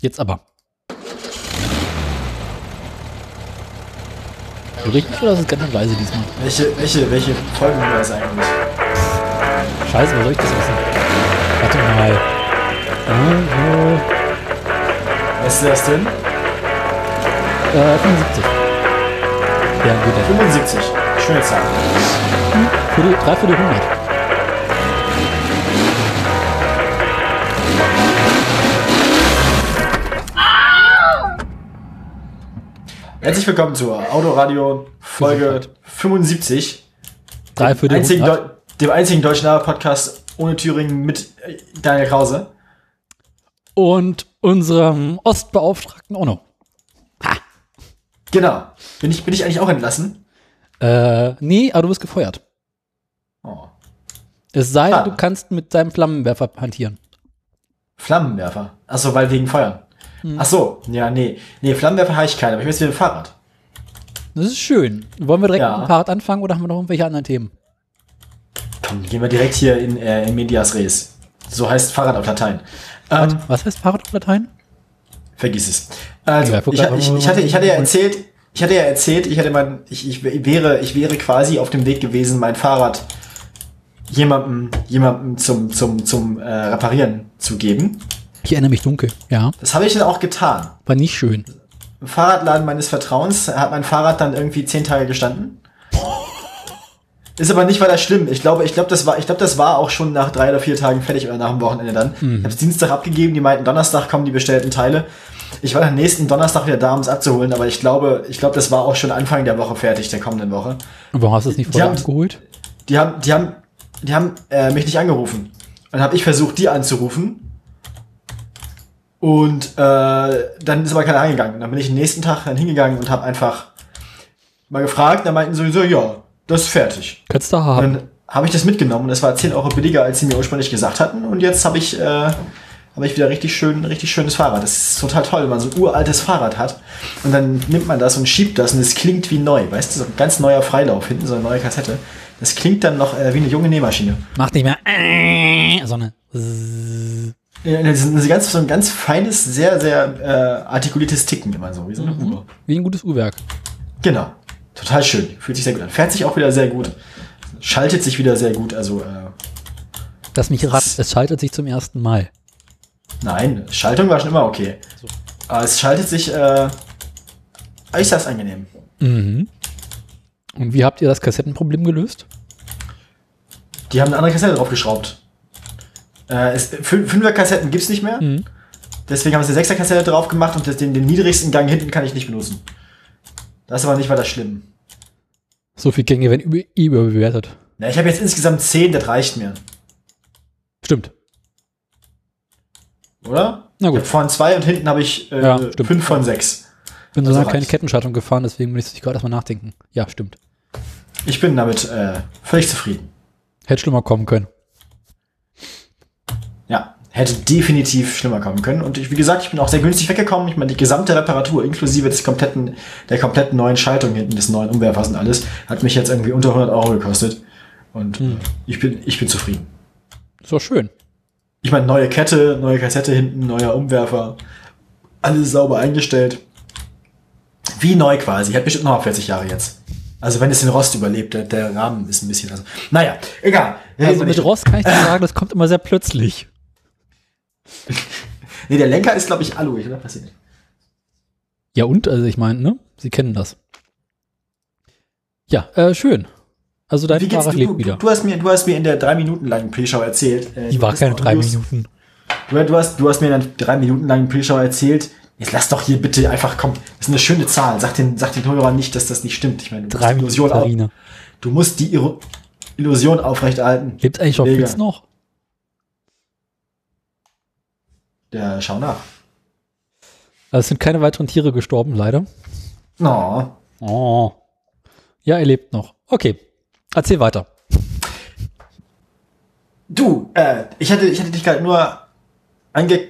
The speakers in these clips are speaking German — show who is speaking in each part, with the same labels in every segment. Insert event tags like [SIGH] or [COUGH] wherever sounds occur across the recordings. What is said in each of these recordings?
Speaker 1: Jetzt aber. Richtig oder ist es ganz leise diesmal?
Speaker 2: Welche, welche, welche Folge war das eigentlich?
Speaker 1: Scheiße, was soll ich das wissen? Warte mal. Äh,
Speaker 2: Weißt du das denn?
Speaker 1: äh, äh, 75. Ja, gut, dann.
Speaker 2: 75. Schöne Zahl.
Speaker 1: Für die, drei für die 100.
Speaker 2: Herzlich willkommen zur Autoradio Folge 75.
Speaker 1: Drei für die
Speaker 2: Einzigen
Speaker 1: 100.
Speaker 2: Deu dem einzigen deutschen Podcast ohne Thüringen mit äh, Daniel Krause.
Speaker 1: Und unserem Ostbeauftragten Ono.
Speaker 2: Genau. Bin ich, bin ich eigentlich auch entlassen?
Speaker 1: Äh, nee, aber du bist gefeuert.
Speaker 2: Oh.
Speaker 1: Es sei denn,
Speaker 2: Ah.
Speaker 1: du kannst mit deinem Flammenwerfer hantieren.
Speaker 2: Flammenwerfer. Achso, weil wegen Feuern. Ach so, ja, nee. Nee, Flammenwerfer habe ich keine, aber ich möchte mit dem Fahrrad.
Speaker 1: Das ist schön. Wollen wir direkt
Speaker 2: Ja.
Speaker 1: mit dem Fahrrad anfangen oder haben wir noch irgendwelche anderen Themen?
Speaker 2: Komm, gehen wir direkt hier in, äh, in Medias Res. So heißt Fahrrad auf Latein.
Speaker 1: Was,
Speaker 2: Ähm,
Speaker 1: was heißt Fahrrad auf Latein?
Speaker 2: Vergiss es. Also,
Speaker 1: Egal, guck
Speaker 2: ich,
Speaker 1: einfach
Speaker 2: ich,
Speaker 1: mal.
Speaker 2: ich, hatte, ich hatte ja erzählt, ich hatte ja erzählt, ich hatte mein, ich, ich wäre, ich wäre quasi auf dem Weg gewesen, mein Fahrrad jemandem, jemandem zum, zum, zum äh, Reparieren zu geben.
Speaker 1: Ich erinnere mich dunkel. Ja,
Speaker 2: Das habe ich dann auch getan.
Speaker 1: war nicht schön.
Speaker 2: Im Fahrradladen meines Vertrauens hat mein Fahrrad dann irgendwie zehn Tage gestanden. Ist aber nicht weiter schlimm. Ich glaube, ich glaube, das war, ich glaube, das war auch schon nach drei oder vier Tagen fertig oder nach dem Wochenende dann. Ich habe es Dienstag abgegeben. Die meinten, Donnerstag kommen die bestellten Teile. Ich war dann nächsten Donnerstag wieder da, um es abzuholen. Aber ich glaube, ich glaube, das war auch schon Anfang der Woche fertig, der kommenden Woche.
Speaker 1: Und warum hast du es nicht vorher
Speaker 2: haben-
Speaker 1: abgeholt?
Speaker 2: Die haben, die haben, die haben äh, mich nicht angerufen. Dann habe ich versucht, die anzurufen. Und äh, dann ist aber keiner eingegangen. Dann bin ich den nächsten Tag dann hingegangen und habe einfach mal gefragt. Dann meinten sie so, ja, das ist fertig.
Speaker 1: Kannst du haben.
Speaker 2: Dann habe ich das mitgenommen und das war 10 Euro billiger, als sie mir ursprünglich gesagt hatten. Und jetzt habe ich, äh, habe ich wieder richtig schön, richtig schönes Fahrrad. Das ist total toll, wenn man so ein uraltes Fahrrad hat. Und dann nimmt man das und schiebt das und es klingt wie neu. Weißt du, so ein ganz neuer Freilauf, hinten so eine neue Kassette. Das klingt dann noch äh, wie eine junge Nähmaschine.
Speaker 1: Macht nicht mehr äh, sondern zzz.
Speaker 2: Ja, Äh, Das ist ein ganz, so ein ganz feines, sehr, sehr äh, artikuliertes Ticken immer so, wie so eine Uhr.
Speaker 1: wie ein gutes Uhrwerk.
Speaker 2: Genau. Total schön. Fühlt sich sehr gut an. Fährt sich auch wieder sehr gut. Schaltet sich wieder sehr gut. Also, äh,
Speaker 1: Lass mich raten, es schaltet sich zum ersten Mal.
Speaker 2: Nein, Schaltung war schon immer okay. Aber es schaltet sich äh, äußerst angenehm.
Speaker 1: Mhm. Und wie habt ihr das Kassettenproblem gelöst?
Speaker 2: Die haben eine andere Kassette draufgeschraubt. Äh, es, Fün- Fünfer-Kassetten gibt's nicht mehr.
Speaker 1: Mhm.
Speaker 2: Deswegen haben sie eine Sechser-Kassette drauf gemacht und das, den, den niedrigsten Gang hinten kann ich nicht benutzen. Das ist aber nicht weiter schlimm.
Speaker 1: So viel Gänge werden über, überbewertet.
Speaker 2: Na, ich habe jetzt insgesamt zehn, das reicht mir.
Speaker 1: Stimmt.
Speaker 2: Oder?
Speaker 1: Na gut.
Speaker 2: Ich hab vorne zwei und hinten habe ich äh,
Speaker 1: Ja, stimmt.
Speaker 2: fünf von sechs.
Speaker 1: Bin so
Speaker 2: Also
Speaker 1: lange keine
Speaker 2: reicht's.
Speaker 1: Kettenschaltung gefahren, deswegen muss ich gerade erstmal nachdenken. Ja, stimmt.
Speaker 2: Ich bin damit äh, völlig zufrieden.
Speaker 1: Hätte schlimmer kommen können.
Speaker 2: Ja, hätte definitiv schlimmer kommen können. Und ich, wie gesagt, ich bin auch sehr günstig weggekommen. Ich meine, die gesamte Reparatur, inklusive des kompletten, der kompletten neuen Schaltung hinten, des neuen Umwerfers und alles, hat mich jetzt irgendwie unter 100 Euro gekostet. Und äh, ich, bin, ich bin zufrieden.
Speaker 1: Ist doch schön.
Speaker 2: Ich meine, neue Kette, neue Kassette hinten, neuer Umwerfer, alles sauber eingestellt. Wie neu quasi. Hat bestimmt noch 40 Jahre jetzt. Also wenn es den Rost überlebt, der, der Rahmen ist ein bisschen. Also, naja, egal.
Speaker 1: Also mit
Speaker 2: nicht-
Speaker 1: Ross kann ich dir sagen, das kommt immer sehr plötzlich.
Speaker 2: nee, der Lenker ist, glaube ich, Alu, oder? Weiß ich nicht.
Speaker 1: Ja und, also ich meine, ne? Sie kennen das. Ja, äh, schön. Also dein
Speaker 2: Wie geht's
Speaker 1: Fahrrad
Speaker 2: du,
Speaker 1: lebt
Speaker 2: du,
Speaker 1: wieder.
Speaker 2: Du hast, mir, du hast mir in der drei Minuten langen Pre-Show erzählt. äh,
Speaker 1: Die
Speaker 2: du
Speaker 1: war
Speaker 2: bist
Speaker 1: keine drei
Speaker 2: du hast-
Speaker 1: Minuten.
Speaker 2: Du, du, hast, du hast mir in der drei Minuten langen Pre-Show erzählt. Jetzt lass doch hier bitte einfach, komm, das ist eine schöne Zahl. Sag den, sag den Hörern nicht, dass das nicht stimmt. Ich meine, du
Speaker 1: Drei
Speaker 2: musst
Speaker 1: Minuten,
Speaker 2: die Illusion, auf,
Speaker 1: Farina.
Speaker 2: du musst die Iru- Illusion aufrechterhalten.
Speaker 1: Lebt eigentlich auch
Speaker 2: Mega.
Speaker 1: Fritz noch?
Speaker 2: Ja, schau nach.
Speaker 1: Also es sind keine weiteren Tiere gestorben, leider.
Speaker 2: No.
Speaker 1: Oh. Ja, er lebt noch. Okay. Erzähl weiter.
Speaker 2: Du, äh, ich hatte, ich hatte dich gerade nur ange,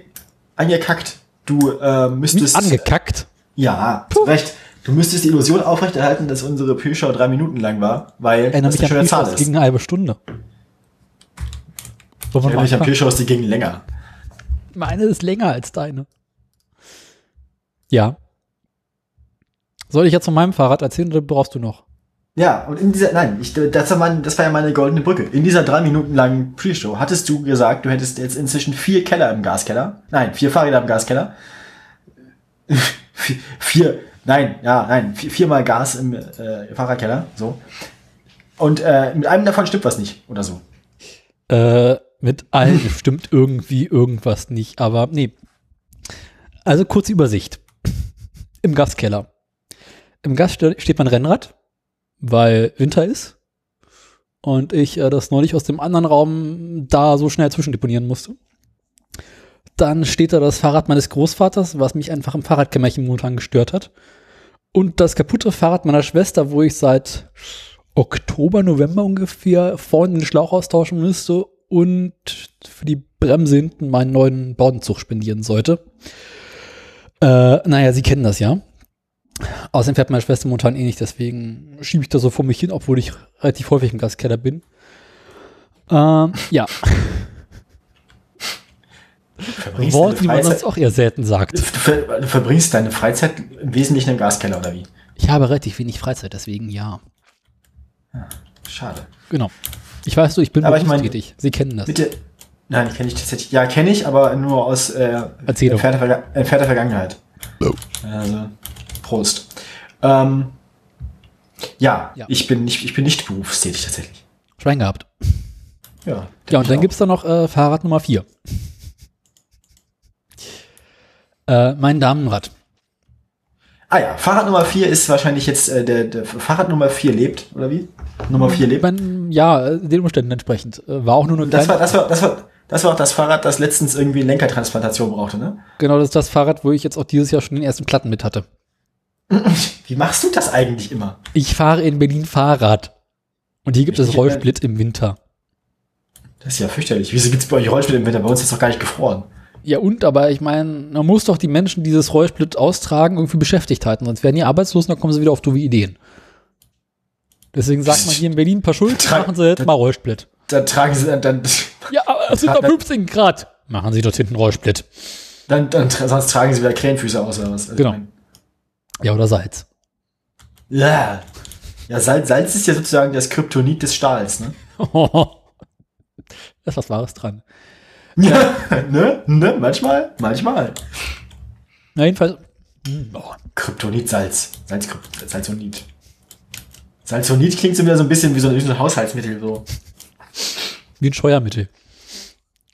Speaker 2: angekackt. Du äh,
Speaker 1: Mich
Speaker 2: müsstest.
Speaker 1: angekackt.
Speaker 2: Ja, zu Recht. Du müsstest die Illusion aufrechterhalten, dass unsere Pre-Show drei Minuten lang war, weil
Speaker 1: Erinnere mich
Speaker 2: das eine
Speaker 1: an
Speaker 2: schöne Zahl
Speaker 1: Pre-Shows,
Speaker 2: ist.
Speaker 1: ging eine halbe Stunde. Wollen
Speaker 2: Ich
Speaker 1: wir mal
Speaker 2: erinnere mich an
Speaker 1: anfangen?
Speaker 2: Pre-Shows, die gingen länger.
Speaker 1: Meine ist länger als deine. Ja. Soll ich jetzt von meinem Fahrrad erzählen oder brauchst du noch?
Speaker 2: Ja, und in dieser, nein, ich, das, war mein, das war ja meine goldene Brücke. In dieser drei Minuten langen Pre-Show hattest du gesagt, du hättest jetzt inzwischen vier Keller im Gaskeller. Nein, vier Fahrräder im Gaskeller. [LAUGHS] vier, vier, nein, ja, nein, vier, viermal Gas im äh, Fahrradkeller, so. Und äh, mit einem davon stimmt was nicht, oder so.
Speaker 1: Äh, mit allen [LAUGHS] stimmt irgendwie irgendwas nicht, aber nee. Also kurze Übersicht. Im Gaskeller. Im Gas ste- steht mein Rennrad, weil Winter ist. Und ich äh, das neulich aus dem anderen Raum da so schnell zwischendeponieren musste. Dann steht da das Fahrrad meines Großvaters, was mich einfach im Fahrradkämmerchen momentan gestört hat. Und das kaputte Fahrrad meiner Schwester, wo ich seit Oktober, November ungefähr vorne den Schlauch austauschen müsste und für die Bremse hinten meinen neuen Bordenzug spendieren sollte. Äh, naja, Sie kennen das ja. Außerdem fährt meine Schwester momentan eh nicht, deswegen schiebe ich das so vor mich hin, obwohl ich relativ häufig im Gaskeller bin. Ähm,
Speaker 2: [LAUGHS]
Speaker 1: ja,
Speaker 2: Verbringst
Speaker 1: Wort, wie man
Speaker 2: Freizeit-
Speaker 1: sonst auch eher selten sagt.
Speaker 2: Du, ver, du verbringst deine Freizeit im Wesentlichen im Gaskeller, oder wie?
Speaker 1: Ich habe relativ wenig Freizeit, deswegen ja.
Speaker 2: Schade.
Speaker 1: Genau. Ich weiß so, ich bin
Speaker 2: Aber ich mein-
Speaker 1: berufstätig. Sie kennen das.
Speaker 2: Bitte. Nein, kenne ich tatsächlich. Ja, kenne ich, aber nur aus äh,
Speaker 1: Erzählung.
Speaker 2: entfernter, Verga entfernter Vergangenheit. Also, Prost. Ähm, ja,
Speaker 1: Ja.
Speaker 2: Ich, bin nicht, ich bin nicht berufstätig tatsächlich.
Speaker 1: Schwein gehabt.
Speaker 2: Ja,
Speaker 1: Ja,
Speaker 2: Genau.
Speaker 1: und dann gibt's da noch äh, Fahrrad Nummer 4. Äh, mein Damenrad.
Speaker 2: Ah ja, Fahrrad Nummer 4 ist wahrscheinlich jetzt, äh, der, der Fahrrad Nummer 4 lebt, oder wie? Nummer 4 lebt.
Speaker 1: Mein, ja, äh, den Umständen entsprechend. Äh, war auch nur eine
Speaker 2: Das
Speaker 1: kleine,
Speaker 2: war, das, war, das, war, das war auch das Fahrrad, das letztens irgendwie eine Lenkertransplantation brauchte, ne?
Speaker 1: genau das ist das Fahrrad, wo ich jetzt auch dieses Jahr schon den ersten Platten mit hatte.
Speaker 2: Wie machst du das eigentlich immer?
Speaker 1: Ich fahre in Berlin Fahrrad. Und hier gibt es
Speaker 2: Richtig, äh,
Speaker 1: Rollsplit im Winter.
Speaker 2: Das ist ja fürchterlich. Wieso gibt's bei euch Rollspiele im Winter? Bei uns ist doch gar nicht gefroren.
Speaker 1: Ja und, aber ich meine, man muss doch die Menschen, die dieses Rollsplit austragen, irgendwie beschäftigt halten. Sonst werden die arbeitslos und dann kommen sie wieder auf doofe Ideen. Deswegen sagt man hier in Berlin ein paar Schulden,
Speaker 2: Tra-
Speaker 1: machen sie jetzt mal Rollsplit.
Speaker 2: Dann tragen sie dann, dann,
Speaker 1: Ja, aber es sind doch 15 Grad. Machen Sie dort hinten Rollsplit.
Speaker 2: dann, dann tra- sonst tragen sie wieder Krähenfüße aus oder was. Also
Speaker 1: Genau.
Speaker 2: ich mein,
Speaker 1: Ja, oder Salz. [LAUGHS]
Speaker 2: Ja. Ja, Salz, Salz ist ja sozusagen das Kryptonit des Stahls, ne?
Speaker 1: da ist was Wahres dran.
Speaker 2: [LAUGHS] ne? Ne? Manchmal? Manchmal.
Speaker 1: Na, jedenfalls. Hm, Oh,
Speaker 2: Kryptonit Salz. Salz, Kryp- Salzonit. Salzonit klingt so wieder so ein bisschen wie so ein, wie so ein Haushaltsmittel. So. [LAUGHS]
Speaker 1: wie ein Scheuermittel.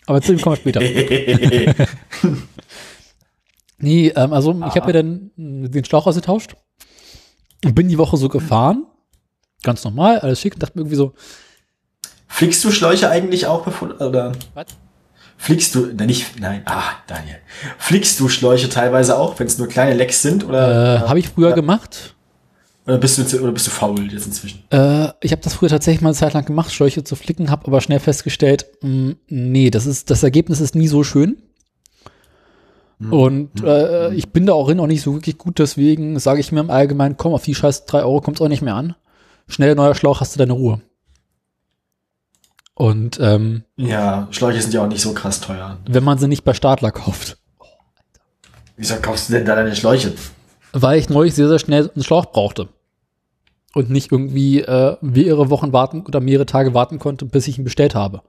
Speaker 1: Aber zu dem kommen wir später.
Speaker 2: [LAUGHS]
Speaker 1: Nee, ähm, also ich habe ja dann mh, den Schlauch ausgetauscht und bin die Woche so gefahren. Ganz normal, alles schick und dachte mir irgendwie so,
Speaker 2: Flickst du Schläuche eigentlich auch bevor. Oder?
Speaker 1: Was?
Speaker 2: Flickst du. Na, nicht. Nein. Ah, Daniel. Flickst du Schläuche teilweise auch, wenn es nur kleine Lecks sind?
Speaker 1: äh,
Speaker 2: Oder,
Speaker 1: habe ich früher
Speaker 2: Ja.
Speaker 1: gemacht.
Speaker 2: oder, bist du, zu- oder bist du faul jetzt inzwischen?
Speaker 1: Äh, ich habe das früher tatsächlich mal eine Zeit lang gemacht, Schläuche zu flicken, habe aber schnell festgestellt, mh, nee, das ist das Ergebnis ist nie so schön. Und äh, ich bin da auch hin auch nicht so wirklich gut, deswegen sage ich mir im Allgemeinen, komm, auf die scheiß 3 Euro kommt es auch nicht mehr an. Schnell neuer Schlauch, hast du deine Ruhe. Und ähm,
Speaker 2: Ja, Schläuche sind ja auch nicht so krass teuer.
Speaker 1: wenn man sie nicht bei Stadler kauft. [LAUGHS]
Speaker 2: Wieso kaufst du denn da deine Schläuche?
Speaker 1: Weil ich neulich sehr, sehr schnell einen Schlauch brauchte. Und nicht irgendwie äh, mehrere Wochen warten oder mehrere Tage warten konnte, bis ich ihn bestellt habe.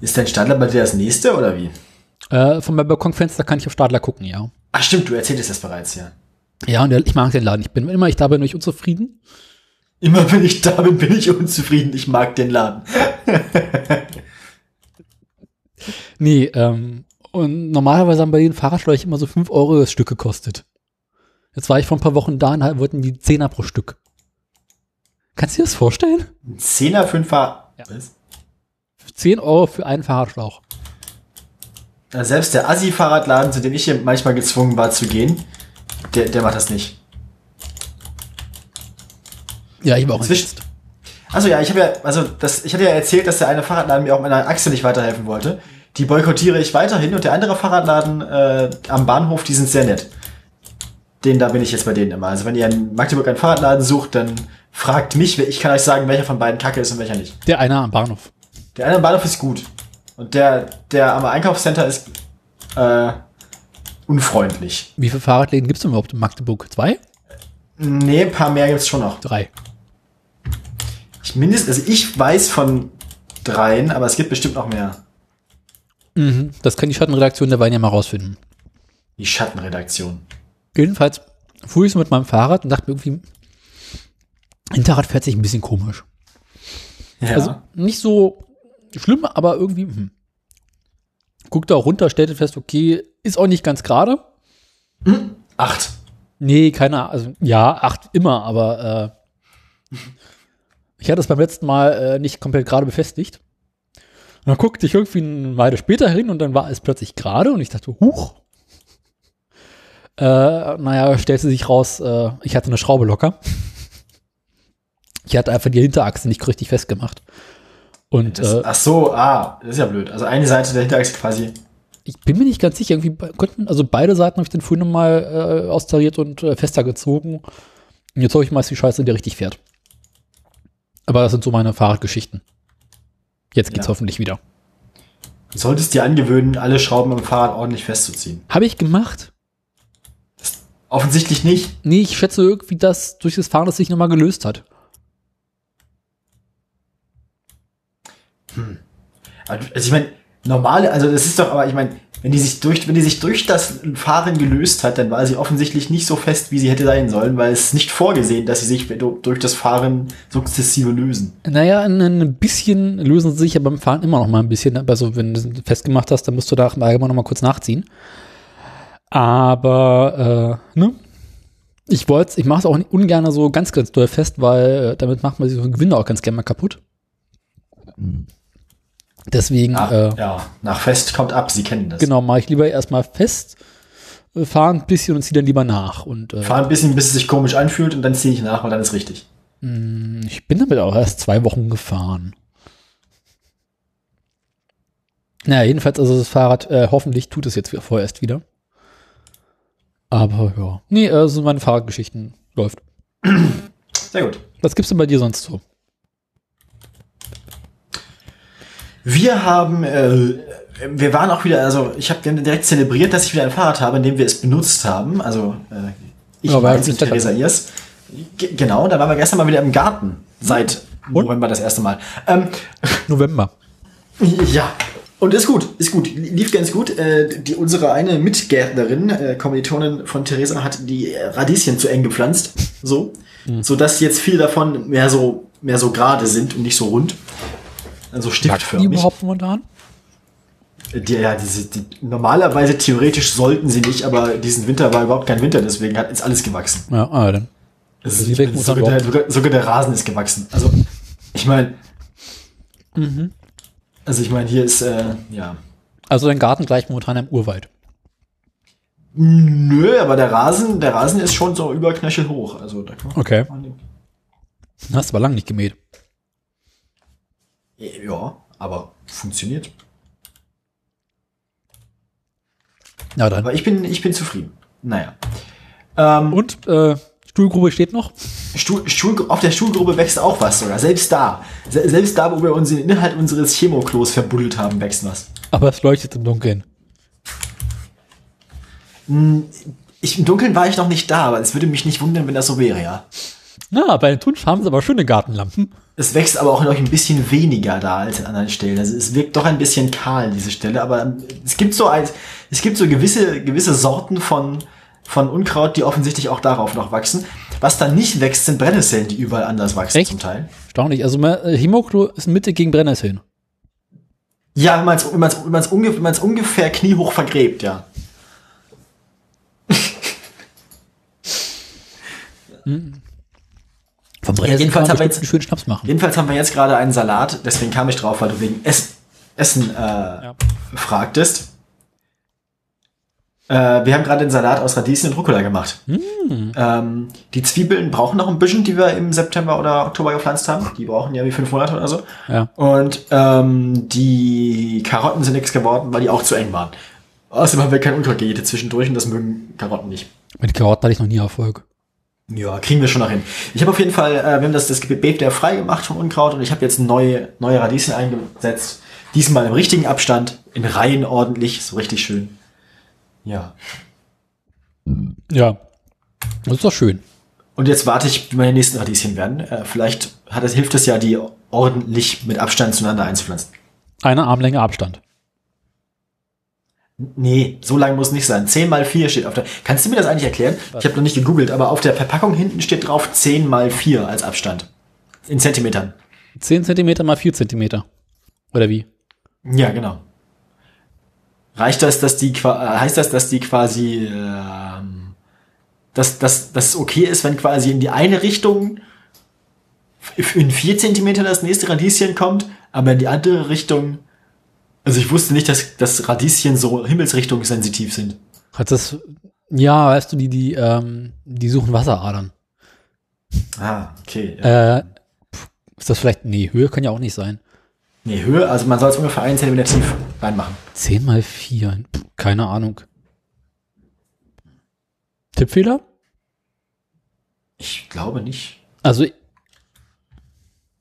Speaker 2: Ist dein Standard bei dir das nächste oder wie?
Speaker 1: Äh, von meinem Balkonfenster kann ich auf Stadler gucken, ja.
Speaker 2: Ach stimmt, du erzähltest das bereits, ja.
Speaker 1: Ja, und der, ich mag den Laden. Ich bin immer, ich da bin, nicht unzufrieden.
Speaker 2: Immer wenn ich da bin, bin ich unzufrieden. Ich mag den Laden.
Speaker 1: Nee, ähm, und normalerweise haben bei den Fahrradschläuche immer so 5 Euro das Stück gekostet. Jetzt war ich vor ein paar Wochen da und halt wollten die Zehner pro Stück. Kannst du dir das vorstellen?
Speaker 2: Ein Zehner, Fünfer.
Speaker 1: Ja.
Speaker 2: Was?
Speaker 1: 10 Euro für einen Fahrradschlauch.
Speaker 2: Na, Also Selbst der Assi-Fahrradladen, zu dem ich hier manchmal gezwungen war zu gehen, der, der macht das nicht.
Speaker 1: Ja, ich war auch
Speaker 2: Zwischen-
Speaker 1: entsetzt.
Speaker 2: Also ja, ich habe ja, also das, ich hatte ja erzählt, dass der eine Fahrradladen mir auch mit einer Achse nicht weiterhelfen wollte. Die boykottiere ich weiterhin und der andere Fahrradladen äh, am Bahnhof, die sind sehr nett. Den, da bin ich jetzt bei denen immer. Also wenn ihr in Magdeburg einen Fahrradladen sucht, dann fragt mich, ich kann euch sagen, welcher von beiden kacke ist und welcher nicht.
Speaker 1: Der eine am Bahnhof.
Speaker 2: Der eine am Bahnhof ist gut. Und der, der am Einkaufscenter ist, äh, unfreundlich.
Speaker 1: Wie viele Fahrradläden gibt es überhaupt in Magdeburg? Zwei?
Speaker 2: Nee, ein paar mehr gibt's schon noch.
Speaker 1: Drei.
Speaker 2: Ich mindest, also ich weiß von dreien, aber es gibt bestimmt noch mehr.
Speaker 1: Mhm. Das kann die Schattenredaktion der Wein ja mal rausfinden.
Speaker 2: Die Schattenredaktion.
Speaker 1: Jedenfalls fuhr ich so mit meinem Fahrrad und dachte mir irgendwie, Hinterrad fährt sich ein bisschen komisch.
Speaker 2: Ja.
Speaker 1: Also nicht so schlimm, aber irgendwie. Hm. Guckt da auch runter, stellte fest, okay, ist auch nicht ganz gerade.
Speaker 2: Acht.
Speaker 1: Nee, keine Ahnung. Also, ja, acht immer, aber äh, ich hatte es beim letzten Mal äh, nicht komplett gerade befestigt. Und dann guckte ich irgendwie eine Weile später hin und dann war es plötzlich gerade und ich dachte, huch. Äh, naja, stellte sich raus, äh, ich hatte eine Schraube locker. Ich hatte einfach die Hinterachse nicht richtig festgemacht. Und
Speaker 2: Das,
Speaker 1: äh,
Speaker 2: ach so, ah, das ist ja blöd. Also eine Seite dahinter ist quasi.
Speaker 1: ich bin mir nicht ganz sicher, irgendwie be- konnten, also beide Seiten habe ich den früher mal äh, austariert und äh, fester gezogen. Und jetzt hoffe ich mal, dass die Scheiße wieder richtig fährt. Aber das sind so meine Fahrradgeschichten. Jetzt geht's
Speaker 2: Ja.
Speaker 1: hoffentlich wieder.
Speaker 2: Du solltest dir angewöhnen, alle Schrauben am Fahrrad ordentlich festzuziehen.
Speaker 1: Habe ich gemacht?
Speaker 2: Offensichtlich nicht.
Speaker 1: Nee, ich schätze irgendwie, dass durch das Fahren das sich nochmal gelöst hat.
Speaker 2: Aber du- Also ich meine, normale, also das ist doch, aber ich meine, wenn die sich durch, wenn die sich durch das Fahren gelöst hat, dann war sie offensichtlich nicht so fest, wie sie hätte sein sollen, weil es ist nicht vorgesehen, dass sie sich du- durch das Fahren sukzessive lösen.
Speaker 1: Naja, ein- ein bisschen lösen sie sich ja beim Fahren immer noch mal ein bisschen. Aber so, wenn du es festgemacht hast, dann musst du da im Allgemeinen noch mal kurz nachziehen. Aber, äh, ne? Ich wollte ich mache es auch nicht ungern so ganz, ganz doll fest, weil äh, damit macht man sich so ein Gewinde auch ganz gerne mal kaputt. Deswegen,
Speaker 2: Nach,
Speaker 1: äh,
Speaker 2: ja, nach fest kommt ab, sie kennen das.
Speaker 1: genau, mache ich lieber erstmal fest, äh, fahre ein bisschen und ziehe dann lieber nach. Und äh,
Speaker 2: Fahr ein bisschen, bis es sich komisch anfühlt und dann ziehe ich nach und dann ist richtig.
Speaker 1: Hm, Ich bin damit auch erst zwei Wochen gefahren. Naja, jedenfalls, also das Fahrrad, äh, hoffentlich tut es jetzt wieder- vorerst wieder. Aber ja. Nee, äh, so meine Fahrradgeschichten läuft.
Speaker 2: Sehr gut.
Speaker 1: Was gibt's denn bei dir sonst so?
Speaker 2: Wir haben, äh, wir waren auch wieder, also ich habe direkt zelebriert, dass ich wieder ein Fahrrad habe, indem wir es benutzt haben. Also äh, ich
Speaker 1: Ja,
Speaker 2: ja,
Speaker 1: weil
Speaker 2: meins
Speaker 1: es
Speaker 2: und
Speaker 1: nicht
Speaker 2: Theresa ihrs. Ge- Genau, da waren wir gestern mal wieder im Garten. Seit
Speaker 1: Mhm. Und?
Speaker 2: November das erste Mal. Ähm,
Speaker 1: November.
Speaker 2: ja. Und ist gut, ist gut. Lief ganz gut. Äh, die, unsere eine Mitgärtnerin, äh, Kommilitonin von Theresa, hat die äh, Radieschen zu eng gepflanzt. So.
Speaker 1: Mhm.
Speaker 2: Sodass jetzt viel davon mehr so, mehr so gerade sind und nicht so rund. Also
Speaker 1: Die
Speaker 2: stiftförmig.
Speaker 1: überhaupt momentan?
Speaker 2: Die, ja, diese, die, normalerweise theoretisch sollten sie nicht, aber diesen Winter war überhaupt kein Winter, deswegen hat, ist alles gewachsen.
Speaker 1: Ja, ah, dann.
Speaker 2: Es
Speaker 1: Sie
Speaker 2: ist,
Speaker 1: denken
Speaker 2: sogar, der,
Speaker 1: überhaupt-
Speaker 2: sogar, sogar der Rasen ist gewachsen. Also, ich meine.
Speaker 1: Mhm.
Speaker 2: Also, ich meine, hier ist, äh, ja.
Speaker 1: Also dein Garten gleich momentan im Urwald.
Speaker 2: Nö, aber der Rasen, der Rasen ist schon so über Knöchel hoch. Also, da kann
Speaker 1: Okay.
Speaker 2: man,
Speaker 1: Hast aber lang nicht gemäht.
Speaker 2: ja, aber funktioniert.
Speaker 1: Na dann.
Speaker 2: Aber ich bin, ich bin zufrieden. Naja. Ähm,
Speaker 1: Und, äh, Stuhlgrube steht noch?
Speaker 2: Stuhl, Stuhl, auf der Stuhlgrube wächst auch was sogar. Selbst da. Se, selbst da, wo wir uns den Inhalt unseres Chemoklos verbuddelt haben, wächst was.
Speaker 1: Aber es leuchtet im Dunkeln.
Speaker 2: Ich, Im Dunkeln war ich noch nicht da, aber es würde mich nicht wundern, wenn das so wäre, ja.
Speaker 1: Na, bei den Tunsch haben sie aber schöne Gartenlampen.
Speaker 2: Es wächst aber auch noch ein bisschen weniger da als an anderen Stellen. Also es wirkt doch ein bisschen kahl, diese Stelle. Aber ähm, es gibt so, ein, es gibt so gewisse, gewisse Sorten von, von Unkraut, die offensichtlich auch darauf noch wachsen. Was da nicht wächst, sind Brennnesseln, die überall anders wachsen
Speaker 1: Echt?
Speaker 2: zum Teil.
Speaker 1: Erstaunlich. Also äh, Hemoklo ist Mitte gegen Brennnesseln.
Speaker 2: Ja, wenn man es wenn man's, wenn man's unge wenn man's ungefähr kniehoch vergräbt, ja.
Speaker 1: Vom
Speaker 2: Brennnesseln
Speaker 1: jedenfalls
Speaker 2: kann
Speaker 1: haben
Speaker 2: man
Speaker 1: wir
Speaker 2: bestimmt
Speaker 1: jetzt einen schönen Schnaps machen.
Speaker 2: Jedenfalls haben wir jetzt gerade einen Salat, deswegen kam ich drauf, weil du wegen Ess Essen äh, fragtest. Äh, wir haben gerade den Salat aus Radieschen und Rucola gemacht. Ähm, die Zwiebeln brauchen noch ein bisschen, die wir im September oder Oktober gepflanzt haben. Die brauchen ja wie fünf Monate oder so.
Speaker 1: Ja.
Speaker 2: Und ähm, die Karotten sind nichts geworden, weil die auch zu eng waren. Außerdem haben wir kein Unkraut gejätet zwischendurch und das mögen Karotten nicht.
Speaker 1: Mit Karotten hatte ich noch nie Erfolg.
Speaker 2: Ja, kriegen wir schon noch hin. Ich habe auf jeden Fall, äh, wir haben das, das Beet der frei gemacht vom Unkraut und ich habe jetzt neue, neue Radieschen eingesetzt. Diesmal im richtigen Abstand, in Reihen ordentlich, so richtig schön. Ja.
Speaker 1: Ja. Das ist doch schön.
Speaker 2: Und jetzt warte ich, wie meine nächsten Radieschen werden. Äh, vielleicht hat es, hilft es ja, die ordentlich mit Abstand zueinander einzupflanzen.
Speaker 1: Eine Armlänge Abstand.
Speaker 2: Nee, so lang muss nicht sein. 10 mal 4 steht auf der. Kannst du mir das eigentlich erklären? Ich habe noch nicht gegoogelt, aber auf der Verpackung hinten steht drauf 10 mal 4 als Abstand. In Zentimetern.
Speaker 1: 10 Zentimeter mal 4 Zentimeter. Oder wie?
Speaker 2: Ja, genau. Reicht das, dass die qua- äh, heißt das, dass die quasi ähm, dass, dass, dass es okay ist, wenn quasi in die eine Richtung f- in 4 Zentimeter das nächste Radieschen kommt, aber in die andere Richtung. Also ich wusste nicht, dass, dass Radieschen so himmelsrichtungssensitiv sind.
Speaker 1: Hat das. Ja, weißt du, die, die, ähm, die suchen Wasseradern.
Speaker 2: Ah, okay. Ja.
Speaker 1: Äh, pf, ist das vielleicht. Nee, Höhe kann ja auch nicht sein.
Speaker 2: Nee, Höhe, also man soll es ungefähr 1 Zentimeter tief reinmachen.
Speaker 1: 10 mal 4. Pf, keine Ahnung. Tippfehler?
Speaker 2: Ich glaube nicht.
Speaker 1: Also,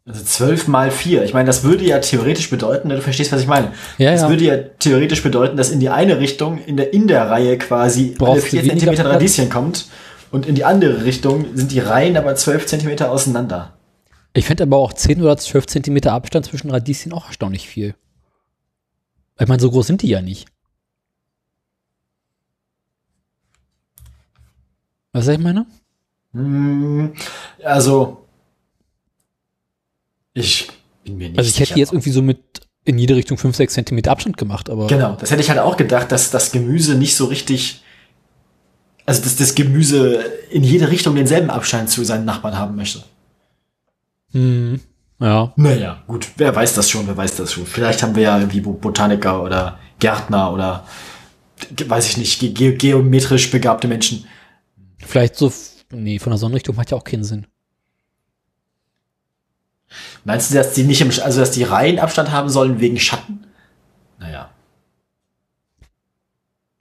Speaker 2: Also 12 mal 4. Ich meine, das würde ja theoretisch bedeuten, ne, du verstehst, was ich meine.
Speaker 1: Ja,
Speaker 2: das
Speaker 1: ja.
Speaker 2: würde ja theoretisch bedeuten, dass in die eine Richtung, in der, in der Reihe quasi alle
Speaker 1: Brauchst du
Speaker 2: 4
Speaker 1: weniger
Speaker 2: Zentimeter
Speaker 1: Platz?
Speaker 2: Radieschen kommt und in die andere Richtung sind die Reihen aber 12 Zentimeter auseinander.
Speaker 1: ich fände aber auch 10 oder 12 Zentimeter Abstand zwischen Radieschen auch erstaunlich viel. Ich meine, so groß sind die ja nicht. Was sag ich meine?
Speaker 2: Hm, also, ich bin mir nicht
Speaker 1: Also ich hätte
Speaker 2: sicher.
Speaker 1: die jetzt irgendwie so mit in jede Richtung 5, 6 Zentimeter Abstand gemacht, aber
Speaker 2: Genau, das hätte ich halt auch gedacht, dass das Gemüse nicht so richtig, also dass das Gemüse in jede Richtung denselben Abstand zu seinen Nachbarn haben möchte.
Speaker 1: hm, ja.
Speaker 2: Naja, gut, wer weiß das schon, wer weiß das schon. Vielleicht haben wir ja irgendwie Bo- Botaniker oder Gärtner oder, ge- weiß ich nicht, ge ge geometrisch begabte Menschen.
Speaker 1: Vielleicht so, f- nee, von der Sonnenrichtung macht ja auch keinen Sinn.
Speaker 2: Meinst du, dass die nicht im, Sch- also dass die Reihen Abstand haben sollen wegen Schatten? Naja,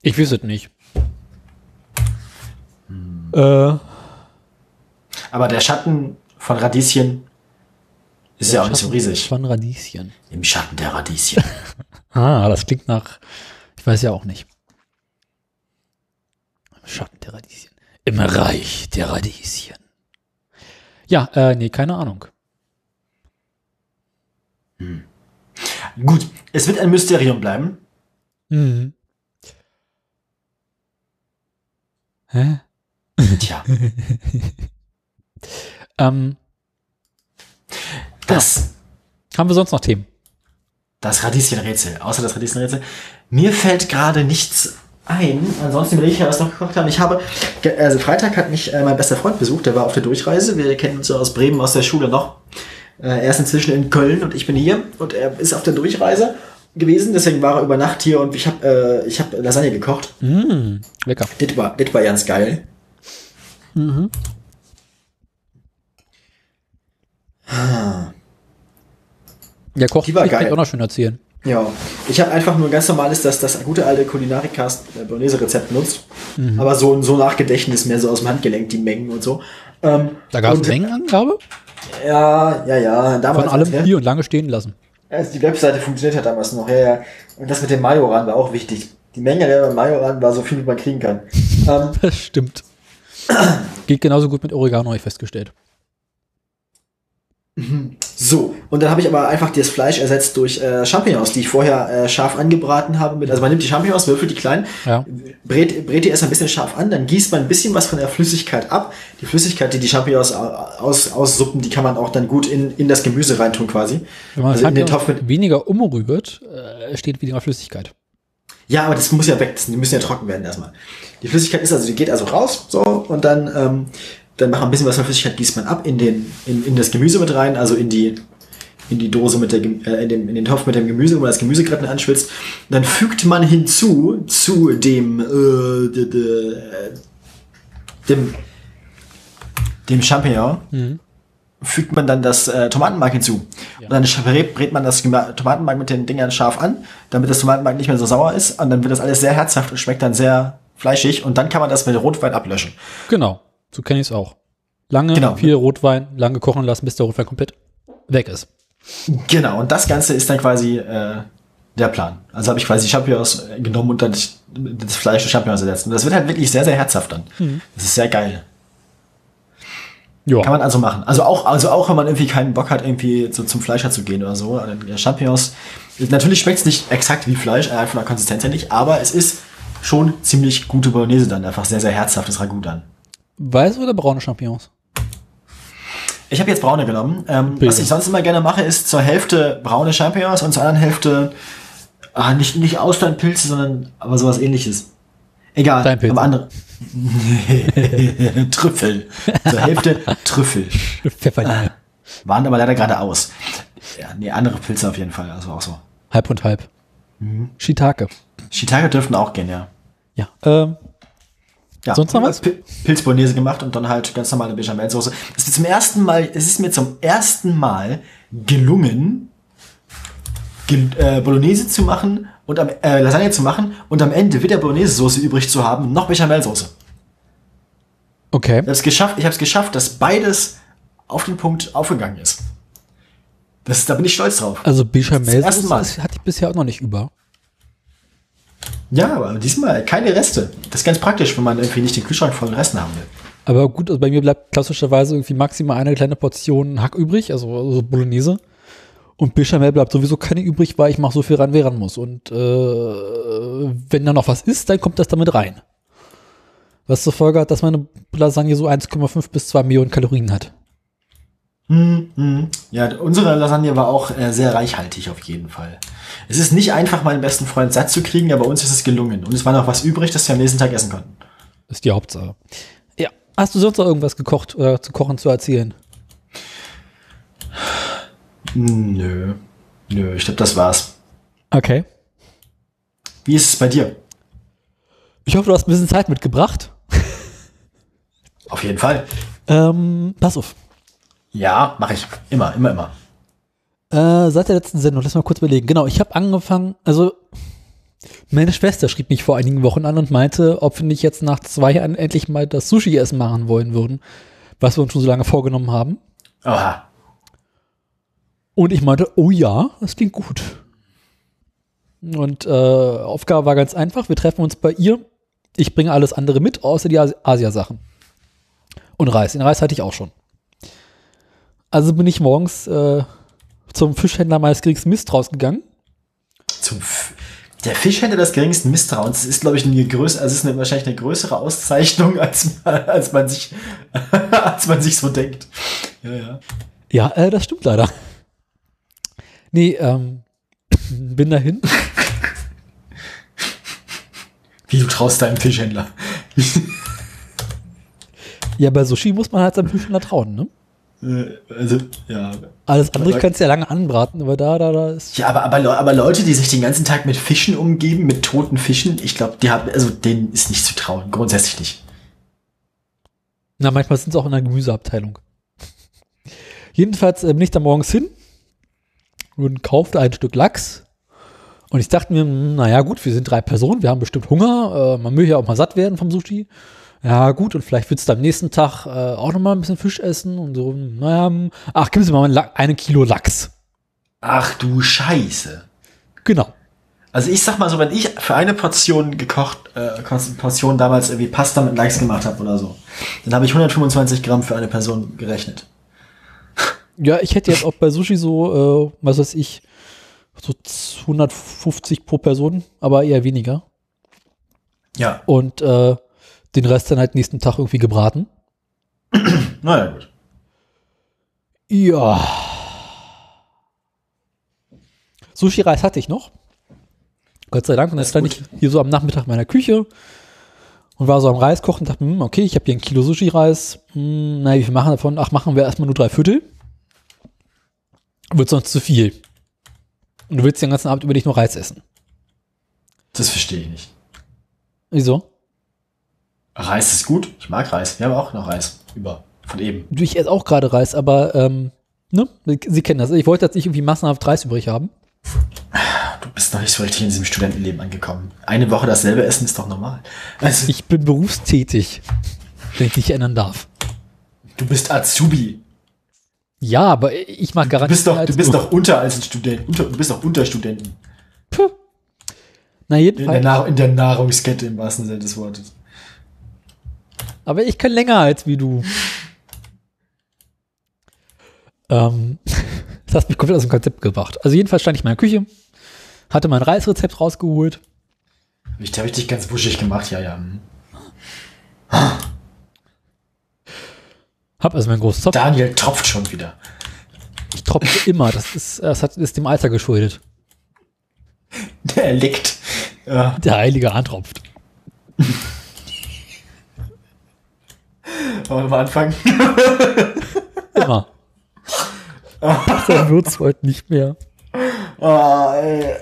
Speaker 1: Ich weiß es nicht. Äh,
Speaker 2: aber der Schatten von Radieschen ist ja auch nicht so riesig.
Speaker 1: Von Radieschen.
Speaker 2: Im Schatten der Radieschen.
Speaker 1: Ah, das klingt nach, ich weiß ja auch nicht. Schatten der Radieschen. Im Reich der Radieschen. Ja, äh, nee, keine Ahnung.
Speaker 2: gut, es wird ein Mysterium bleiben.
Speaker 1: Mhm. Hä?
Speaker 2: Tja.
Speaker 1: Ähm,
Speaker 2: Das,
Speaker 1: haben wir sonst noch Themen?
Speaker 2: das Radieschenrätsel. Außer das Radieschenrätsel. Mir fällt gerade nichts ein. Ansonsten will ich ja was noch gekocht haben. Ich habe, ge- also Freitag hat mich äh, mein bester Freund besucht. Der war auf der Durchreise. Wir kennen uns ja aus Bremen, aus der Schule noch. Äh, er ist inzwischen in Köln und ich bin hier. Und er ist auf der Durchreise gewesen. Deswegen war er über Nacht hier und ich habe äh, ich hab Lasagne gekocht.
Speaker 1: Mm, lecker.
Speaker 2: Das war, das war ganz geil.
Speaker 1: Ja, Koch
Speaker 2: Die war
Speaker 1: ich
Speaker 2: geil.
Speaker 1: kann auch noch schön erzählen.
Speaker 2: Ja, ich habe einfach nur ein ganz normales, das, das gute alte Kulinarikast äh, Bolognese-Rezept benutzt.
Speaker 1: Mhm.
Speaker 2: Aber so, so nach Gedächtnis, mehr so aus dem Handgelenk, die Mengen und so. Ähm,
Speaker 1: Da gab es
Speaker 2: und-
Speaker 1: Mengenangabe
Speaker 2: Ja, ja, ja. Damals
Speaker 1: von allem
Speaker 2: als-
Speaker 1: Bier und lange stehen lassen. [LAUGHS]
Speaker 2: als also die Webseite funktioniert hat damals noch, ja, ja. Und das mit dem Majoran war auch wichtig. Die Menge der Majoran war so viel, wie man kriegen kann. Ähm,
Speaker 1: Das stimmt. Geht genauso gut mit Oregano, habe ich festgestellt.
Speaker 2: So, und dann habe ich aber einfach das Fleisch ersetzt durch äh, Champignons, die ich vorher äh, scharf angebraten habe. Mit, also man nimmt die Champignons, würfelt die klein,
Speaker 1: Ja.
Speaker 2: brät, brät die erst ein bisschen scharf an, dann gießt man ein bisschen was von der Flüssigkeit ab. Die Flüssigkeit, die die Champignons au- aus, aussuppen, die kann man auch dann gut in, in das Gemüse reintun quasi.
Speaker 1: Wenn man
Speaker 2: also in den
Speaker 1: das
Speaker 2: Topf mit,
Speaker 1: Handtuch weniger umrührt, äh, steht weniger Flüssigkeit.
Speaker 2: ja, aber das muss ja weg, das, die müssen ja trocken werden erstmal. Die Flüssigkeit ist also, die geht also raus, so, und dann, ähm, dann macht man ein bisschen was von der Flüssigkeit, gießt man ab in den, in, in das Gemüse mit rein, also in die, in die Dose mit der, Gem- äh, in, dem, in den Topf mit dem Gemüse, wo man das Gemüse gerade anschwitzt. Dann fügt man hinzu, zu dem, äh, de, de, äh, dem, dem Champignon, fügt man dann das äh, Tomatenmark hinzu. Und dann sch- brät brät man das Gema- Tomatenmark mit den Dingern scharf an, damit das Tomatenmark nicht mehr so sauer ist. Und dann wird das alles sehr herzhaft und schmeckt dann sehr fleischig. Und dann kann man das mit Rotwein ablöschen.
Speaker 1: Genau, so kenne ich es auch. Lange,
Speaker 2: Genau.
Speaker 1: viel Rotwein, lange kochen lassen, bis der Rotwein komplett weg ist.
Speaker 2: Genau, und das Ganze ist dann quasi äh, Der Plan. Also habe ich quasi Champignons äh, genommen und dann das Fleisch durch Champignons ersetzt. Und das wird halt wirklich sehr, sehr herzhaft dann. Das ist sehr geil.
Speaker 1: Ja.
Speaker 2: Kann man also machen. Also auch, also auch wenn man irgendwie keinen Bock hat, irgendwie so zum Fleischer zu gehen oder so. Dann ja, Champignons. Natürlich schmeckt es nicht exakt wie Fleisch, einfach von der Konsistenz her nicht, aber es ist schon ziemlich gute Bolognese dann. Einfach sehr, sehr herzhaft. Das Ragout dann.
Speaker 1: Weiße oder braune
Speaker 2: [LAUGHS]
Speaker 1: Champignons?
Speaker 2: Ich habe jetzt braune genommen. Ähm,
Speaker 1: Bitte.
Speaker 2: was ich sonst immer gerne mache, ist zur Hälfte braune Champignons und zur anderen Hälfte ah, nicht, nicht Austernpilze, sondern aber sowas ähnliches. Egal.
Speaker 1: Dein Pilz.
Speaker 2: Aber andere. [LAUGHS] Trüffel. Zur Hälfte Trüffel.
Speaker 1: Pfefferlinge.
Speaker 2: Waren aber leider gerade aus. Ja, nee, andere Pilze auf jeden Fall. Also auch so.
Speaker 1: Halb und halb. Shiitake.
Speaker 2: Shiitake dürften auch gehen, Mhm. ja.
Speaker 1: Ja. Ähm,
Speaker 2: Ja,
Speaker 1: Sonst noch was?
Speaker 2: Pil- Pilzbolognese gemacht und dann halt ganz normale Bechamelsoße. Es ist zum ersten Mal, es ist mir zum ersten Mal gelungen, gel äh, Bolognese zu machen und am äh, Lasagne zu machen und am Ende wieder Bolognese-Soße übrig zu haben, noch Bechamelsoße.
Speaker 1: okay.
Speaker 2: Ich habe es geschafft, ich habe es geschafft, dass beides auf den Punkt aufgegangen ist. Das ist, da bin ich stolz drauf.
Speaker 1: Also
Speaker 2: Das
Speaker 1: Bechamel
Speaker 2: erste Mal.
Speaker 1: hatte ich bisher auch noch nicht über.
Speaker 2: Ja, aber diesmal keine Reste. Das ist ganz praktisch, wenn man irgendwie nicht den Kühlschrank voll Resten haben will.
Speaker 1: Aber gut, also bei mir bleibt klassischerweise irgendwie maximal eine kleine Portion Hack übrig, also, also Bolognese. Und Bechamel bleibt sowieso keine übrig, weil ich mache so viel ran, wie ran muss. Und äh, wenn da noch was ist, dann kommt das damit rein. Was zur Folge hat, dass meine Lasagne so 1,5 bis 2 Millionen Kalorien hat.
Speaker 2: Mhm. Ja, unsere Lasagne war auch äh, sehr reichhaltig auf jeden Fall. Es ist nicht einfach, meinen besten Freund satt zu kriegen, aber uns ist es gelungen. Und es war noch was übrig, das wir am nächsten Tag essen konnten.
Speaker 1: Ist die Hauptsache. Ja. Hast du sonst noch irgendwas gekocht oder zu kochen zu erzählen?
Speaker 2: Nö. Nö, ich glaube, das war's.
Speaker 1: Okay.
Speaker 2: Wie ist es bei dir?
Speaker 1: Ich hoffe, du hast ein bisschen Zeit mitgebracht.
Speaker 2: Auf jeden Fall.
Speaker 1: Ähm, pass auf.
Speaker 2: Ja, mache ich. Immer, immer, immer.
Speaker 1: Äh, seit der letzten Sendung, lass mal kurz überlegen. Genau, ich habe angefangen, also meine Schwester schrieb mich vor einigen Wochen an und meinte, ob wir nicht jetzt nach zwei Jahren endlich mal das Sushi-Essen machen wollen würden, was wir uns schon so lange vorgenommen haben.
Speaker 2: Oha.
Speaker 1: Und ich meinte, oh ja, das klingt gut. Und äh, Aufgabe war ganz einfach, wir treffen uns bei ihr. Ich bringe alles andere mit, außer die Asi- Asiasachen. Und Reis, den Reis hatte ich auch schon. Also bin ich morgens äh, zum Fischhändler meines Kriegs Mist rausgegangen.
Speaker 2: Zum F der Fischhändler des geringsten Misstrauens. Das ist, glaube ich, eine größere, also es ist eine, wahrscheinlich eine größere Auszeichnung, als, man- [LAUGHS] als man sich, als man sich so denkt. Ja, ja.
Speaker 1: Ja, äh, das stimmt leider. Nee, ähm, bin dahin.
Speaker 2: Wie du traust deinem Fischhändler.
Speaker 1: Ja, bei Sushi muss man halt seinem Fischhändler trauen, ne?
Speaker 2: Äh, also, ja.
Speaker 1: Alles andere kannst du ja lange anbraten, aber da, da, da ist.
Speaker 2: Ja, aber, aber, Leu- aber Leute, die sich den ganzen Tag mit Fischen umgeben, mit toten Fischen, ich glaube, die haben, also denen ist nicht zu trauen. Grundsätzlich nicht.
Speaker 1: Na, manchmal sind es auch in der Gemüseabteilung. Jedenfalls äh, bin ich da morgens hin und kaufte ein Stück Lachs. Und ich dachte mir, hm, naja, gut, wir sind drei Personen, wir haben bestimmt Hunger. Äh, man will ja auch mal satt werden vom Sushi. Ja, gut, und vielleicht willst du am nächsten Tag äh, auch nochmal ein bisschen Fisch essen und so. hm, Naja, hm, ach, gib mir mal einen La- einen Kilo Lachs.
Speaker 2: Ach du Scheiße.
Speaker 1: Genau.
Speaker 2: Also ich sag mal so, wenn ich für eine Portion gekocht, äh, Kost- Portion damals irgendwie Pasta mit Likes gemacht habe oder so, dann habe ich 125 Gramm für eine Person gerechnet.
Speaker 1: Ja, ich hätte jetzt auch bei Sushi so, äh, was weiß ich, so 150 pro Person, aber eher weniger.
Speaker 2: Ja.
Speaker 1: Und äh, den Rest dann halt nächsten Tag irgendwie gebraten.
Speaker 2: Naja, gut.
Speaker 1: Ja. Sushi-Reis hatte ich noch. Gott sei Dank. Und dann stand ich
Speaker 2: gut.
Speaker 1: hier so am Nachmittag in meiner Küche und war so am Reis kochen und dachte, hm, okay, ich habe hier ein Kilo Sushi-Reis. Hm, naja, wie viel machen wir davon? Ach, machen wir erstmal nur drei Viertel. Wird sonst zu viel. Und du willst den ganzen Abend über dich nur Reis essen.
Speaker 2: Das verstehe ich nicht.
Speaker 1: Wieso?
Speaker 2: Reis ist gut. Ich mag Reis. Wir haben auch noch Reis. Über. Von eben.
Speaker 1: Du, Ich esse auch gerade Reis, aber ähm, ne? Sie kennen das. Ich wollte jetzt nicht irgendwie massenhaft Reis übrig haben.
Speaker 2: Du bist noch nicht so richtig in diesem Studentenleben angekommen. Eine Woche dasselbe essen ist doch normal. Also,
Speaker 1: Ich bin berufstätig, wenn ich nicht ändern darf.
Speaker 2: du bist Azubi.
Speaker 1: Ja, aber ich mag
Speaker 2: Du
Speaker 1: garantiert.
Speaker 2: bist doch,
Speaker 1: als
Speaker 2: du bist
Speaker 1: du.
Speaker 2: doch unter als ein Student. Unter, du bist doch unter Studenten.
Speaker 1: Puh. Na,
Speaker 2: In der,
Speaker 1: jedenfalls.
Speaker 2: Nahr in der Nahrungskette im wahrsten Sinne des Wortes.
Speaker 1: Aber ich kann länger als wie du. ähm, [LAUGHS] das hat mich komplett aus dem Konzept gebracht. Also jedenfalls stand ich in meiner Küche, hatte mein Reisrezept rausgeholt.
Speaker 2: Hab Ich habe ich dich ganz buschig gemacht, ja, ja. hm.
Speaker 1: Hab also meinen großen Zopf.
Speaker 2: Daniel tropft schon wieder.
Speaker 1: Ich
Speaker 2: [LAUGHS]
Speaker 1: tropfe immer. Das ist, das hat, ist dem Alter geschuldet.
Speaker 2: [LAUGHS] Der lickt. Ja.
Speaker 1: Der heilige Hahn tropft.
Speaker 2: Wollen wir mal anfangen?
Speaker 1: Immer. Besser wird's heute nicht mehr.
Speaker 2: [LAUGHS] Oh, ey.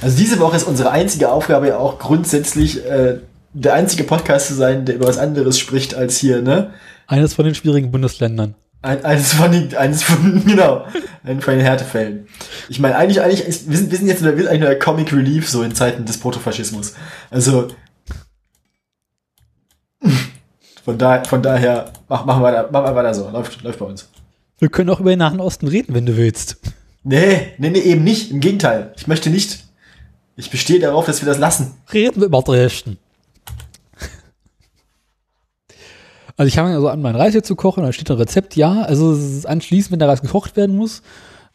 Speaker 2: Also diese Woche ist unsere einzige Aufgabe ja auch grundsätzlich äh, der einzige Podcast zu sein, der über was anderes spricht als hier, ne?
Speaker 1: Eines von den schwierigen Bundesländern.
Speaker 2: Ein, eines von den, eines von, [LAUGHS] genau, einen von den Härtefällen. Ich meine, eigentlich, eigentlich, ist, wir sind, wir sind jetzt in der, wir sind eigentlich in der Comic Relief so in Zeiten des Protofaschismus. Also, [LAUGHS] von, da, von daher, mach, machen wir weiter, machen wir weiter so, läuft, läuft bei uns.
Speaker 1: Wir können auch über den Nahen Osten reden, wenn du willst.
Speaker 2: Nee, nee, nee, eben nicht. Im Gegenteil. Ich möchte nicht. Ich bestehe darauf, dass wir das lassen.
Speaker 1: Reden wir über Dresden. [LAUGHS] Also ich fange also an, meinen Reis hier zu kochen, da steht ein Rezept, ja. Also es ist anschließend, wenn der Reis gekocht werden muss,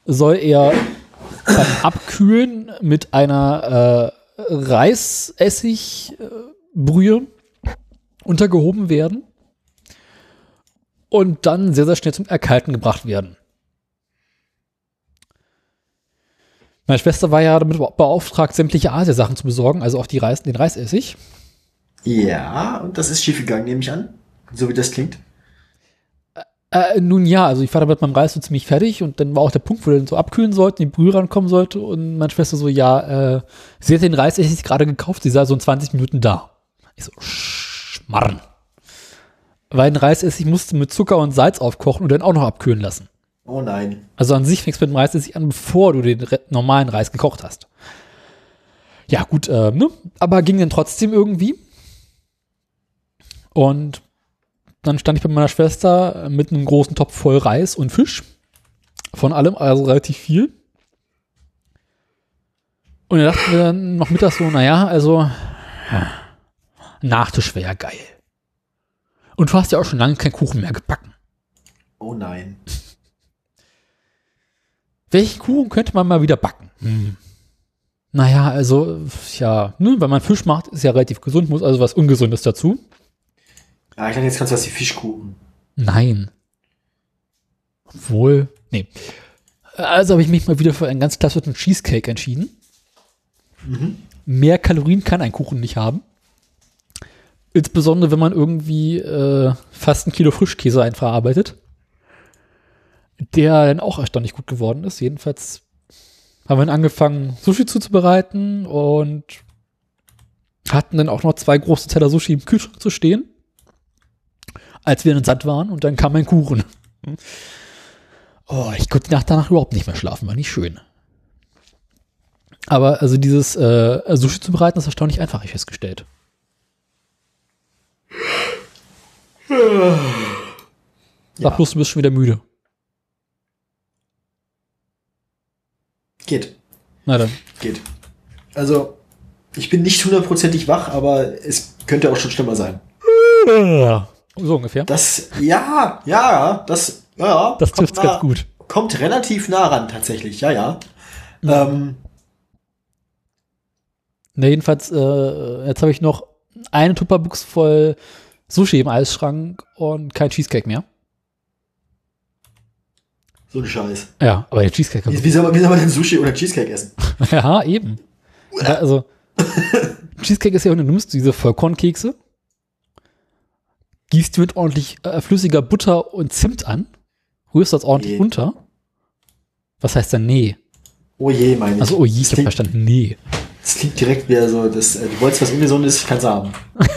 Speaker 1: soll er [LAUGHS] beim Abkühlen mit einer äh, Reisessigbrühe untergehoben werden und dann sehr, sehr schnell zum Erkalten gebracht werden. Meine Schwester war ja damit beauftragt, sämtliche Asiasachen zu besorgen, also auch die Reis, den Reisessig.
Speaker 2: Ja, und das ist schiefgegangen, nehme ich an. So wie das klingt.
Speaker 1: Äh, nun ja, also ich war da mit meinem Reis so ziemlich fertig und dann war auch der Punkt, wo der dann so abkühlen sollte, die Brühe rankommen sollte und meine Schwester so, ja, äh, sie hat den Reis echt gerade gekauft, sie sei so in 20 Minuten da. Ich so, schmarrn. Weil ein Reisessig musste mit Zucker und Salz aufkochen und dann auch noch abkühlen lassen.
Speaker 2: Oh nein.
Speaker 1: Also an sich fängst du mit dem Reisessig an, bevor du den re- normalen Reis gekocht hast. Ja, gut, äh, ne? Aber ging dann trotzdem irgendwie. Und dann stand ich bei meiner Schwester mit einem großen Topf voll Reis und Fisch. Von allem, also relativ viel. Und dann dachten wir dann noch mittags so, naja, also Nachtisch wäre ja geil. Und du hast ja auch schon lange keinen Kuchen mehr gebacken.
Speaker 2: Oh nein.
Speaker 1: Welchen Kuchen könnte man mal wieder backen? Naja, also, ja, ne, wenn man Fisch macht, ist ja relativ gesund, muss also was Ungesundes dazu.
Speaker 2: Ah, ich dachte, jetzt kannst du was die Fischkuchen.
Speaker 1: Nein. Obwohl, nee. Also habe ich mich mal wieder für einen ganz klassischen Cheesecake entschieden. Mehr Kalorien kann ein Kuchen nicht haben. Insbesondere, wenn man irgendwie äh, fast ein Kilo Frischkäse einverarbeitet. Der dann auch erstaunlich gut geworden ist. Jedenfalls haben wir dann angefangen, Sushi zuzubereiten und hatten dann auch noch zwei große Teller Sushi im Kühlschrank zu stehen als wir dann satt waren und dann kam mein Kuchen. Hm. Oh, ich konnte die Nacht danach überhaupt nicht mehr schlafen, war nicht schön. Aber also dieses äh, Sushi zu bereiten, ist erstaunlich einfach, habe ich festgestellt. Sag
Speaker 2: Ja.
Speaker 1: bloß, du bist schon wieder müde.
Speaker 2: Geht.
Speaker 1: Na dann.
Speaker 2: Geht. Also, ich bin nicht hundertprozentig wach, aber es könnte auch schon schlimmer sein.
Speaker 1: So ungefähr.
Speaker 2: Das, ja, ja, das, ja.
Speaker 1: Das
Speaker 2: kommt
Speaker 1: trifft's
Speaker 2: nah-
Speaker 1: ganz gut. Mhm.
Speaker 2: Kommt relativ nah ran, tatsächlich, ja, ja. Ähm,
Speaker 1: Na, jedenfalls, äh, jetzt habe ich noch eine Tupperbox voll Sushi im Eisschrank und kein Cheesecake mehr.
Speaker 2: so ein Scheiß.
Speaker 1: Ja, aber der Cheesecake
Speaker 2: Wie, wie, soll man, wie soll man denn Sushi oder Cheesecake essen?
Speaker 1: [LAUGHS] Ja, eben. Ja, also, Cheesecake ist ja, wenn du nimmst diese Vollkornkekse, gießt die mit ordentlich äh, flüssiger Butter und Zimt an, rührst das ordentlich
Speaker 2: Nee.
Speaker 1: unter. Was heißt dann nee?
Speaker 2: Oh je, meine ich.
Speaker 1: Also, oh je, ich
Speaker 2: Das
Speaker 1: hab
Speaker 2: klingt-
Speaker 1: verstanden, nee.
Speaker 2: Das klingt direkt wieder so, das, äh, du wolltest was Ungesundes, kannst du haben.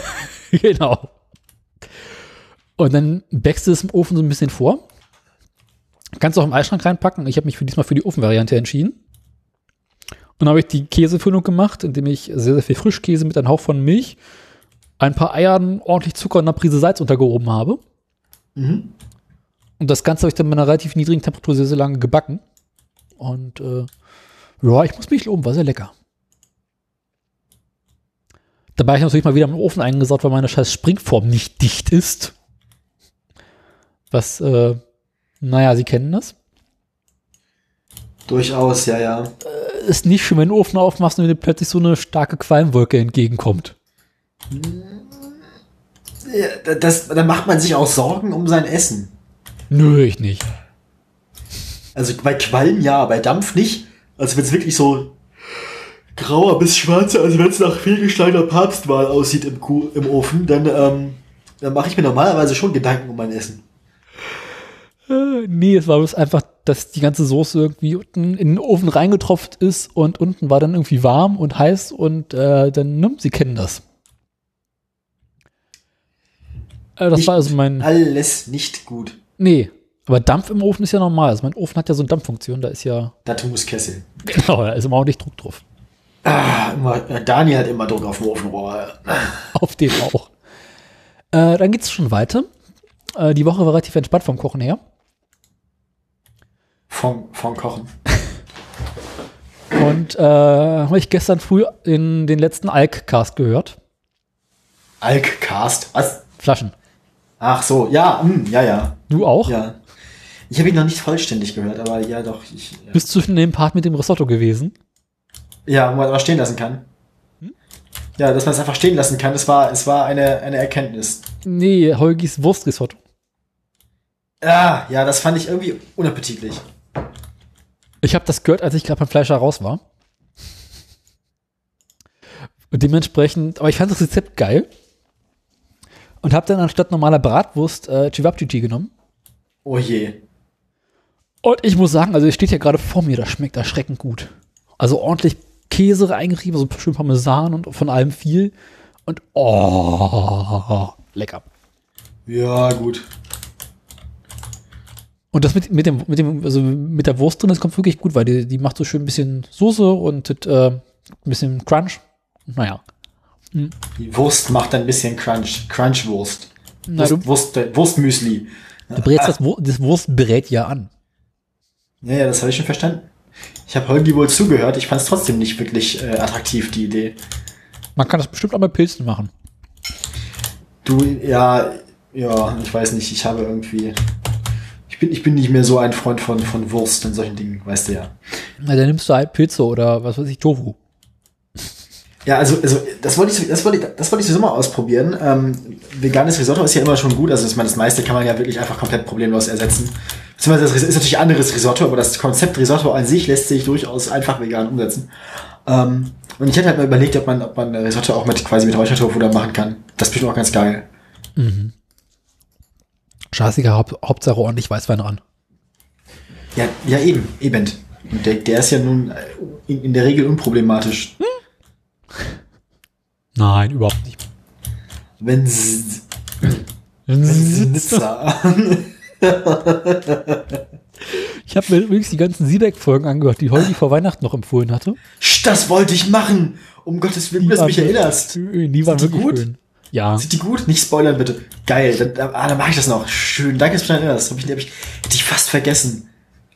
Speaker 1: [LAUGHS] genau. Und dann backst du es im Ofen so ein bisschen vor. Kannst du auch im Eisschrank reinpacken. Ich habe mich für diesmal für die Ofenvariante entschieden. Und dann habe ich die Käsefüllung gemacht, indem ich sehr, sehr viel Frischkäse mit einem Hauch von Milch, ein paar Eiern, ordentlich Zucker und einer Prise Salz untergehoben habe. Und das Ganze habe ich dann bei einer relativ niedrigen Temperatur sehr, sehr lange gebacken. Und äh, ja, ich muss mich loben, war sehr lecker. Dabei habe ich natürlich mal wieder im Ofen eingesaut, weil meine scheiß Springform nicht dicht ist. Was, äh, naja, Sie kennen das.
Speaker 2: Durchaus, ja, ja.
Speaker 1: Ist nicht schön, wenn du den Ofen aufmachst und dir plötzlich so eine starke Qualmwolke entgegenkommt.
Speaker 2: Ja, Äh, Das, dann macht man sich auch Sorgen um sein Essen.
Speaker 1: Nö, ich nicht.
Speaker 2: Also bei Qualm ja, bei Dampf nicht. Also wenn es wirklich so grauer bis schwarzer, also wenn es nach fehlgeschlagener Papstwahl aussieht im, Kuh, im Ofen, dann, ähm, dann mache ich mir normalerweise schon Gedanken um mein Essen.
Speaker 1: Äh, nee, es war bloß einfach, dass die ganze Soße irgendwie unten in den Ofen reingetropft ist und unten war dann irgendwie warm und heiß und äh, dann, ne, Sie kennen das. Äh, das
Speaker 2: Nicht
Speaker 1: war also mein.
Speaker 2: Alles nicht gut.
Speaker 1: Nee, aber Dampf im Ofen ist ja normal. Also mein Ofen hat ja so eine Dampffunktion, da ist ja.
Speaker 2: Datumskessel.
Speaker 1: Genau, da ist immer auch nicht Druck drauf.
Speaker 2: Ah, immer, äh, Dani hat immer Druck auf dem Ofenrohr.
Speaker 1: Auf dem auch. Äh, dann geht's schon weiter. Äh, die Woche war relativ entspannt vom Kochen her.
Speaker 2: Von, von Kochen.
Speaker 1: Und äh, habe ich gestern früh in den letzten Alk-Cast gehört.
Speaker 2: Alkcast. Was?
Speaker 1: Flaschen.
Speaker 2: Ach so, ja, hm, ja, ja.
Speaker 1: Du auch?
Speaker 2: Ja. Ich habe ihn noch nicht vollständig gehört, aber ja, doch. Ich, ja.
Speaker 1: Bist du in dem Part mit dem Risotto gewesen?
Speaker 2: Ja, wo man es auch stehen lassen kann. Ja, dass man es einfach stehen lassen kann, das war, es war eine, eine Erkenntnis.
Speaker 1: Nee, Holgis Wurstrisotto.
Speaker 2: Ah, ja, das fand ich irgendwie unappetitlich.
Speaker 1: Ich habe das gehört, als ich gerade beim Fleischer raus war. Und dementsprechend, aber ich fand das Rezept geil. Und habe dann anstatt normaler Bratwurst äh, Chivapchichi genommen.
Speaker 2: Oh je.
Speaker 1: Und ich muss sagen, also es steht ja gerade vor mir, das schmeckt erschreckend gut. Also ordentlich Käse reingerieben, so schön Parmesan und von allem viel. Und oh, lecker.
Speaker 2: Ja, gut.
Speaker 1: Und das mit, mit, dem, mit, dem, also mit der Wurst drin, das kommt wirklich gut, weil die, die macht so schön ein bisschen Soße und das, äh, ein bisschen Crunch. Naja.
Speaker 2: Die Wurst macht ein bisschen Crunch. Crunchwurst.
Speaker 1: Na,
Speaker 2: Wurst, Wurst, äh, Wurstmüsli.
Speaker 1: Du brätst das, Wur- das Wurstbrät ja an.
Speaker 2: Ja, ja, das habe ich schon verstanden. Ich habe Holgi wohl zugehört, ich fand es trotzdem nicht wirklich äh, attraktiv, die Idee.
Speaker 1: Man kann das bestimmt auch mit Pilzen machen.
Speaker 2: Du, ja, ja, ich weiß nicht, ich habe irgendwie. Ich bin, ich bin nicht mehr so ein Freund von, von Wurst und solchen Dingen, weißt du ja.
Speaker 1: Na, dann nimmst du halt Pilze oder was weiß ich, Tofu.
Speaker 2: Ja, also, also das wollte ich, das wollte ich, das wollte ich sowieso mal ausprobieren. Ähm, veganes Risotto ist ja immer schon gut. Also ich meine, das meiste kann man ja wirklich einfach komplett problemlos ersetzen. Beziehungsweise das Ris- ist natürlich anderes Risotto, aber das Konzept Risotto an sich lässt sich durchaus einfach vegan umsetzen. Ähm, und ich hätte halt mal überlegt, ob man, ob man Risotto auch mit quasi mit Räuchertofu da machen kann. Das ist bestimmt auch ganz geil.
Speaker 1: Scheißiger, Haupt, Hauptsache ordentlich Weißwein ran.
Speaker 2: Ja, ja eben, eben. Und der, der ist ja nun äh, in, in der Regel unproblematisch.
Speaker 1: Nein, überhaupt nicht.
Speaker 2: Wenn s-
Speaker 1: Ich
Speaker 2: Nizza.
Speaker 1: habe mir übrigens die ganzen Siebeck-Folgen angehört, die Holgi vor Weihnachten noch empfohlen hatte.
Speaker 2: Sch, Das wollte ich machen. Um Gottes Willen, dass du mich
Speaker 1: waren-
Speaker 2: erinnerst.
Speaker 1: Die waren
Speaker 2: die
Speaker 1: wirklich
Speaker 2: gut?
Speaker 1: schön. Ja.
Speaker 2: Sind die gut? Nicht spoilern, bitte. Geil, dann, dann- ah, dann mache ich das noch. Schön, danke, dass du mich erinnerst. Hab ich, hab ich, hätte ich fast vergessen.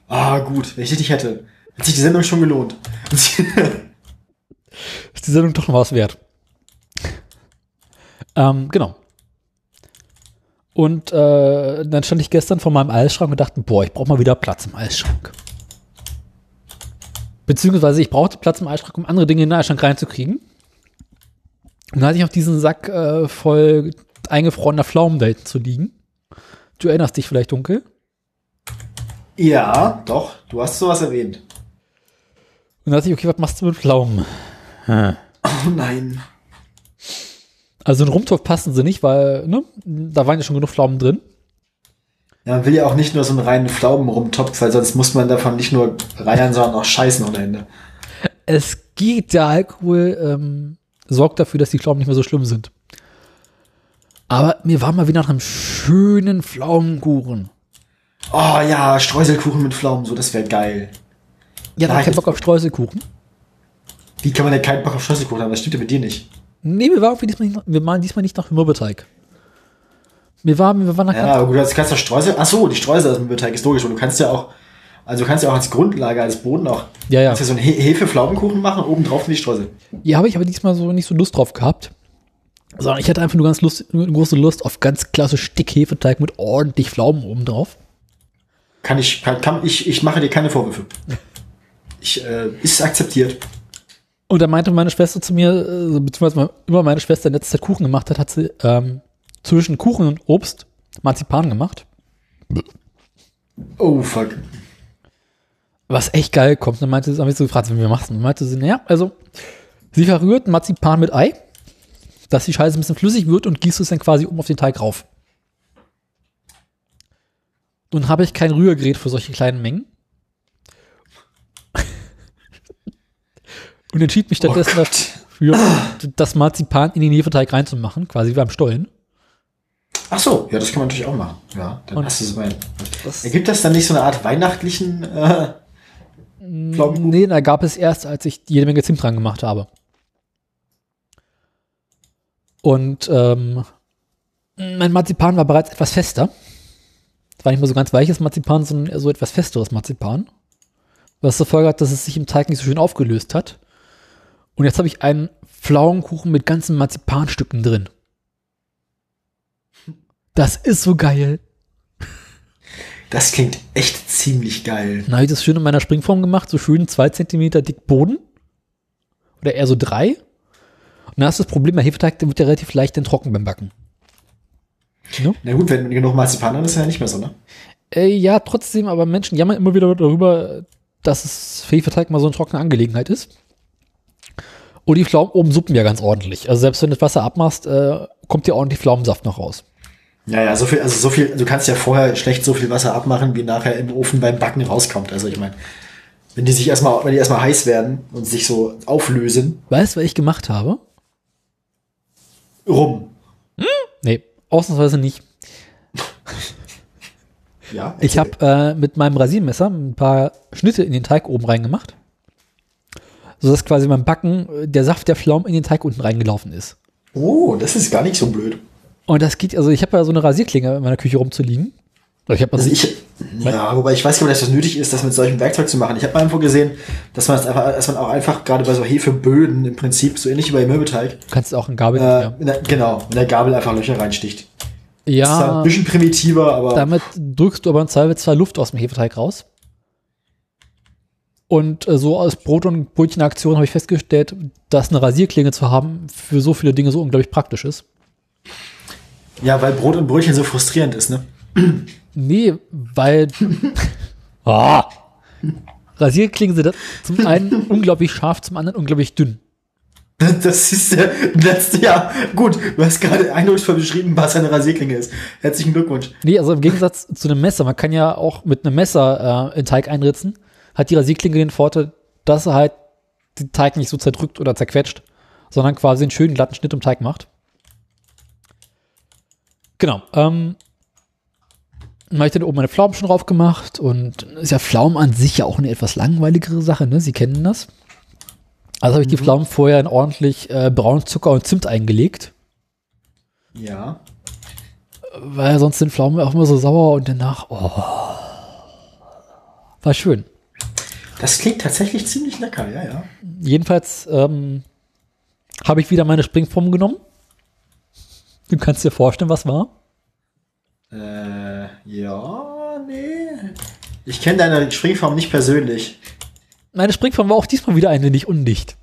Speaker 2: Ah, gut, wenn ich dich hätte. Hat sich die Sendung schon gelohnt. [LAUGHS]
Speaker 1: Ist die Sendung doch noch was wert. Ähm, genau. Und äh, dann stand ich gestern vor meinem Eisschrank und dachte, boah, ich brauche mal wieder Platz im Eisschrank. Beziehungsweise ich brauchte Platz im Eisschrank, um andere Dinge in den Eisschrank reinzukriegen. Und dann hatte ich noch diesen Sack äh, voll eingefrorener Pflaumen da hinten zu liegen. Du erinnerst dich vielleicht dunkel.
Speaker 2: ja, doch, du hast sowas erwähnt.
Speaker 1: Und dann dachte ich, okay, was machst du mit Pflaumen?
Speaker 2: Oh nein.
Speaker 1: Also in Rumtopf passen sie nicht, weil, ne, da waren ja schon genug Pflaumen drin.
Speaker 2: Ja, man will ja auch nicht nur so einen reinen Pflaumen rumtopf, weil sonst muss man davon nicht nur reiern, sondern auch scheißen ohne Ende.
Speaker 1: es geht, der Alkohol ähm, sorgt dafür, dass die Pflaumen nicht mehr so schlimm sind. Aber mir war mal wie nach einem schönen Pflaumenkuchen.
Speaker 2: Oh ja, Streuselkuchen mit Pflaumen, so, das wäre geil.
Speaker 1: Ja, da hab
Speaker 2: Ja,
Speaker 1: ich keinen
Speaker 2: jetzt-
Speaker 1: Bock auf Streuselkuchen.
Speaker 2: Wie kann man denn keinen Bock auf Streuselkuchen haben? Das stimmt ja mit dir nicht.
Speaker 1: Nee, wir waren, diesmal nicht, wir waren diesmal nicht nach Mürbeteig. Wir waren, wir waren nach
Speaker 2: Ah, Ja, aber gut, das kannst du Streusel. Ach so, die Streusel aus dem Teig ist logisch, aber du kannst ja auch. Also kannst du auch als Grundlage, als Boden auch
Speaker 1: Ja, ja.
Speaker 2: kannst du so einen He Hefe-Flaubenkuchen machen, oben drauf die Streusel.
Speaker 1: Ja, habe ich aber diesmal so nicht so Lust drauf gehabt. Sondern ich hatte einfach nur ganz Lust, nur große Lust auf ganz klassisch dick Hefeteig mit ordentlich Pflaumen oben drauf.
Speaker 2: Kann ich, kann, kann ich, ich mache dir
Speaker 1: [LAUGHS]
Speaker 2: keine Vorwürfe. Ich, äh, ist akzeptiert.
Speaker 1: Und da meinte meine Schwester zu mir, äh, beziehungsweise mal- immer meine Schwester in letzter Zeit Kuchen gemacht hat, hat sie ähm, zwischen Kuchen und Obst Marzipan gemacht.
Speaker 2: Oh fuck.
Speaker 1: Was echt geil kommt. Dann meinte sie, habe ich so gefragt, wie wir machst du? Und meinte sie, naja, also sie verrührt Marzipan mit Ei, dass die Scheiße ein bisschen flüssig wird und gießt es dann quasi oben auf den Teig rauf. Nun habe ich kein Rührgerät für solche kleinen Mengen. [LAUGHS] und entschied mich
Speaker 2: Oh
Speaker 1: stattdessen dafür, [COUGHS] das Marzipan in den Hefeteig reinzumachen, quasi wie beim Stollen.
Speaker 2: Ach so, ja, das kann man natürlich auch machen. Ja, dann
Speaker 1: Und-
Speaker 2: hast du so einen.
Speaker 1: Das-
Speaker 2: Ergibt das dann nicht so eine Art weihnachtlichen äh, Pflaumenkuchen?
Speaker 1: Mm, Nee, da gab es erst, als ich jede Menge Zimt dran gemacht habe. Und ähm, mein Marzipan war bereits etwas fester. Es war nicht mehr so ganz weiches Marzipan, sondern eher so etwas festeres Marzipan. Was zur Folge hat, dass es sich im Teig nicht so schön aufgelöst hat. Und jetzt habe ich einen Pflaumenkuchen mit ganzen Marzipanstücken drin. Das ist so geil.
Speaker 2: Das klingt echt ziemlich geil.
Speaker 1: Dann habe ich das schön in meiner Springform gemacht, so schön zwei Zentimeter dick Boden. Oder eher so drei. Und dann hast du das Problem, der Hefeteig der wird ja relativ leicht dann trocken beim Backen. Ne?
Speaker 2: Na gut, wenn genug Marzipan dann ist ja nicht mehr so, ne?
Speaker 1: Äh, ja, trotzdem, aber Menschen jammern immer wieder darüber, dass es für Hefeteig mal so eine trockene Angelegenheit ist. Und die Pflaumen oben suppen ja ganz ordentlich. Also selbst wenn du das Wasser abmachst, äh, kommt dir ordentlich Pflaumensaft noch raus.
Speaker 2: Ja, ja, so viel, also so viel, du kannst ja vorher schlecht so viel Wasser abmachen, wie nachher im Ofen beim Backen rauskommt. Also ich meine, wenn die sich erstmal, wenn die erstmal heiß werden und sich so auflösen,
Speaker 1: Weißt du, was ich gemacht habe?
Speaker 2: rum.
Speaker 1: Nee, ausnahmsweise nicht.
Speaker 2: Ja,
Speaker 1: Ich habe äh, mit meinem Rasiermesser ein paar Schnitte in den Teig oben reingemacht, sodass quasi beim Backen äh, der Saft der Pflaumen in den Teig unten reingelaufen ist.
Speaker 2: Oh, das ist gar nicht so blöd.
Speaker 1: Und das geht, also ich habe ja so eine Rasierklinge in meiner Küche rumzuliegen. Oder Ich habe also
Speaker 2: Also ich, ja, wobei ich weiß gar nicht, ob das nötig ist, das mit solchem Werkzeug zu machen. Ich habe mal irgendwo gesehen, dass man es einfach, dass man auch einfach gerade bei so Hefeböden im Prinzip, so ähnlich wie bei Mürbeteig,
Speaker 1: du kannst auch in Gabel.
Speaker 2: äh, in der, genau, mit der Gabel einfach Löcher reinsticht. Ist zwar
Speaker 1: ja,
Speaker 2: ein bisschen primitiver, aber
Speaker 1: damit drückst du aber im Zweifelsfall Luft aus dem Hefeteig raus. Und äh, so aus Brot- und Brötchenaktion habe ich festgestellt, dass eine Rasierklinge zu haben für so viele Dinge so unglaublich praktisch ist.
Speaker 2: ja, weil Brot und Brötchen so frustrierend ist, ne?
Speaker 1: Nee, weil. ah. Rasierklingen sind zum einen unglaublich scharf, zum anderen unglaublich dünn.
Speaker 2: [LAUGHS] Das ist der letzte Jahr. Gut, du hast gerade eindrucksvoll beschrieben, was eine Rasierklinge ist. Herzlichen Glückwunsch.
Speaker 1: Nee, also im Gegensatz zu einem Messer, man kann ja auch mit einem Messer äh, in Teig einritzen, hat die Rasierklinge den Vorteil, dass er halt den Teig nicht so zerdrückt oder zerquetscht, sondern quasi einen schönen glatten Schnitt im Teig macht. Genau. Ähm, dann habe ich dann oben meine Pflaumen schon drauf gemacht und ist ja Pflaumen an sich ja auch eine etwas langweiligere Sache, ne? Sie kennen das. Also habe ich die Pflaumen vorher in ordentlich äh, braunen Zucker und Zimt eingelegt.
Speaker 2: Ja.
Speaker 1: Weil sonst sind Pflaumen auch immer so sauer und danach, oh. War schön.
Speaker 2: Das klingt tatsächlich ziemlich lecker, ja, ja.
Speaker 1: Jedenfalls ähm, habe ich wieder meine Springform genommen. Du kannst dir vorstellen, was war.
Speaker 2: Äh, ja, nee. Ich kenne deine Springform nicht persönlich.
Speaker 1: Meine Springform war auch diesmal wieder eine nicht undicht.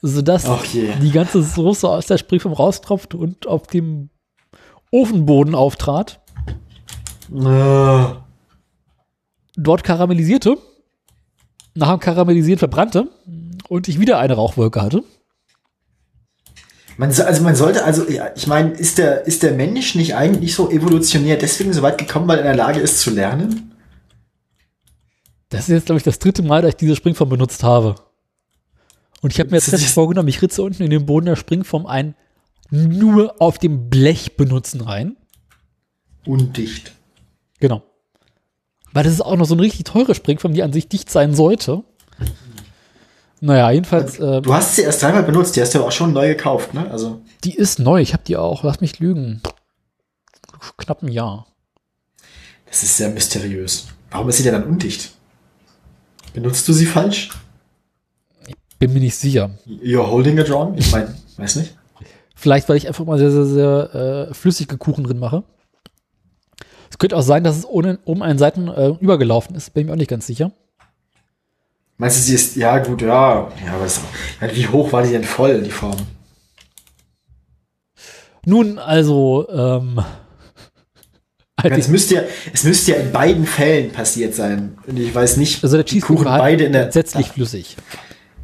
Speaker 1: Sodass
Speaker 2: Ah. Ach je.
Speaker 1: die ganze Soße aus der Springform raustropfte und auf dem Ofenboden auftrat,
Speaker 2: Äh,
Speaker 1: dort karamellisierte, nach dem Karamellisieren verbrannte und ich wieder eine Rauchwolke hatte.
Speaker 2: Man, so- also man sollte, also ja, ich meine, ist der, ist der Mensch nicht eigentlich so evolutionär deswegen so weit gekommen, weil er in der Lage ist zu lernen?
Speaker 1: Das ist jetzt, glaube ich, das dritte Mal, dass ich diese Springform benutzt habe. Und ich habe mir jetzt
Speaker 2: Das ist-
Speaker 1: fest vorgenommen, ich ritze unten in den Boden der Springform ein, nur auf dem Blech benutzen rein.
Speaker 2: Undicht.
Speaker 1: Genau. Weil das ist auch noch so eine richtig teure Springform, die an sich dicht sein sollte. Naja, jedenfalls, äh,
Speaker 2: Du hast sie erst dreimal benutzt, die hast du auch schon neu gekauft, ne? Also,
Speaker 1: die ist neu. Ich habe die auch, lass mich lügen. Knapp ein Jahr.
Speaker 2: Das ist sehr mysteriös. Warum ist sie denn dann undicht? Benutzt du sie falsch?
Speaker 1: Bin mir nicht sicher.
Speaker 2: You're holding it wrong? Ich meine, weiß nicht.
Speaker 1: Vielleicht, weil ich einfach mal sehr, sehr, sehr äh, flüssige Kuchen drin mache. Es könnte auch sein, dass es ohne, oben einen Seiten äh, übergelaufen ist. Bin mir auch nicht ganz sicher.
Speaker 2: Meinst du, sie ist, ja gut, ja. ja aber das, wie hoch war die denn voll, die Form?
Speaker 1: Nun, also, ähm, [LAUGHS] also
Speaker 2: Ich meine, es, müsste ja, es müsste ja in beiden Fällen passiert sein. Und ich weiß nicht,
Speaker 1: also der
Speaker 2: die
Speaker 1: Cheesekuchen war
Speaker 2: beide in der. Ah.
Speaker 1: grundsätzlich flüssig.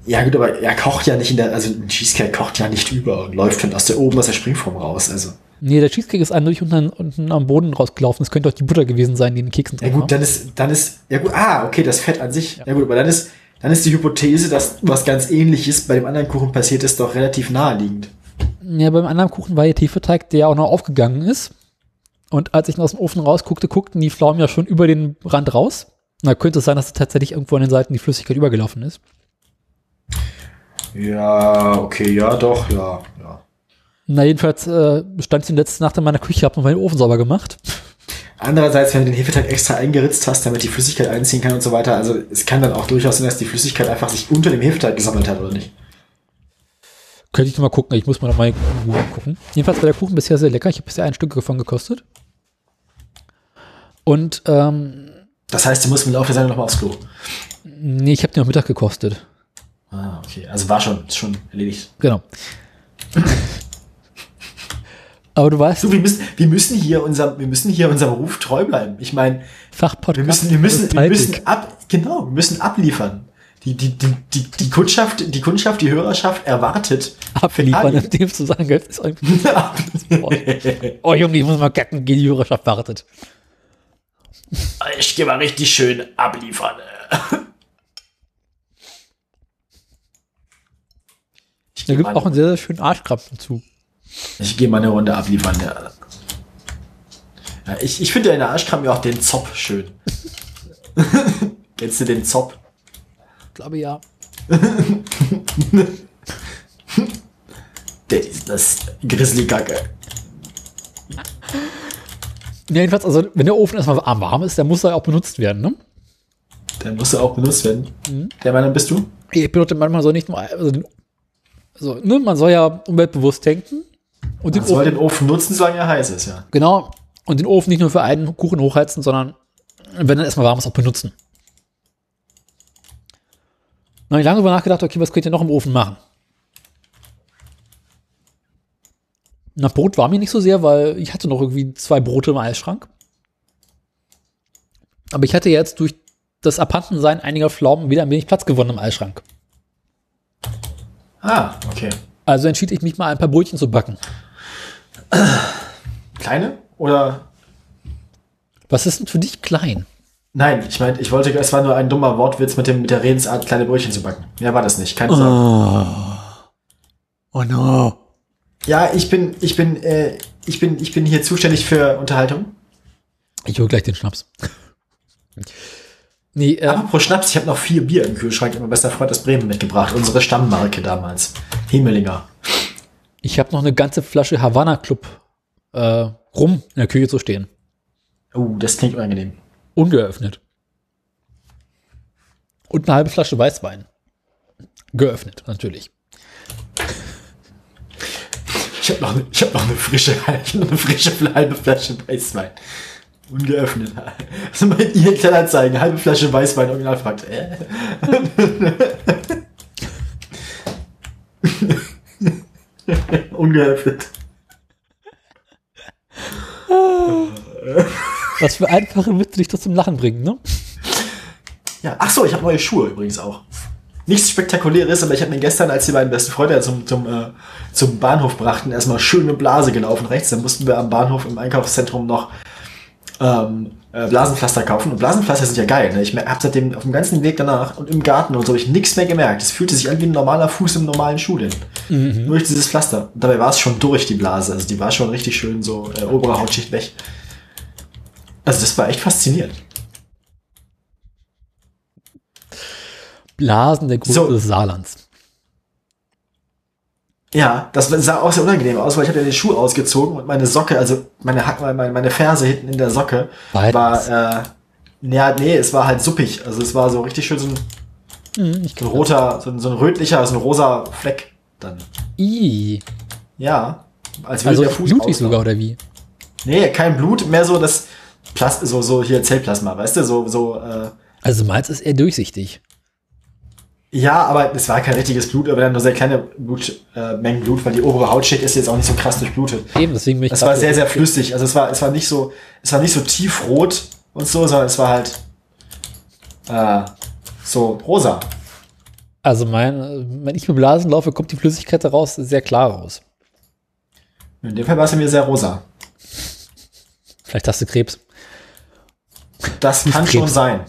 Speaker 2: Ja gut, aber er kocht ja nicht in der, also ein Cheesecake kocht ja nicht über und läuft dann aus der oben aus der Springform raus. Also
Speaker 1: Nee, der Cheesecake ist eindeutig unten, unten am Boden rausgelaufen. Es könnte auch die Butter gewesen sein, die in den Keksen
Speaker 2: ja
Speaker 1: drin
Speaker 2: gut, dann ist, dann ist, ja gut, ah okay, das Fett an sich. Ja, gut, aber dann ist, dann ist die Hypothese, dass was ganz Ähnliches bei dem anderen Kuchen passiert ist, doch relativ naheliegend.
Speaker 1: war. Ja, beim anderen Kuchen war der Hefeteig, der auch noch aufgegangen ist. Und als ich ihn aus dem Ofen rausguckte, guckten die Pflaumen ja schon über den Rand raus. Na, könnte es sein, dass tatsächlich irgendwo an den Seiten die Flüssigkeit übergelaufen ist.
Speaker 2: Ja, okay, ja, doch, ja, ja.
Speaker 1: Na, jedenfalls äh, stand ich die letzte Nacht in meiner Küche, hab noch meinen Ofen sauber gemacht.
Speaker 2: Andererseits, wenn du den Hefeteig extra eingeritzt hast, damit die Flüssigkeit einziehen kann und so weiter, also es kann dann auch durchaus sein, dass die Flüssigkeit einfach sich unter dem Hefeteig gesammelt hat, oder nicht?
Speaker 1: Könnte ich noch mal gucken. Ich muss mal noch mal in Ruhe gucken. Jedenfalls war der Kuchen bisher sehr lecker. Ich habe bisher ein Stück davon gekostet. Und ähm,
Speaker 2: Das heißt, du musst im Laufe der Sendung nochmal aufs Klo.
Speaker 1: nee, ich habe den am Mittag gekostet.
Speaker 2: Ah, okay. Also war schon, ist schon erledigt.
Speaker 1: Genau. [LAUGHS] Aber du weißt,
Speaker 2: Du, wir müssen, wir müssen hier unserem, wir müssen hier unserem Ruf treu bleiben. Ich meine,
Speaker 1: Fachpodcast.
Speaker 2: wir müssen, wir müssen,
Speaker 1: ist
Speaker 2: wir
Speaker 1: teildick.
Speaker 2: müssen ab, genau, wir müssen abliefern. Die, die, die, die, die Kundschaft, die Kundschaft, die Hörerschaft erwartet.
Speaker 1: abliefern, in dem Zusammenhang
Speaker 2: [LAUGHS]
Speaker 1: ist irgendwie. Wort. oh Junge, ich muss mal kacken, gehen die Hörerschaft wartet.
Speaker 2: "Ah, ich gehe mal richtig schön abliefern. [LAUGHS] Ich
Speaker 1: Da
Speaker 2: gehe
Speaker 1: gibt
Speaker 2: mal,
Speaker 1: auch einen sehr, sehr schönen Arschkrampfen zu.
Speaker 2: ich geh mal eine Runde abliefern. Ja. Ja, ich ich finde ja in der Arschkram ja auch den Zopf schön. [LAUGHS] Kennst du den Zopf?
Speaker 1: Ich glaube ja.
Speaker 2: Der ist das Grizzly-Gacke.
Speaker 1: Ja, jedenfalls, also wenn der Ofen erstmal warm- warm ist, dann muss er ja auch benutzt werden, ne?
Speaker 2: Dann musst du auch benutzt werden.
Speaker 1: Mhm.
Speaker 2: Der Meinung bist du?
Speaker 1: ich benutze manchmal so nicht nur, also, den, also ne, man soll ja umweltbewusst denken und den
Speaker 2: Man soll
Speaker 1: Ofen,
Speaker 2: den Ofen nutzen, solange er heiß ist, ja.
Speaker 1: genau, und den Ofen nicht nur für einen Kuchen hochheizen, sondern wenn er erstmal warm ist, auch benutzen. Dann habe ich lange darüber nachgedacht, okay, was könnt ihr noch im Ofen machen? Na, Brot war mir nicht so sehr, weil ich hatte noch irgendwie zwei Brote im Eisschrank. Aber ich hatte jetzt durch das Abhandensein einiger Pflaumen wieder ein wenig Platz gewonnen im Eisschrank.
Speaker 2: Ah, okay.
Speaker 1: Also entschied ich mich mal ein paar Brötchen zu backen.
Speaker 2: Kleine? Oder?
Speaker 1: Was ist denn für dich klein?
Speaker 2: Nein, ich meine, ich wollte, es war nur ein dummer Wortwitz mit, dem, mit der Redensart, kleine Brötchen zu backen. Ja, war das nicht. Keine Sorge.
Speaker 1: Oh no.
Speaker 2: Ja, ich bin, ich bin, äh, ich bin, ich bin hier zuständig für Unterhaltung.
Speaker 1: Ich hole gleich den Schnaps. Nee, äh,
Speaker 2: Apropos Schnaps, ich habe noch vier Bier im Kühlschrank. Mein bester Freund aus Bremen mitgebracht. Unsere Stammmarke damals. Himmelinger.
Speaker 1: ich habe noch eine ganze Flasche Havana Club äh, rum in der Küche zu stehen.
Speaker 2: Oh, das klingt unangenehm.
Speaker 1: Ungeöffnet. Und eine halbe Flasche Weißwein. Geöffnet, natürlich.
Speaker 2: Ich habe noch, ne- ich hab noch eine frische, [LAUGHS] ich hab noch eine frische halbe Flasche Weißwein. Ungeöffnet. [LAUGHS] Also mein ihr Kleinanzeigen, halbe Flasche Weißwein, original fragt. Äh. [LAUGHS] Ungeöffnet.
Speaker 1: Was für einfache Witze dich das zum Lachen bringen, ne?
Speaker 2: Ja, ach so, ich habe neue Schuhe übrigens auch. Nichts Spektakuläres, aber ich habe mir gestern, als die beiden besten Freunde zum, zum, äh, zum Bahnhof brachten, erstmal schöne Blase gelaufen rechts. Dann mussten wir am Bahnhof im Einkaufszentrum noch ähm, äh, Blasenpflaster kaufen. Und Blasenpflaster sind ja geil. Ne? Ich habe seitdem auf dem ganzen Weg danach und im Garten und so hab ich nichts mehr gemerkt. Es fühlte sich an wie ein normaler Fuß im normalen Schuh. Denn. Nur durch dieses Pflaster. Und dabei war es schon durch die Blase. Also die war schon richtig schön so äh, obere Hautschicht weg. Also das war echt faszinierend.
Speaker 1: Blasen der Größe
Speaker 2: So.
Speaker 1: des Saarlands.
Speaker 2: Ja, das sah auch sehr unangenehm aus, weil ich hatte ja den Schuh ausgezogen und meine Socke, also meine Hack, meine, meine Ferse hinten in der Socke
Speaker 1: Beides.
Speaker 2: war, äh, ja, nee, es war halt suppig. Also es war so richtig schön so ein,
Speaker 1: Hm, ich
Speaker 2: so ein
Speaker 1: glaube.
Speaker 2: roter, so ein, so ein rötlicher, so ein rosa Fleck dann.
Speaker 1: I.
Speaker 2: Ja. Als würde
Speaker 1: Also
Speaker 2: der Fuß
Speaker 1: blutig
Speaker 2: auslaufen.
Speaker 1: sogar, oder wie?
Speaker 2: Nee, kein Blut, mehr so das Plast so, so hier Zellplasma, weißt du, so, so, äh,
Speaker 1: Also meins ist eher durchsichtig.
Speaker 2: ja, aber es war kein richtiges Blut, aber dann nur sehr kleine Blut, äh, Mengen Blut, weil die obere Hautschicht ist jetzt auch nicht so krass durchblutet.
Speaker 1: Eben, deswegen bin ich
Speaker 2: Das war
Speaker 1: dafür.
Speaker 2: sehr, sehr flüssig. Also es war, es war nicht so, es war nicht so tiefrot und so, sondern es war halt äh, so rosa.
Speaker 1: Also mein, äh, wenn ich mit Blasen laufe, kommt die Flüssigkeit daraus sehr klar raus.
Speaker 2: In dem Fall war es mir sehr rosa.
Speaker 1: Vielleicht hast du Krebs.
Speaker 2: Das kann schon
Speaker 1: Krebs.
Speaker 2: sein.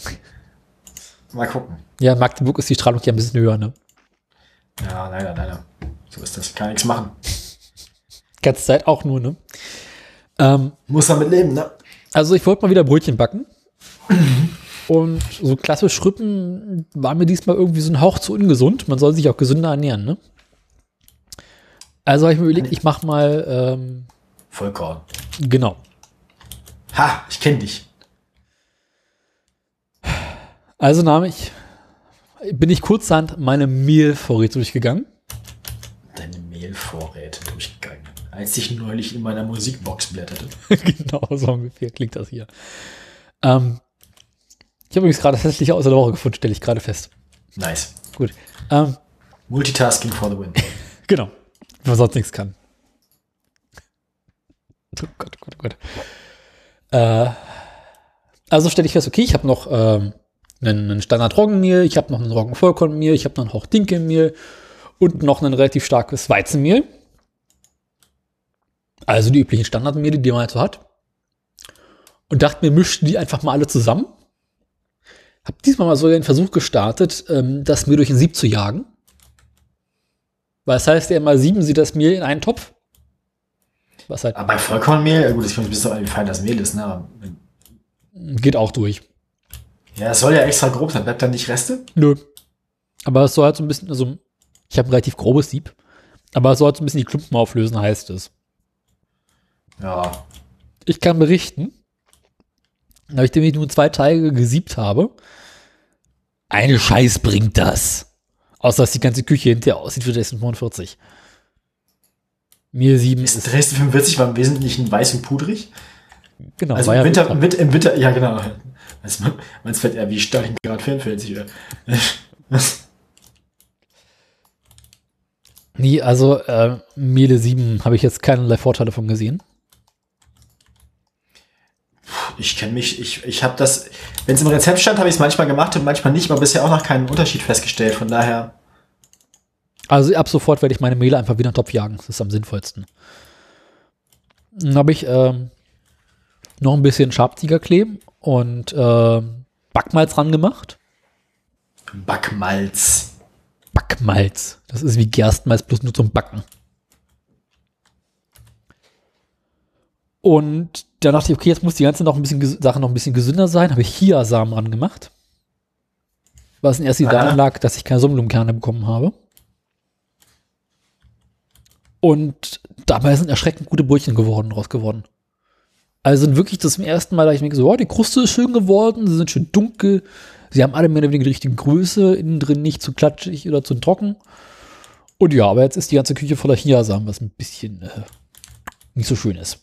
Speaker 2: Mal gucken.
Speaker 1: Ja, in Magdeburg ist die Strahlung ja ein bisschen höher, ne?
Speaker 2: Ja, leider, leider. So ist das. Kann nichts machen.
Speaker 1: Ganze Zeit auch nur, ne? Ähm,
Speaker 2: Muss damit leben, ne?
Speaker 1: also ich wollte mal wieder Brötchen backen. Und so klassisch Rippen war mir diesmal irgendwie so ein Hauch zu ungesund. Man soll sich auch gesünder ernähren, ne? Also habe ich mir überlegt, ich mache mal, ähm,
Speaker 2: Vollkorn.
Speaker 1: genau.
Speaker 2: Ha, ich kenne dich.
Speaker 1: Also nahm ich, bin ich kurzhand meine Mehlvorräte durchgegangen. [LAUGHS]
Speaker 2: Deine Mehlvorräte durchgegangen. Als ich neulich in meiner Musikbox blätterte.
Speaker 1: genau so ungefähr klingt das hier. Ähm, ich habe übrigens gerade das hässliche aus der Woche gefunden, stelle ich gerade fest.
Speaker 2: Nice.
Speaker 1: Gut. Ähm,
Speaker 2: Multitasking for the win.
Speaker 1: genau. Wenn man sonst nichts kann. Oh Gott, Gott, Gott. Äh, also stelle ich fest, okay, ich habe noch ähm, einen, einen Standard-Roggenmehl, ich habe noch einen Roggen-Vollkornmehl, ich habe noch ein Hauch Dinkelmehl und noch ein relativ starkes Weizenmehl. Also die üblichen Standardmehle, die man halt so hat. Und dachte mir, mischte die einfach mal alle zusammen. Hab diesmal mal so den Versuch gestartet, ähm, das Mehl durch ein Sieb zu jagen. Weil das heißt ja immer, sieben sie das Mehl in einen Topf. Was halt
Speaker 2: Aber bei Vollkornmehl, ja gut, das kommt ein bisschen auf an, wie fein das Mehl ist, ne? Aber
Speaker 1: geht auch durch.
Speaker 2: Ja, es soll ja extra grob sein. Bleibt dann nicht Reste?
Speaker 1: Nö. Aber es soll halt so ein bisschen, also ich habe ein relativ grobes Sieb, aber es soll halt so ein bisschen die Klumpen auflösen, heißt es.
Speaker 2: Ja.
Speaker 1: Ich kann berichten, nachdem ich nur zwei Teige gesiebt habe, eine Scheiß bringt das. Außer, dass die ganze Küche hinterher aussieht wie Dresden 45. Mir sieben
Speaker 2: Ist
Speaker 1: ist,
Speaker 2: Dresden 45 war im Wesentlichen weiß und pudrig.
Speaker 1: genau,
Speaker 2: Also
Speaker 1: war
Speaker 2: im
Speaker 1: ja
Speaker 2: Winter,
Speaker 1: gut.
Speaker 2: im Winter, im Winter, ja genau. Meinst du, meinst du, ja, wie Stalingrad 44 wäre.
Speaker 1: Nee, also, äh, Mehle 7 habe ich jetzt keinerlei Vorteile von gesehen.
Speaker 2: Ich kenne mich, ich, ich habe das, wenn es im Rezept stand, habe ich es manchmal gemacht und manchmal nicht, aber bisher auch noch keinen Unterschied festgestellt. Von daher,
Speaker 1: Also ab sofort werde ich meine Mehle einfach wieder in den Topf jagen. Das ist am sinnvollsten. Dann habe ich ähm, noch ein bisschen Schabtigerklee und ähm, Backmalz ran gemacht.
Speaker 2: Backmalz.
Speaker 1: Backmalz. Das ist wie Gerstmalz plus nur zum Backen. Und da dachte ich, okay, jetzt muss die ganze noch ein bisschen, ges- Sache noch ein bisschen gesünder sein. Habe ich Chiasamen ran gemacht. Was in erst
Speaker 2: Aha.
Speaker 1: daran lag, dass ich keine Sonnenblumenkerne bekommen habe. Und dabei sind erschreckend gute Brötchen geworden, draus geworden. Also sind wirklich zum ersten Mal, da ich mir so, oh, die Kruste ist schön geworden, sie sind schön dunkel, sie haben alle mehr oder weniger die richtige Größe, innen drin nicht zu klatschig oder zu trocken. Und ja, aber jetzt ist die ganze Küche voller Chiasamen, was ein bisschen äh, nicht so schön ist.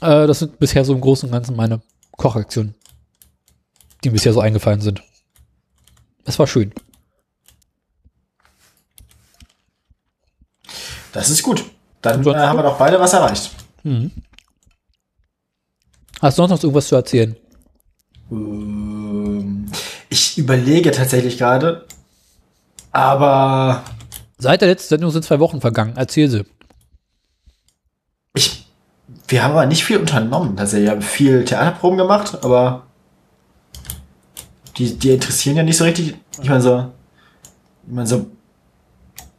Speaker 1: Äh, das sind bisher so im Großen und Ganzen meine Kochaktionen, die mir bisher so eingefallen sind. Es war schön.
Speaker 2: Das ist gut. Dann äh,
Speaker 1: Ansonsten?
Speaker 2: haben wir doch beide was erreicht.
Speaker 1: Hast du sonst noch irgendwas zu erzählen?
Speaker 2: Ähm, ich überlege tatsächlich gerade, aber
Speaker 1: Seit der letzten Sendung sind zwei Wochen vergangen. Erzähl sie.
Speaker 2: Ich, wir haben aber nicht viel unternommen. tatsächlich. wir haben viel Theaterproben gemacht, aber die, die interessieren ja nicht so richtig. Ich meine so, ich meine so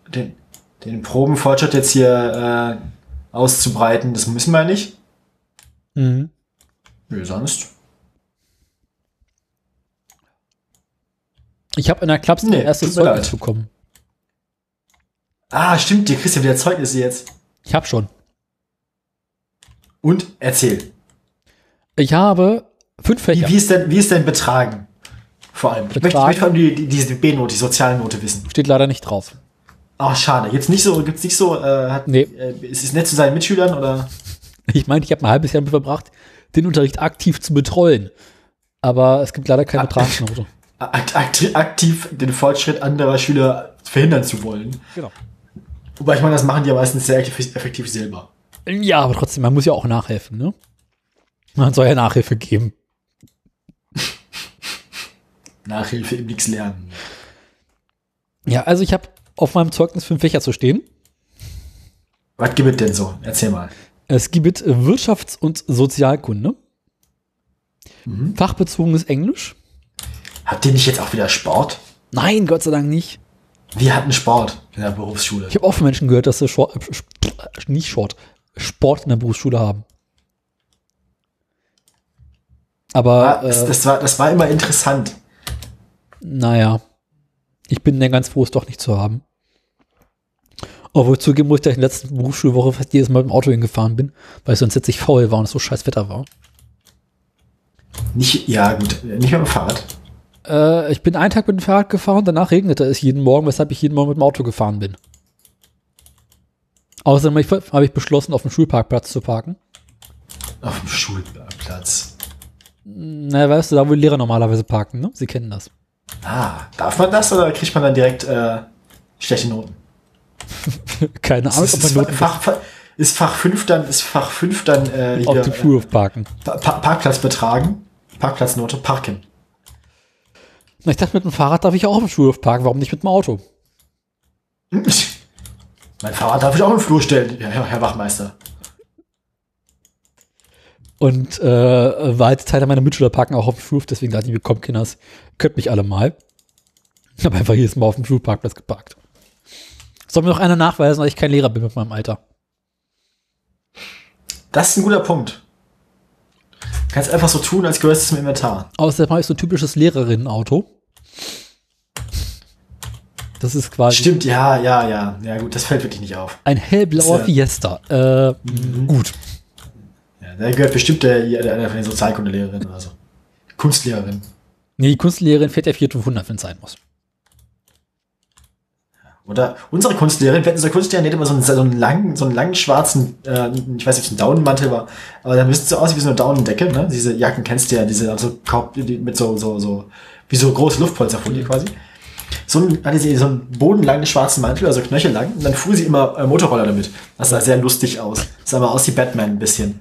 Speaker 2: den, den Probenfortschritt jetzt hier äh, auszubreiten, das müssen wir nicht.
Speaker 1: Mhm.
Speaker 2: Nö, sonst.
Speaker 1: Ich habe in der Klaps
Speaker 2: Nee,
Speaker 1: mein erstes
Speaker 2: tut mir
Speaker 1: Zeugnis
Speaker 2: leid.
Speaker 1: bekommen.
Speaker 2: Ah, stimmt, dir kriegst ja wieder Zeugnisse jetzt.
Speaker 1: Ich habe schon.
Speaker 2: Und erzähl.
Speaker 1: Ich habe fünf
Speaker 2: Wie,
Speaker 1: Fächer.
Speaker 2: wie, ist denn, wie ist denn Betragen? Vor allem. Ich möchte, ich
Speaker 1: Betragen?
Speaker 2: möchte vor allem die, die, diese B-Note, die Sozialnote wissen.
Speaker 1: Steht leider nicht drauf.
Speaker 2: Ah, schade. Gibt's nicht so, gibt's nicht so, äh, hat,
Speaker 1: Nee.
Speaker 2: äh, ist es nett zu seinen Mitschülern oder?
Speaker 1: Ich meine, ich habe ein halbes Jahr damit verbracht, den Unterricht aktiv zu betreuen. Aber es gibt leider keine Betragsnote.
Speaker 2: Akt, akt, aktiv den Fortschritt anderer Schüler verhindern zu wollen.
Speaker 1: Genau.
Speaker 2: Wobei ich meine, das machen die ja meistens sehr effektiv, effektiv selber.
Speaker 1: Ja, aber trotzdem, man muss ja auch nachhelfen, ne? Man soll ja Nachhilfe geben.
Speaker 2: Nachhilfe im Nix lernen.
Speaker 1: Ja, also ich habe auf meinem Zeugnis fünf Fächer zu stehen.
Speaker 2: Was gibt es denn so? Erzähl mal.
Speaker 1: Es gibt Wirtschafts- und Sozialkunde, fachbezogenes Englisch.
Speaker 2: Habt ihr nicht jetzt auch wieder Sport?
Speaker 1: Nein, Gott sei Dank nicht.
Speaker 2: Wir hatten Sport in der Berufsschule.
Speaker 1: Ich habe auch von Menschen gehört, dass sie Short, äh, Sp- nicht Short, Sport in der Berufsschule haben. Aber
Speaker 2: Ja, das,
Speaker 1: äh,
Speaker 2: Ah, das, war, das war immer interessant.
Speaker 1: naja, ich bin dann ganz froh, es doch nicht zu haben. Obwohl ich zugeben muss, dass ich in der letzten Berufsschulwoche fast jedes Mal mit dem Auto hingefahren bin, weil ich sonst letztlich faul war und es so scheiß Wetter war.
Speaker 2: Nicht, ja, gut, nicht mehr mit dem Fahrrad.
Speaker 1: Äh, ich bin einen Tag mit dem Fahrrad gefahren, danach regnete es jeden Morgen, weshalb ich jeden Morgen mit dem Auto gefahren bin. Außerdem habe ich- habe ich beschlossen, auf dem Schulparkplatz zu parken.
Speaker 2: Auf dem Schulplatz.
Speaker 1: Na, weißt du, da wo die Lehrer normalerweise parken, ne? Sie kennen das. [LAUGHS]
Speaker 2: Ah, darf man das oder kriegt man dann direkt äh, schlechte Noten?
Speaker 1: Keine Ahnung,
Speaker 2: Ist,
Speaker 1: ob
Speaker 2: ist,
Speaker 1: man
Speaker 2: Fach,
Speaker 1: Noten
Speaker 2: Fach- ist Fach 5 dann, ist Fach 5 dann äh, hier,
Speaker 1: auf dem
Speaker 2: äh,
Speaker 1: Schulhof parken.
Speaker 2: Pa Pa- Parkplatz betragen? Parkplatznote, Parken.
Speaker 1: Na, ich dachte, mit dem Fahrrad darf ich auch auf dem Schulhof parken, warum nicht mit dem Auto?
Speaker 2: [LAUGHS] mein Fahrrad darf ich auch im Flur stellen, Herr, Herr Wachmeister.
Speaker 1: Und äh, war jetzt Teil meiner Mitschüler parken auch auf dem Schulhof, deswegen dachte ich mir, komm, Kinders, könnt mich alle mal. Ich habe einfach jedes Mal auf dem Schulparkplatz geparkt. Soll mir noch einer nachweisen, dass ich kein Lehrer bin mit meinem Alter?
Speaker 2: Das ist ein guter Punkt. Kannst einfach so tun, als gehörst du zum Inventar.
Speaker 1: Außerdem habe ich so ein typisches Lehrerinnenauto. Das ist quasi
Speaker 2: Stimmt, ja, ja, ja. Ja, gut, das fällt wirklich nicht auf.
Speaker 1: ein hellblauer
Speaker 2: Ist ja- Mhm.
Speaker 1: Fiesta. Äh, Gut.
Speaker 2: Ja, da gehört bestimmt der, der, einer von den Sozialkundelehrerinnen oder so. Kunstlehrerin.
Speaker 1: Nee, die Kunstlehrerin fährt ja 4500, wenn es sein muss.
Speaker 2: Oder unsere Kunstlehrerin, wir hatten unsere Kunstlehrerin, die hat immer so einen, so einen langen, so einen langen schwarzen, äh, ich weiß nicht, ob es ein Daunenmantel war, aber dann müsste so aus wie so eine Daunendecke, ne? Diese Jacken kennst du ja, diese also, kaum- die- mit so, so, so, wie so große Luftpolsterfolie quasi. So einen, hatte sie so einen bodenlangen schwarzen Mantel, also knöchellang, und dann fuhr sie immer äh, Motorroller damit. Das sah sehr lustig aus. Sah aber aus wie Batman ein bisschen.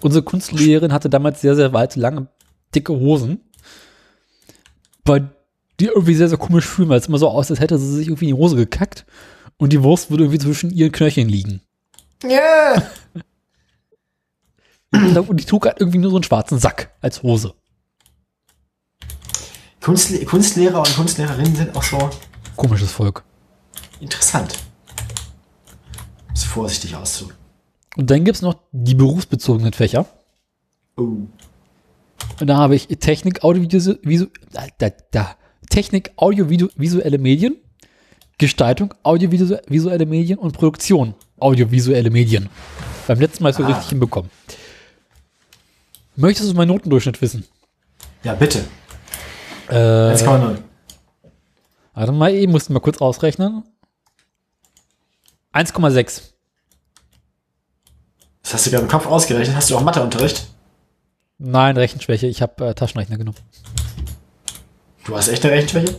Speaker 1: Unsere Kunstlehrerin hatte damals sehr, sehr weite, lange, dicke Hosen. Weil die irgendwie sehr, sehr komisch fühlen, weil es immer so aus, als hätte sie sich irgendwie in die Hose gekackt und die Wurst würde irgendwie zwischen ihren Knöcheln liegen.
Speaker 2: Yeah!
Speaker 1: Und die trug halt irgendwie nur so einen schwarzen Sack als Hose.
Speaker 2: Kunstle Kunstlehrer und Kunstlehrerinnen sind auch so
Speaker 1: Komisches Volk.
Speaker 2: interessant. Um es vorsichtig auszudrücken.
Speaker 1: Und dann gibt's noch die berufsbezogenen Fächer.
Speaker 2: Oh.
Speaker 1: Und da habe ich Technik, Audio, Visu, Visu, da, da, da. Technik, Audio, Video, visuelle Medien, Gestaltung, audiovisuelle Medien und Produktion, audiovisuelle Medien. Beim letzten Mal so
Speaker 2: Ah.
Speaker 1: richtig hinbekommen. Möchtest du meinen Notendurchschnitt wissen?
Speaker 2: Ja, bitte.
Speaker 1: Äh,
Speaker 2: 1,0.
Speaker 1: warte mal, ich musste mal kurz ausrechnen. 1,6.
Speaker 2: Das hast du gerade im Kopf ausgerechnet. Hast du auch Matheunterricht?
Speaker 1: Nein, Rechenschwäche, ich habe äh, Taschenrechner genommen.
Speaker 2: Du hast echt eine Rechenschwäche?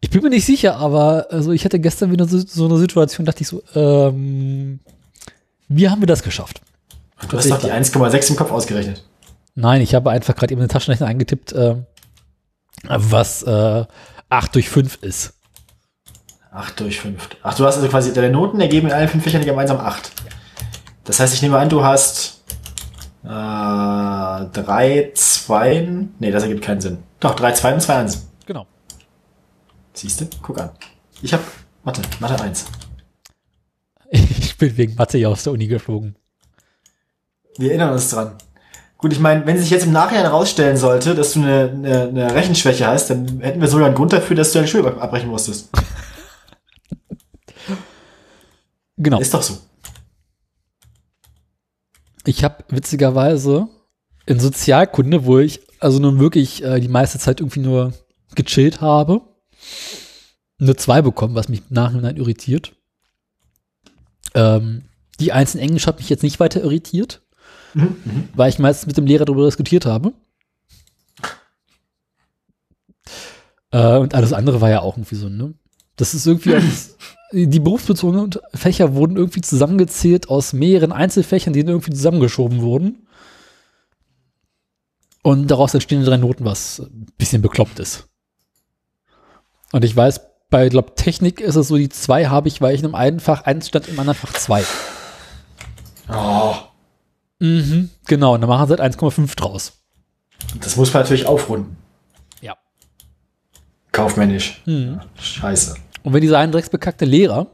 Speaker 1: Ich bin mir nicht sicher, aber also ich hatte gestern wieder so, so eine Situation, dachte ich so, ähm, wie haben wir das geschafft?
Speaker 2: Du hast doch die
Speaker 1: Richtig.
Speaker 2: 1,6 im Kopf ausgerechnet.
Speaker 1: Nein, ich habe einfach gerade eben den Taschenrechner eingetippt, ähm, was äh, 8 durch 5 ist.
Speaker 2: 8 durch 5. Ach, du hast also quasi deine Noten ergeben in allen fünf Fächern gemeinsam 8. Das heißt, ich nehme an, du hast äh, 3, 2. Nee, das ergibt keinen Sinn. Doch, 3, 2 und 2, 1.
Speaker 1: Genau.
Speaker 2: Siehst du? Guck an. Ich habe Mathe, Mathe 1.
Speaker 1: [LAUGHS] Ich bin wegen Mathe ja aus der Uni geflogen.
Speaker 2: Wir erinnern uns dran. Gut, ich meine, wenn sich jetzt im Nachhinein herausstellen sollte, dass du eine, eine, eine Rechenschwäche hast, dann hätten wir sogar einen Grund dafür, dass du deinen Schulwerk abbrechen musstest.
Speaker 1: Genau.
Speaker 2: Ist doch so.
Speaker 1: Ich habe witzigerweise in Sozialkunde, wo ich also nun wirklich äh, die meiste Zeit irgendwie nur gechillt habe, eine 2 bekommen, was mich im Nachhinein irritiert. Ähm, die Eins in Englisch hat mich jetzt nicht weiter irritiert, weil ich meistens mit dem Lehrer darüber diskutiert habe. Äh, und alles andere war ja auch irgendwie so, ne? Das ist irgendwie alles, die berufsbezogenen Fächer wurden irgendwie zusammengezählt aus mehreren Einzelfächern, die dann irgendwie zusammengeschoben wurden. Und daraus entstehen drei Noten, was ein bisschen bekloppt ist. Und ich weiß, bei glaub, Technik ist es so, die zwei habe ich, weil ich in einem einen Fach eins stand, im anderen Fach zwei.
Speaker 2: Oh,
Speaker 1: Mhm, genau, und dann machen sie halt 1,5 draus.
Speaker 2: das muss man natürlich aufrunden.
Speaker 1: Ja.
Speaker 2: Kaufmännisch. Scheiße.
Speaker 1: Und wenn dieser ein drecksbekackte Lehrer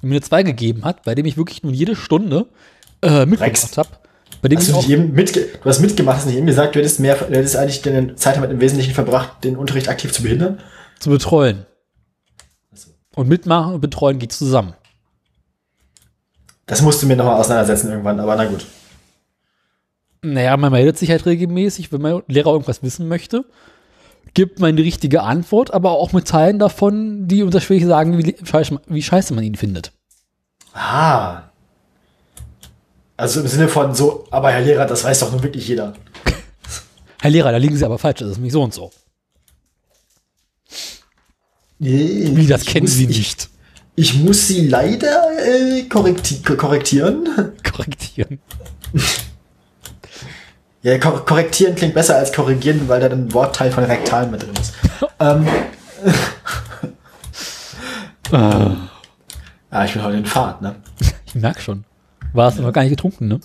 Speaker 1: mir eine 2 gegeben hat, bei dem ich wirklich nun jede Stunde äh, mitgemacht
Speaker 2: Drecks.
Speaker 1: habe, bei dem
Speaker 2: Hast
Speaker 1: ich
Speaker 2: du,
Speaker 1: auch,
Speaker 2: nicht eben mitge du hast mitgemacht, hast nicht eben gesagt, du hättest, mehr, du hättest eigentlich deine Zeit damit im Wesentlichen verbracht, den Unterricht aktiv zu behindern?
Speaker 1: zu betreuen.
Speaker 2: so.
Speaker 1: Und mitmachen und betreuen geht zusammen.
Speaker 2: Das musst du mir nochmal auseinandersetzen irgendwann, aber na gut.
Speaker 1: Naja, man meldet sich halt regelmäßig, wenn mein Lehrer irgendwas wissen möchte, gibt man die richtige Antwort, aber auch mit Teilen davon, die unterschwellig sagen, wie, scheiße, wie scheiße man ihn findet.
Speaker 2: Ah. Also im Sinne von so, aber Herr Lehrer, das weiß doch nun wirklich jeder.
Speaker 1: Herr Lehrer, da liegen Sie aber falsch, das ist nicht so und so. Wie,
Speaker 2: Wie,
Speaker 1: das kennen Sie nicht.
Speaker 2: Ich muss sie leider äh, korrekti ko- korrektieren. [LAUGHS]
Speaker 1: [LAUGHS] Korrektieren.
Speaker 2: Ja, ko korrektieren klingt besser als korrigieren, weil da dann ein Wortteil von rektal mit
Speaker 1: [LAUGHS]
Speaker 2: drin ist. ähm, [LAUGHS] ah, ich bin heute in Fahrt, ne?
Speaker 1: Ich merke schon. War es noch gar nicht getrunken, ne?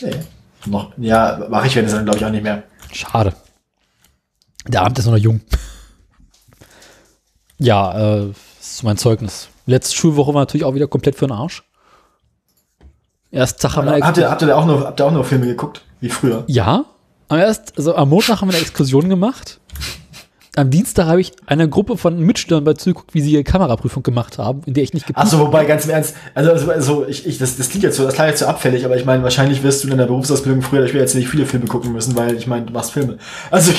Speaker 2: Nee. Noch, ja, mache ich, wenn es dann, glaube ich, auch nicht mehr.
Speaker 1: Schade. Der Abend ist noch jung. Ja, äh, das ist mein Zeugnis. Letzte Schulwoche war natürlich auch wieder komplett für den Arsch. Erst Tag haben wir
Speaker 2: Habt ihr, habt ihr da auch nur, habt ihr auch nur Filme geguckt? Wie früher?
Speaker 1: Ja, aber erst, also am Montag haben wir eine Exkursion gemacht. Am Dienstag habe ich einer Gruppe von Mitschülern bei zugeguckt, wie sie ihre Kameraprüfung gemacht haben, in der ich nicht gepasst
Speaker 2: Achso, wobei, ganz im Ernst, also, also, also ich, ich, das, das klingt jetzt so, das klang jetzt so abfällig, aber ich meine, wahrscheinlich wirst du in deiner Berufsausbildung früher oder später jetzt nicht viele Filme gucken müssen, weil ich meine, du machst Filme. Also,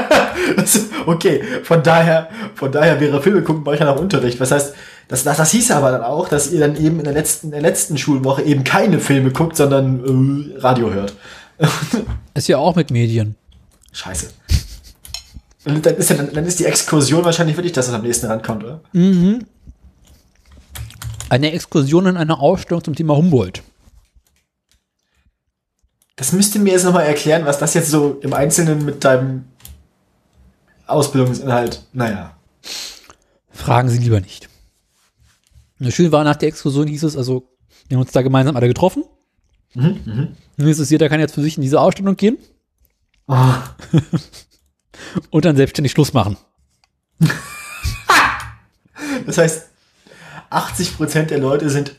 Speaker 2: [LAUGHS] das, okay, von daher, von daher wäre Filme gucken bei euch ja noch Unterricht. Was heißt, das, das, das hieß aber dann auch, dass ihr dann eben in der letzten, in der letzten Schulwoche eben keine Filme guckt, sondern äh, Radio hört.
Speaker 1: Ist ja auch mit Medien.
Speaker 2: Scheiße. Und dann ist, ja, dann, dann ist die Exkursion wahrscheinlich wirklich das, was am nächsten rankommt, oder?
Speaker 1: Eine Exkursion in einer Ausstellung zum Thema Humboldt.
Speaker 2: Das müsst ihr mir jetzt nochmal erklären, was das jetzt so im Einzelnen mit deinem Ausbildungsinhalt, naja.
Speaker 1: Fragen Sie lieber nicht. Ja, Schön war, nach der Exkursion hieß es, also, wir haben uns da gemeinsam alle getroffen.
Speaker 2: Mhm,
Speaker 1: Nun ist es, jeder kann jetzt für sich in diese Ausstellung gehen
Speaker 2: Oh,
Speaker 1: und dann selbstständig Schluss machen.
Speaker 2: das heißt, 80% der Leute sind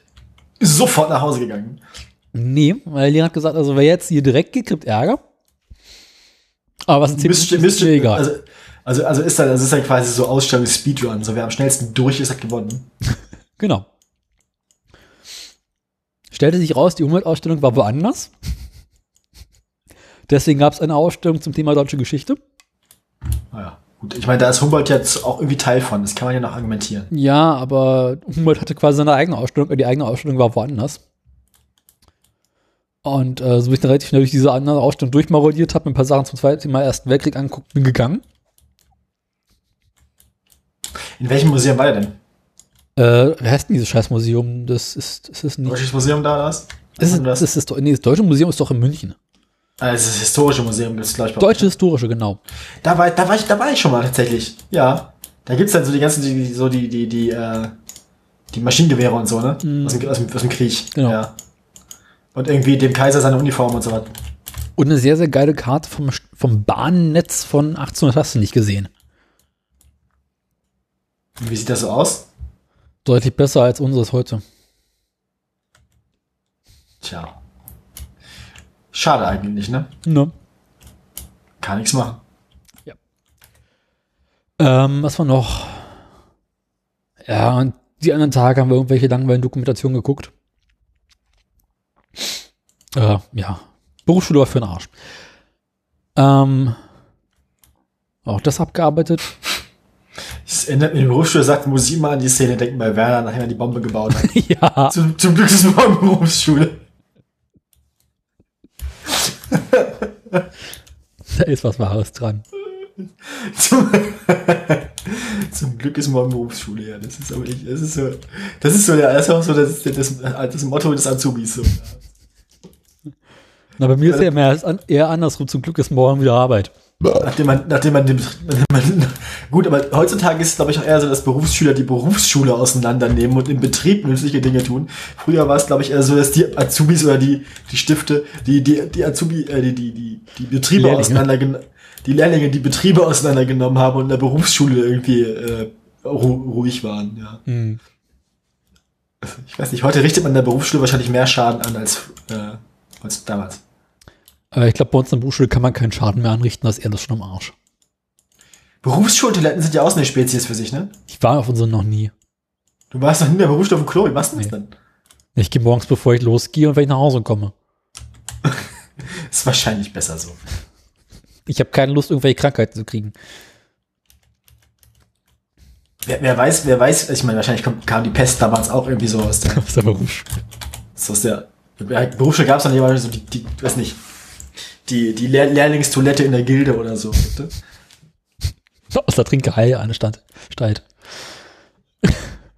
Speaker 2: sofort nach Hause gegangen.
Speaker 1: Nee, weil der Lehrer hat gesagt, also wer jetzt hier direkt geht, kriegt Ärger. Aber was ein Thema
Speaker 2: Mist,
Speaker 1: ist,
Speaker 2: Mist,
Speaker 1: ist mir egal.
Speaker 2: Also, also, also ist dann, das ist dann quasi so Ausstellungs-Speedrun. So, wer am schnellsten durch ist, hat gewonnen.
Speaker 1: genau. Stellte sich raus, die Umweltausstellung war woanders. [LAUGHS] Deswegen gab es eine Ausstellung zum Thema deutsche Geschichte.
Speaker 2: Naja, gut. Ich meine, da ist Humboldt jetzt auch irgendwie Teil von. Das kann man ja noch argumentieren.
Speaker 1: Ja, aber Humboldt hatte quasi seine eigene Ausstellung, aber die eigene Ausstellung war woanders. Und äh, so bin ich dann relativ schnell durch diese andere Ausstellung durchmarodiert, habe mir ein paar Sachen zum Zweiten Mal Ersten Weltkrieg angeguckt, bin gegangen.
Speaker 2: In welchem Museum war der denn?
Speaker 1: Äh, wie heißt denn dieses Scheißmuseum? Das ist, ist es nicht.
Speaker 2: Deutsches Museum da, das?
Speaker 1: Ist es,
Speaker 2: das?
Speaker 1: ist es, doch- nee, das Deutsche Museum ist doch in München.
Speaker 2: Also, das historische Museum gibt's gleich bei
Speaker 1: Deutsche Historische, genau.
Speaker 2: Da war, da war ich, da war ich schon mal tatsächlich. Ja. Da gibt's dann so die ganzen, die, die- so die, die, die, äh, die Maschinengewehre und so, ne? Aus, dem, aus, dem, aus dem Krieg.
Speaker 1: Genau.
Speaker 2: Ja. Und irgendwie dem Kaiser seine Uniform und so was.
Speaker 1: Und eine sehr, sehr geile Karte vom, St- vom Bahnnetz von 1800 hast du nicht gesehen.
Speaker 2: Und wie sieht das so aus?
Speaker 1: Deutlich besser als unseres heute.
Speaker 2: Tja. Schade eigentlich, ne?
Speaker 1: Ne?
Speaker 2: Kann nichts machen.
Speaker 1: Ähm, was war noch? Ja, und die anderen Tage haben wir irgendwelche langweiligen Dokumentationen geguckt. Äh, ja. Berufsschule war für den Arsch. Ähm, auch das abgearbeitet. [LAUGHS]
Speaker 2: Es erinnert mich, die Berufsschule sagt, muss ich mal an die Szene denken bei Werner, nachdem er die Bombe gebaut hat.
Speaker 1: ja.
Speaker 2: zum, zum Glück ist morgen Berufsschule.
Speaker 1: Da ist was Wahres dran.
Speaker 2: Zum, [LAUGHS] zum Glück ist morgen Berufsschule, ja. Das ist aber echt, das ist so, das ist so, ja, das ist auch so das, das, das Motto des Azubis. So.
Speaker 1: Na, bei mir ist ja mehr, eher andersrum. Zum Glück ist morgen wieder Arbeit.
Speaker 2: Nachdem man, nachdem man, dem, nachdem man, [LAUGHS] gut, aber heutzutage ist es, glaube ich, auch eher so, dass Berufsschüler die Berufsschule auseinandernehmen und im Betrieb nützliche Dinge tun. Früher war es, glaube ich, eher so, dass die Azubis oder die, die Stifte, die, die, die Azubi, äh, die, die, die, die Betriebe
Speaker 1: Lehrlinge.
Speaker 2: auseinandergenommen, die Lehrlinge, die Betriebe auseinandergenommen haben und in der Berufsschule irgendwie, äh, ru ruhig waren, ja.
Speaker 1: Hm.
Speaker 2: Ich weiß nicht, heute richtet man in der Berufsschule wahrscheinlich mehr Schaden an als, äh, als damals.
Speaker 1: Äh, ich glaube, bei uns in der Berufsschule kann man keinen Schaden mehr anrichten, das ist eher das schon am Arsch.
Speaker 2: Berufsschultoiletten sind ja auch so eine Spezies für sich, ne?
Speaker 1: Ich war auf unseren noch nie.
Speaker 2: Du warst noch nie in der Berufsschule auf dem Klo, wie machst du das
Speaker 1: Nee.
Speaker 2: denn?
Speaker 1: Ich gehe morgens, bevor ich losgehe und wenn ich nach Hause komme.
Speaker 2: Ist wahrscheinlich besser so.
Speaker 1: Ich habe keine Lust, irgendwelche Krankheiten zu kriegen.
Speaker 2: Wer, wer weiß, wer weiß, ich meine, wahrscheinlich kommt, kam die Pest damals auch irgendwie so aus
Speaker 1: [LAUGHS]
Speaker 2: der,
Speaker 1: Aus der Berufsschule.
Speaker 2: so aus der ja, Berufsschule gab es dann jemanden, so die, die, weiß nicht, die, die Lehr Lehrlingstoilette in der Gilde oder so. ne?
Speaker 1: Aus der Trinkerei anstand. Steigt.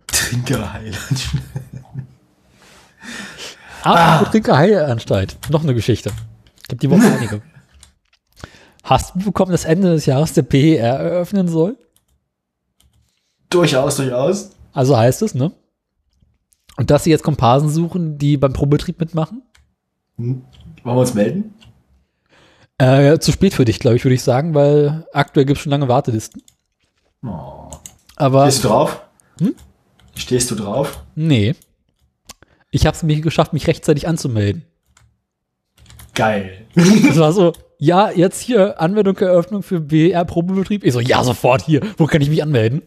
Speaker 2: Trinkerheiland.
Speaker 1: Ah, Trinkerheilanstalt. Noch eine Geschichte. Ich habe die Woche einige. Hast du bekommen, dass Ende des Jahres der PER eröffnen soll?
Speaker 2: [LAUGHS] durchaus, durchaus.
Speaker 1: Also heißt es, ne? Und dass sie jetzt Komparsen suchen, die beim Probetrieb mitmachen?
Speaker 2: Hm. Wollen wir uns melden?
Speaker 1: Äh, zu spät für dich, glaube ich, würde ich sagen, weil aktuell gibt es schon lange Wartelisten.
Speaker 2: Oh.
Speaker 1: Aber
Speaker 2: Stehst du drauf?
Speaker 1: Hm?
Speaker 2: Stehst du drauf?
Speaker 1: nee. Ich habe es mir geschafft, mich rechtzeitig anzumelden.
Speaker 2: Geil.
Speaker 1: Das war so, ja, jetzt hier Anmeldung, Eröffnung für BR-Probebetrieb. Ich so, ja, sofort hier. Wo kann ich mich anmelden?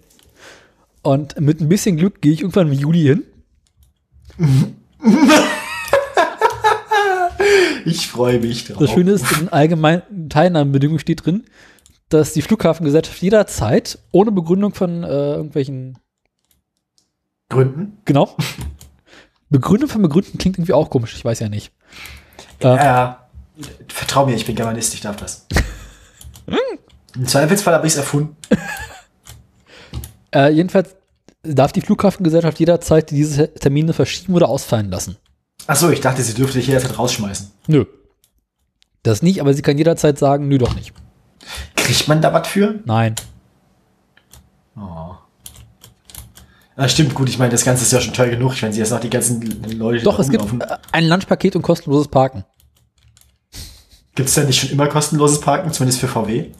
Speaker 1: Und mit ein bisschen Glück gehe ich irgendwann im Juli hin.
Speaker 2: Ich freue mich drauf.
Speaker 1: Das Schöne ist, in den allgemeinen Teilnahmebedingungen steht drin, dass die Flughafengesellschaft jederzeit ohne Begründung von äh, irgendwelchen,
Speaker 2: Gründen?
Speaker 1: genau. Begründung von Begründen klingt irgendwie auch komisch, ich weiß ja nicht.
Speaker 2: Ja. Äh, vertrau mir, ich bin Germanist, ich darf das.
Speaker 1: Hm.
Speaker 2: Im Zweifelsfall habe ich es erfunden.
Speaker 1: Äh, jedenfalls darf die Flughafengesellschaft jederzeit diese Termine verschieben oder ausfallen lassen.
Speaker 2: Achso, ich dachte, sie dürfte dich jederzeit rausschmeißen.
Speaker 1: Nö. Das nicht, aber sie kann jederzeit sagen, nö, doch nicht.
Speaker 2: Kriegt man da was für?
Speaker 1: Nein.
Speaker 2: Oh. Ah, stimmt, gut, ich meine, das Ganze ist ja schon teuer genug. Ich meine, sie jetzt noch die ganzen Leute. die
Speaker 1: Doch,
Speaker 2: da
Speaker 1: es gibt
Speaker 2: rumlaufen.
Speaker 1: äh, ein Lunchpaket und kostenloses Parken.
Speaker 2: Gibt's da nicht schon immer kostenloses Parken, zumindest für VW?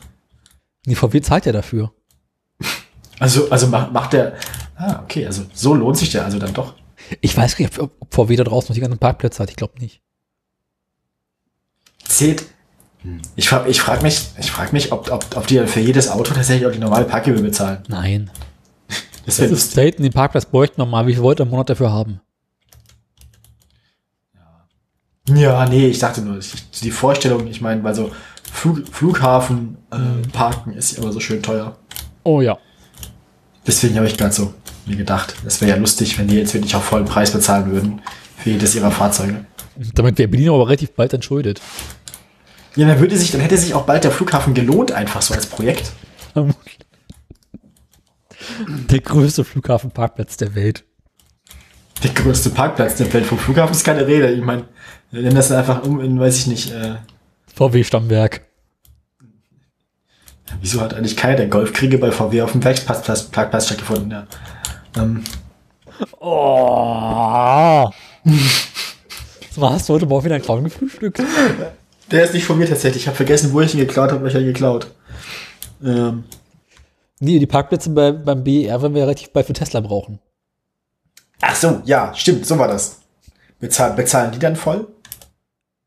Speaker 1: Die VW zahlt ja dafür.
Speaker 2: Also, also macht, macht der. Ah, okay, also so lohnt sich der also dann doch.
Speaker 1: Ich weiß gar nicht, ob, ob VW da draußen noch die ganzen Parkplätze hat. Ich glaube nicht.
Speaker 2: Zählt. Hm. Ich frage ich frag mich, ich frag mich ob, ob, ob die dann für jedes Auto tatsächlich auch die normale Parkhöhe bezahlen.
Speaker 1: Nein.
Speaker 2: Das
Speaker 1: Das
Speaker 2: wäre
Speaker 1: ist
Speaker 2: lustig.
Speaker 1: selten. Den Parkplatz bräuchten nochmal. Wie viel wollt ihr im Monat dafür haben?
Speaker 2: Ja, nee, ich dachte nur, ich, die Vorstellung, ich meine, weil so Flug, Flughafen äh, parken ist immer so schön teuer.
Speaker 1: Oh ja.
Speaker 2: Deswegen habe ich gerade so mir gedacht, es wäre ja lustig, wenn die jetzt wirklich auch vollen Preis bezahlen würden für jedes ihrer Fahrzeuge.
Speaker 1: Damit wäre Berlin aber relativ bald entschuldet. [LAUGHS]
Speaker 2: Ja, dann würde sich, dann hätte sich auch bald der Flughafen gelohnt, einfach so als Projekt.
Speaker 1: Der größte Flughafenparkplatz der Welt.
Speaker 2: Der größte Parkplatz der Welt vom Flughafen ist keine Rede. Ich meine, wir nennen das einfach um in, weiß ich nicht, äh,
Speaker 1: VW Stammwerk.
Speaker 2: wieso hat eigentlich keiner der Golfkriege bei VW auf dem Werksplatz Parkplatz stattgefunden? Ja. Ähm,
Speaker 1: Oh. So, hast du heute Morgen wieder einen Clown gefrühstückt?
Speaker 2: der ist nicht von mir tatsächlich. Ich habe vergessen, wo ich ihn geklaut habe, welcher geklaut. Ähm,
Speaker 1: Nee, die Parkplätze bei, beim BER werden wir relativ bald für Tesla brauchen.
Speaker 2: ach so, ja, stimmt, so war das. Bezahl, bezahlen die dann voll?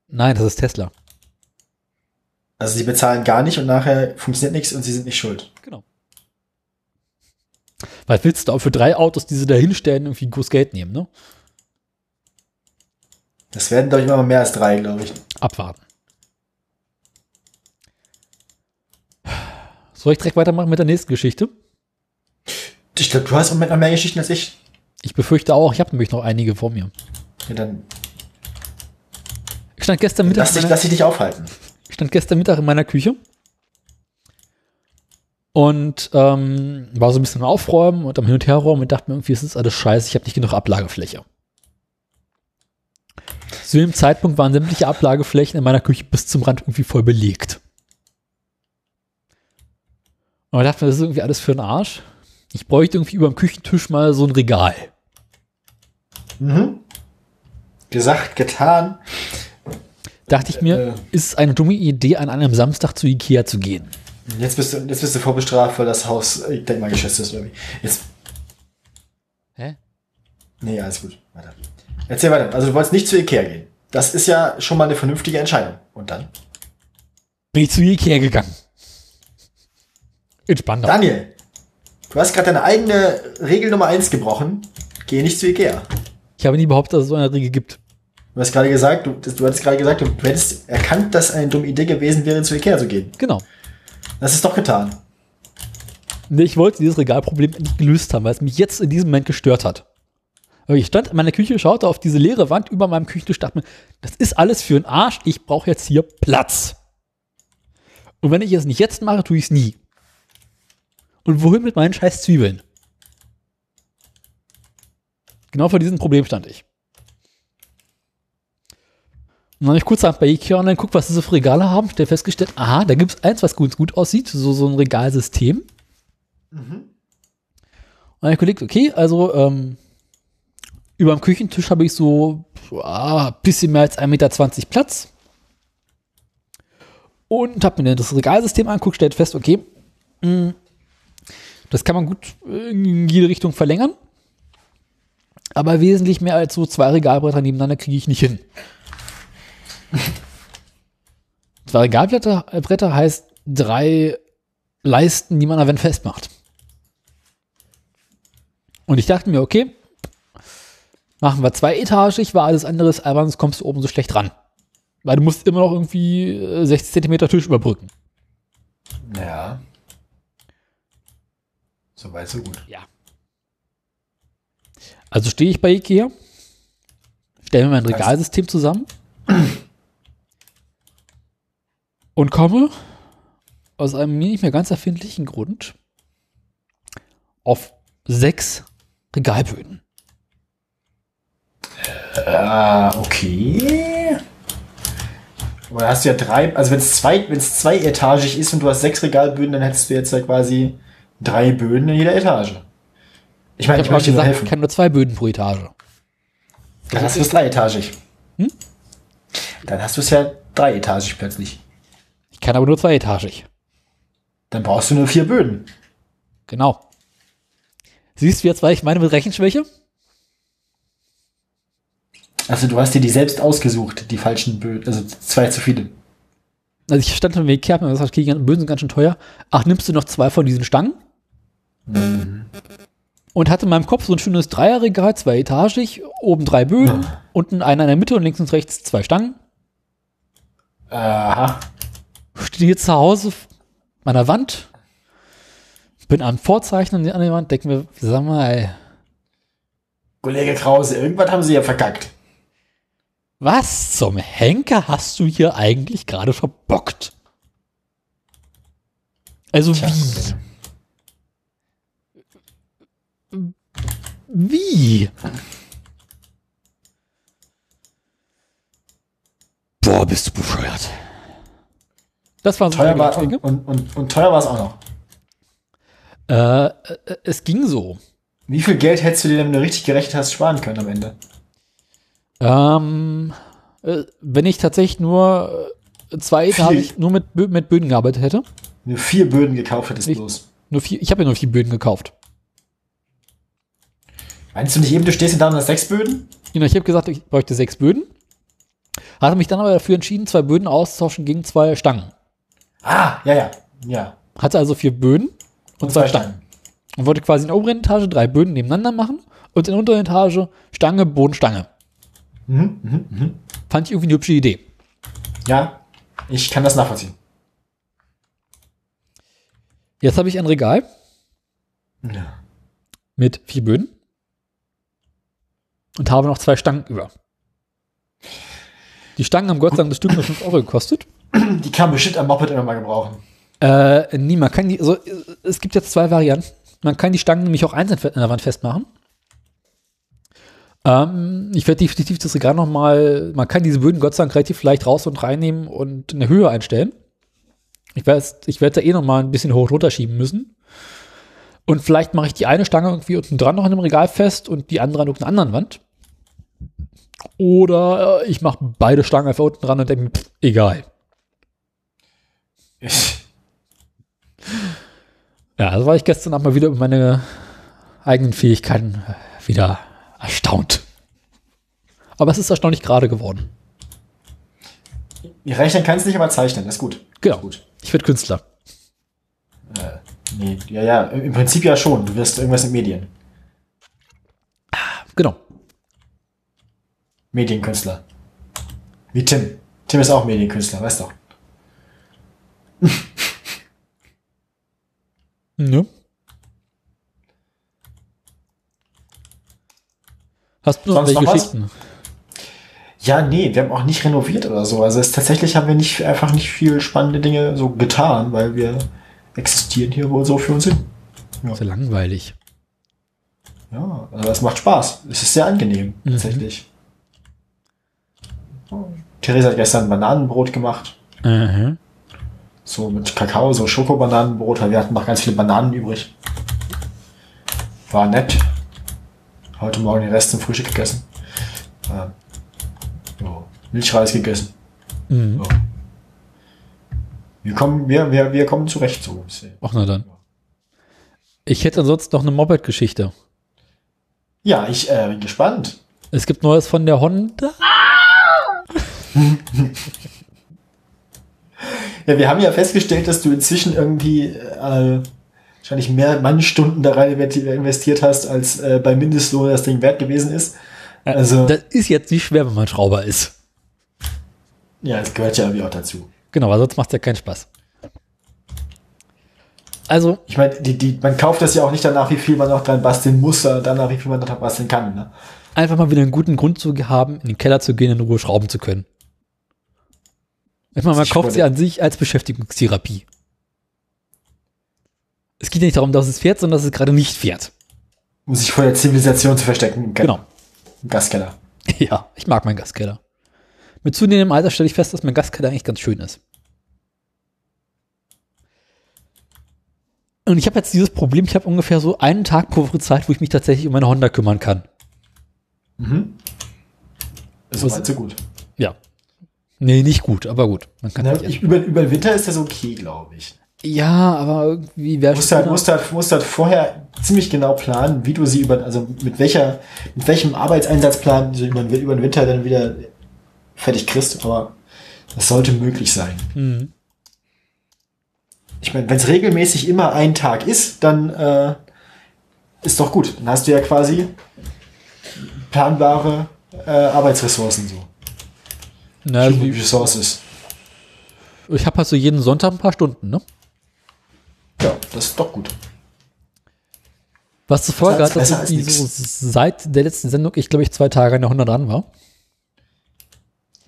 Speaker 1: Nein, das ist Tesla.
Speaker 2: Also sie bezahlen gar nicht und nachher funktioniert nichts und sie sind nicht schuld.
Speaker 1: Genau. Was willst du auch für drei Autos, die sie da hinstellen, irgendwie groß Geld nehmen, ne?
Speaker 2: Das werden, glaube ich, immer mehr als drei, glaube ich.
Speaker 1: Abwarten. Soll ich direkt weitermachen mit der nächsten Geschichte?
Speaker 2: Ich glaube, du hast im Moment noch mehr Geschichten als ich.
Speaker 1: Ich befürchte auch, ich habe nämlich noch einige vor mir.
Speaker 2: Ja, dann
Speaker 1: Ich stand gestern Mittag.
Speaker 2: lass
Speaker 1: in
Speaker 2: dich,
Speaker 1: meiner-
Speaker 2: lass dich nicht aufhalten.
Speaker 1: Ich stand gestern Mittag in meiner Küche und ähm, war so ein bisschen am Aufräumen und am Hin- und Herräumen und dachte mir irgendwie, es ist alles scheiße, ich habe nicht genug Ablagefläche. Zu dem Zeitpunkt waren sämtliche Ablageflächen in meiner Küche bis zum Rand irgendwie voll belegt. Und ich dachte mir, das ist irgendwie alles für den Arsch. Ich bräuchte irgendwie über dem Küchentisch mal so ein Regal.
Speaker 2: Mhm. Gesagt, getan.
Speaker 1: Dachte ich mir, ist es eine dumme Idee, an einem Samstag zu Ikea zu gehen?
Speaker 2: Jetzt bist, du, jetzt bist du vorbestraft, weil das Haus äh, denkmalgeschützt ist, oder wie? Jetzt,
Speaker 1: Hä?
Speaker 2: nee, alles gut. Weiter. Erzähl weiter. Also, du wolltest nicht zu Ikea gehen. Das ist ja schon mal eine vernünftige Entscheidung. Und dann?
Speaker 1: bin ich zu Ikea gegangen. In Spandau.
Speaker 2: Daniel, du hast gerade deine eigene Regel Nummer 1 gebrochen. Geh nicht zu Ikea.
Speaker 1: ich habe nie behauptet, dass es so eine Regel gibt.
Speaker 2: Du hast gerade gesagt, du, du hattest gerade gesagt, du, du hättest erkannt, dass eine dumme Idee gewesen wäre, zu Ikea zu gehen.
Speaker 1: Genau.
Speaker 2: Das ist doch getan.
Speaker 1: Nee, Ich wollte dieses Regalproblem endlich gelöst haben, weil es mich jetzt in diesem Moment gestört hat. Aber ich stand in meiner Küche, schaute auf diese leere Wand über meinem Küchentisch, dachte mir, das ist alles für den Arsch, ich brauche jetzt hier Platz. Und wenn ich es nicht jetzt mache, tue ich es nie. Und wohin mit meinen scheiß Zwiebeln? Genau vor diesem Problem stand ich. Und dann habe ich kurzerhand bei Ikea online geguckt, was sie so für Regale haben, stell festgestellt, aha, da gibt es eins, was ganz gut aussieht, so, so ein Regalsystem. Und dann habe ich überlegt, okay, also ähm, über dem Küchentisch habe ich so ah, ein bisschen mehr als 1,20 Meter Platz. Und habe mir dann das Regalsystem angeguckt, stellt fest, okay, mh, das kann man gut in jede Richtung verlängern. Aber wesentlich mehr als so zwei Regalbretter nebeneinander kriege ich nicht hin. [LAUGHS] zwei Regalbretter Bretter heißt drei Leisten, die man an der Wand festmacht. Und ich dachte mir, okay, machen wir zweietagig, war alles anderes, aber sonst kommst du oben so schlecht ran. Weil du musst immer noch irgendwie äh, 60 Zentimeter Tisch überbrücken.
Speaker 2: Ja. So weit, so gut.
Speaker 1: Ja. Also stehe ich bei Ikea, stelle mir mein Regalsystem zusammen und komme aus einem mir nicht mehr ganz erfindlichen Grund auf sechs Regalböden.
Speaker 2: Ah, okay. Aber dann hast du ja drei, also wenn es zwei, wenn's zweietagig ist und du hast sechs Regalböden, dann hättest du jetzt ja quasi drei Böden in jeder Etage. Ich meine,
Speaker 1: Ich habe euch
Speaker 2: ich, möchte dir nur
Speaker 1: gesagt, ich
Speaker 2: helfen.
Speaker 1: kann nur zwei Böden pro Etage.
Speaker 2: Dann hast du es dreietagig. Dann hast du es ja dreietagig plötzlich.
Speaker 1: Ich kann aber nur zweietagig.
Speaker 2: Dann brauchst du nur vier Böden.
Speaker 1: Genau. Siehst du jetzt, was ich meine mit Rechenschwäche?
Speaker 2: Also du hast dir die selbst ausgesucht, die falschen Böden, also zwei zu viele.
Speaker 1: Also ich stand im Weg, ich hab mir gesagt, okay, die ganzen Böden sind ganz schön teuer. Ach, nimmst du noch zwei von diesen Stangen? Und hatte in meinem Kopf so ein schönes Dreierregal, zweietagig, oben drei Böden, unten einer in der Mitte und links und rechts zwei Stangen.
Speaker 2: Aha.
Speaker 1: Stehe zu Hause an der Wand, bin am Vorzeichnen an der Wand, denke mir, sag mal, ey,
Speaker 2: Kollege Krause, irgendwas haben sie ja verkackt.
Speaker 1: was zum Henker hast du hier eigentlich gerade verbockt? Also wie? Wie? Boah, bist du bescheuert. Das war so
Speaker 2: Teuer
Speaker 1: meine
Speaker 2: war
Speaker 1: Gedanke.
Speaker 2: und, und, und teuer war es auch noch.
Speaker 1: äh, äh, Es ging so.
Speaker 2: Wie viel Geld hättest du dir denn, wenn du richtig gerechnet hast, sparen können am Ende?
Speaker 1: Ähm, äh, wenn ich tatsächlich nur äh, zwei
Speaker 2: [LAUGHS]
Speaker 1: Etagen nur mit, Bö- mit Böden gearbeitet hätte.
Speaker 2: Wenn du vier Böden gekauft hättest
Speaker 1: Ich-
Speaker 2: bloß.
Speaker 1: Nur vier, ich habe ja nur vier Böden gekauft.
Speaker 2: Meinst du nicht eben, du stehst hier da und hast sechs Böden?
Speaker 1: Genau, ich habe gesagt, ich bräuchte sechs Böden. Hatte mich dann aber dafür entschieden, zwei Böden auszutauschen gegen zwei Stangen.
Speaker 2: Ah, ja, ja. Ja.
Speaker 1: Hatte also vier Böden und, zwei Stangen. Und wollte quasi in der oberen Etage drei Böden nebeneinander machen und in der unteren Etage Stange, Boden, Stange.
Speaker 2: Mhm, mhm, mhm.
Speaker 1: Fand ich irgendwie eine hübsche Idee.
Speaker 2: Ja, ich kann das nachvollziehen.
Speaker 1: Jetzt habe ich ein Regal
Speaker 2: Ja.
Speaker 1: mit vier Böden und habe noch zwei Stangen über. Die Stangen haben Gott sei Dank das Stück nur 5 Euro gekostet.
Speaker 2: Die kann bestimmt am Moped immer mal gebrauchen.
Speaker 1: Äh, nee, man kann die, also äh, es gibt jetzt zwei Varianten. Man kann die Stangen nämlich auch einzeln fe- an der Wand festmachen. Ähm, ich werde definitiv das Regal nochmal, man kann diese Böden Gott sei Dank relativ leicht raus und reinnehmen und eine Höhe einstellen. Ich weiß, ich werde da eh nochmal ein bisschen hoch und runter schieben müssen. Und vielleicht mache ich die eine Stange irgendwie unten dran noch in einem Regal fest und die andere an irgendeiner anderen Wand. Oder äh, ich mache beide Stangen einfach unten dran und denke, mir, pff, egal. Ja, also war ich gestern Abend mal wieder über meine eigenen Fähigkeiten äh, wieder erstaunt. Aber es ist erstaunlich gerade geworden.
Speaker 2: Rechnen kannst nicht, aber zeichnen, das ist gut.
Speaker 1: Genau.
Speaker 2: Gut.
Speaker 1: Ich werde Künstler.
Speaker 2: Nee, ja, ja, im im Prinzip ja schon. Du wirst irgendwas mit Medien.
Speaker 1: Genau.
Speaker 2: Medienkünstler. Wie Tim. Tim ist auch Medienkünstler, weißt doch.
Speaker 1: Ne? Hast du noch
Speaker 2: Sonst
Speaker 1: welche
Speaker 2: noch was?
Speaker 1: Geschichten?
Speaker 2: Ja, nee, wir haben auch nicht renoviert oder so. Also es, tatsächlich haben wir nicht einfach nicht viel spannende Dinge so getan, weil wir existieren hier wohl so für uns hin.
Speaker 1: Sehr langweilig.
Speaker 2: Ja, also es macht Spaß. Es ist sehr angenehm, tatsächlich. Oh. Theresa hat gestern Bananenbrot gemacht.
Speaker 1: Mhm.
Speaker 2: So mit Kakao, so Schokobananenbrot. Wir hatten noch ganz viele Bananen übrig. War nett. Heute Morgen den Rest zum Frühstück gegessen. Ähm, ja, Milchreis gegessen.
Speaker 1: Mhm.
Speaker 2: Ja. Wir, kommen, wir, wir, wir kommen zurecht so.
Speaker 1: Ach na dann. Ich hätte ansonsten noch eine Moped-Geschichte.
Speaker 2: Ja, ich äh, bin gespannt.
Speaker 1: Es gibt Neues von der Honda.
Speaker 2: Ja, wir haben ja festgestellt, dass du inzwischen irgendwie äh, wahrscheinlich mehr Mannstunden da rein investiert hast, als äh, bei Mindestlohn das Ding wert gewesen ist. Also,
Speaker 1: Das ist jetzt nicht schwer, wenn man Schrauber ist.
Speaker 2: ja, das gehört ja irgendwie auch dazu.
Speaker 1: Genau, weil sonst macht es ja keinen Spaß. Also,
Speaker 2: Ich meine, die, die, man kauft das ja auch nicht danach, wie viel man noch dran basteln muss, sondern danach, wie viel man noch dran basteln kann. Ne?
Speaker 1: einfach mal wieder einen guten Grund zu haben, in den Keller zu gehen, in Ruhe schrauben zu können. Ich meine, man
Speaker 2: Ich
Speaker 1: kauft
Speaker 2: wurde-
Speaker 1: sie an sich als Beschäftigungstherapie. Es geht ja nicht darum, dass es fährt, sondern dass es gerade nicht fährt.
Speaker 2: Um sich vor der Zivilisation zu verstecken im, Ke-
Speaker 1: Genau. [LAUGHS]
Speaker 2: im Gaskeller.
Speaker 1: Ja, ich mag meinen Gaskeller. Mit zunehmendem Alter stelle ich fest, dass mein Gaskeller eigentlich ganz schön ist. Und ich habe jetzt dieses Problem, ich habe ungefähr so einen Tag pro Woche Zeit, wo ich mich tatsächlich um meine Honda kümmern kann.
Speaker 2: So
Speaker 1: Was-
Speaker 2: weit, so gut.
Speaker 1: Ja. Nee, nicht gut, aber gut. Man kann
Speaker 2: Ne?
Speaker 1: nicht
Speaker 2: Ich, über, über den Winter ist das okay, glaube ich.
Speaker 1: Ja, aber irgendwie wäre
Speaker 2: musst halt, musst halt, musst halt vorher ziemlich genau planen, wie du sie über, also mit welcher, mit welchem Arbeitseinsatzplan du über, den- über den Winter dann wieder fertig kriegst, aber das sollte möglich sein. Ich meine, wenn es regelmäßig immer ein Tag ist, dann äh, ist doch gut. Dann hast du ja quasi planbare äh, Arbeitsressourcen so.
Speaker 1: Na, also,
Speaker 2: Human
Speaker 1: ich
Speaker 2: Resources.
Speaker 1: ich habe halt so jeden Sonntag ein paar Stunden, ne?
Speaker 2: Ja, das ist doch gut.
Speaker 1: Was zur Folge
Speaker 2: Das
Speaker 1: hat,
Speaker 2: ist
Speaker 1: dass
Speaker 2: besser als
Speaker 1: ich
Speaker 2: nix.
Speaker 1: so seit der letzten Sendung, ich glaube ich, zwei Tage in der 100 dran war. [LAUGHS]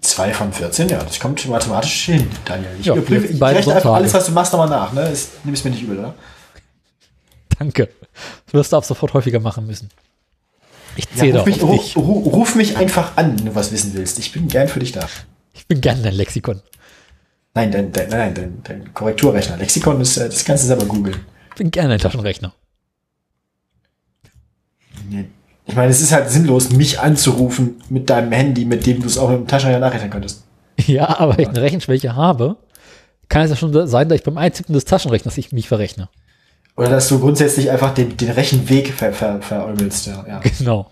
Speaker 2: Zwei von 14, ja, das kommt mathematisch hin, Daniel. Ich
Speaker 1: Ja,
Speaker 2: überprüfe,
Speaker 1: jetzt
Speaker 2: ich
Speaker 1: beide
Speaker 2: rechne einfach
Speaker 1: Sonntage.
Speaker 2: alles, was du machst, nochmal nach, ne? Es- Nimm es mir nicht übel, oder?
Speaker 1: Danke. Das wirst du ab sofort häufiger machen müssen. Ich
Speaker 2: Ja,
Speaker 1: zähle
Speaker 2: ruf,
Speaker 1: auf
Speaker 2: mich,
Speaker 1: dich.
Speaker 2: ruf, ruf, ruf mich einfach an, wenn du was wissen willst. Ich bin gern für dich da.
Speaker 1: Ich bin gerne dein Lexikon.
Speaker 2: Nein, dein, dein, nein, dein, dein Korrekturrechner. Lexikon ist, äh, das Ganze selber googeln.
Speaker 1: Ich bin gerne dein Taschenrechner. [LAUGHS]
Speaker 2: Nee. Ich meine, es ist halt sinnlos, mich anzurufen mit deinem Handy, mit dem du es auch im Taschenrechner nachrechnen könntest.
Speaker 1: Ja, aber wenn ich eine Rechenschwäche habe, kann es ja schon sein, dass ich beim Eintippen des Taschenrechners ich mich verrechne. [LAUGHS]
Speaker 2: Oder dass du grundsätzlich einfach den, den Rechenweg ver, ver, veräumelst. Ja,
Speaker 1: [LAUGHS]
Speaker 2: ja.
Speaker 1: Genau.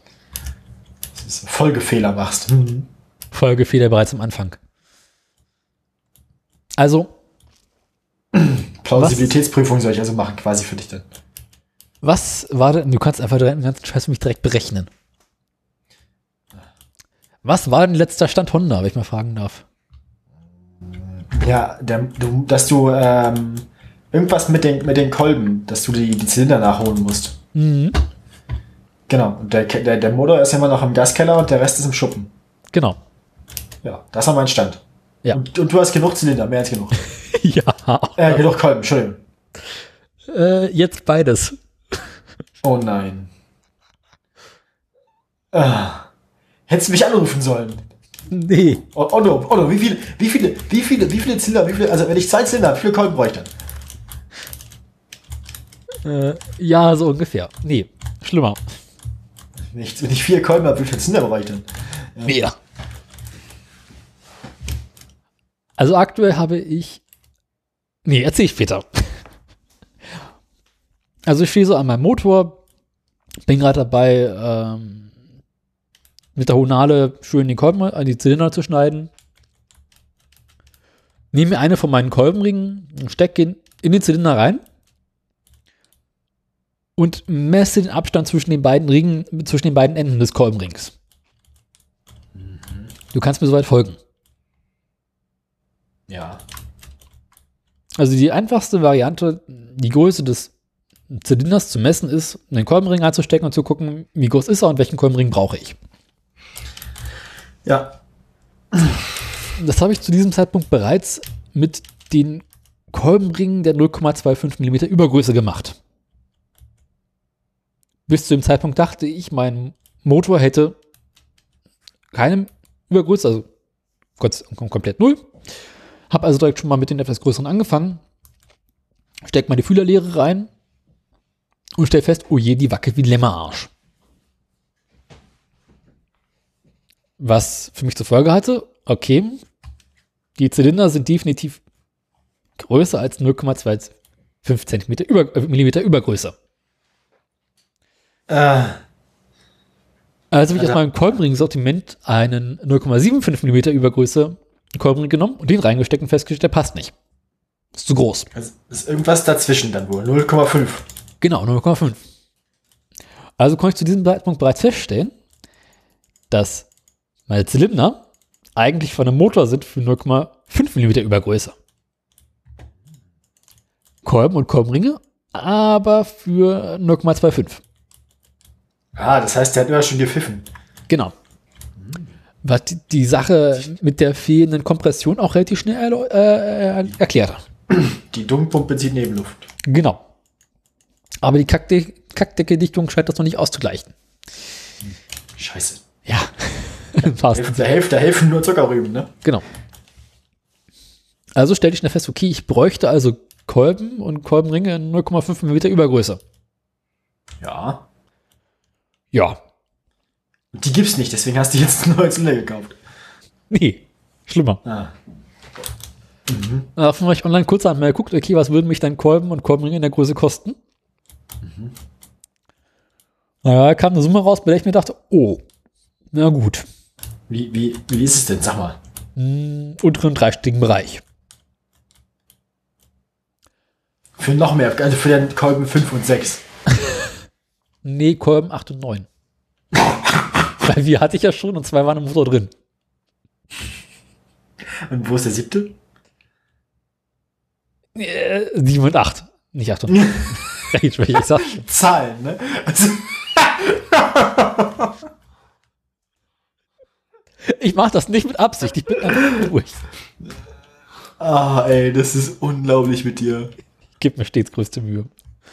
Speaker 2: Das ist Folgefehler machst. Mhm.
Speaker 1: Folgefehler bereits am Anfang. Also,
Speaker 2: Plausibilitätsprüfung soll ich also machen, quasi für dich dann.
Speaker 1: Was war denn? Du kannst einfach den ganzen Scheiß für mich direkt berechnen. Was war denn letzter Stand Honda, wenn ich mal fragen darf?
Speaker 2: Ja, der, du, dass du ähm, irgendwas mit den, mit den Kolben, dass du die, die Zylinder nachholen musst.
Speaker 1: Mhm.
Speaker 2: Genau. Und der, Ke- der, der Motor ist immer noch im Gaskeller und der Rest ist im Schuppen.
Speaker 1: Genau.
Speaker 2: Ja, das war mein Stand.
Speaker 1: Ja.
Speaker 2: Und, und du hast genug Zylinder, mehr als genug.
Speaker 1: ja.
Speaker 2: Äh, genug Kolben, Entschuldigung.
Speaker 1: Äh, jetzt beides.
Speaker 2: Oh nein. Ah, hättest du mich anrufen sollen.
Speaker 1: Nee.
Speaker 2: Oh, Otto, Otto, wie viele, wie viele, wie viele, wie viele Zylinder, wie viele, also wenn ich zwei Zylinder habe, wie viele Kolben bräuchte ich dann?
Speaker 1: Äh, ja, so ungefähr. Nee. Schlimmer.
Speaker 2: Wenn ich, wenn ich vier Kolben habe, wie viele Zylinder brauche ich dann?
Speaker 1: Mehr. Also aktuell habe ich. Nee, erzähl ich später. Also ich stehe so an meinem Motor, bin gerade dabei, ähm, mit der Honale schön den Kolben an die Zylinder zu schneiden. Nehme mir eine von meinen Kolbenringen und stecke ihn in den Zylinder rein und messe den Abstand zwischen den beiden Ringen, zwischen den beiden Enden des Kolbenrings. Du kannst mir soweit folgen.
Speaker 2: Ja.
Speaker 1: Also die einfachste Variante, die Größe des Zylinders zu messen, ist, einen Kolbenring einzustecken und zu gucken, wie groß ist er und welchen Kolbenring brauche ich.
Speaker 2: Ja.
Speaker 1: Das habe ich zu diesem Zeitpunkt bereits mit den Kolbenringen der 0,25 mm Übergröße gemacht. Bis zu dem Zeitpunkt dachte ich, mein Motor hätte keine Übergröße, also kurz, kom- komplett null. Habe also direkt schon mal mit den etwas größeren angefangen. Steck meine Fühlerlehre rein und stell fest, oh je, die wackelt wie ein Lämmerarsch. Was für mich zur Folge hatte, okay, die Zylinder sind definitiv größer als 0,25 Zentimeter über, äh, Millimeter Übergröße.
Speaker 2: Äh,
Speaker 1: Also habe ich
Speaker 2: Also-
Speaker 1: aus meinem Kolbenring-Sortiment einen 0,75 Millimeter Übergröße Kolbenring genommen und den reingesteckt und festgestellt, der passt nicht. Ist zu groß.
Speaker 2: also ist irgendwas dazwischen dann wohl. 0,5.
Speaker 1: Genau, 0,5. Also konnte ich zu diesem Zeitpunkt bereits feststellen, dass meine Zylinder eigentlich von einem Motor sind für 0,5 mm Übergröße. Kolben und Kolbenringe, aber für 0,25.
Speaker 2: Ah, das heißt, der hat immer schon gepfiffen.
Speaker 1: Genau. Was die- die Sache mit der fehlenden Kompression auch relativ schnell erläu- äh, äh, erklärt hat.
Speaker 2: Die Dummpumpe zieht Nebenluft.
Speaker 1: Genau. Aber die Kackde Kackdecke-Dichtung scheint das noch nicht auszugleichen.
Speaker 2: Scheiße.
Speaker 1: Ja. [LAUGHS] Fast.
Speaker 2: Da helfen, da helfen nur Zuckerrüben, ne?
Speaker 1: Genau. Also stellte ich schnell fest, okay, ich bräuchte also Kolben und Kolbenringe in 0,5 mm Übergröße.
Speaker 2: Ja.
Speaker 1: Ja.
Speaker 2: Und Die gibt's nicht, deswegen hast du jetzt einen neuen Zylinder gekauft.
Speaker 1: Nee. Schlimmer.
Speaker 2: Ah.
Speaker 1: Davon habe ich online kurz einmal geguckt, okay, was würden mich dann Kolben und Kolbenringe in der Größe kosten? Naja, kam eine Summe raus, bei der ich mir dachte, oh, na gut,
Speaker 2: Wie, wie, wie ist es denn? Sag mal.
Speaker 1: im unteren dreistelligen Bereich.
Speaker 2: Für noch mehr, also für den Kolben 5 und 6.
Speaker 1: Nee, Kolben 8 und 9. Weil wir hatte ich ja schon und zwei waren im Motor drin.
Speaker 2: Und wo ist der siebte?
Speaker 1: Äh, 7 und 8, nicht 8 und 9. ich sag schon.
Speaker 2: Zahlen, ne? Also,
Speaker 1: Ich mache das nicht mit Absicht. Ich bin einfach durch.
Speaker 2: ah, ey, das ist unglaublich mit dir.
Speaker 1: Gib mir stets größte Mühe.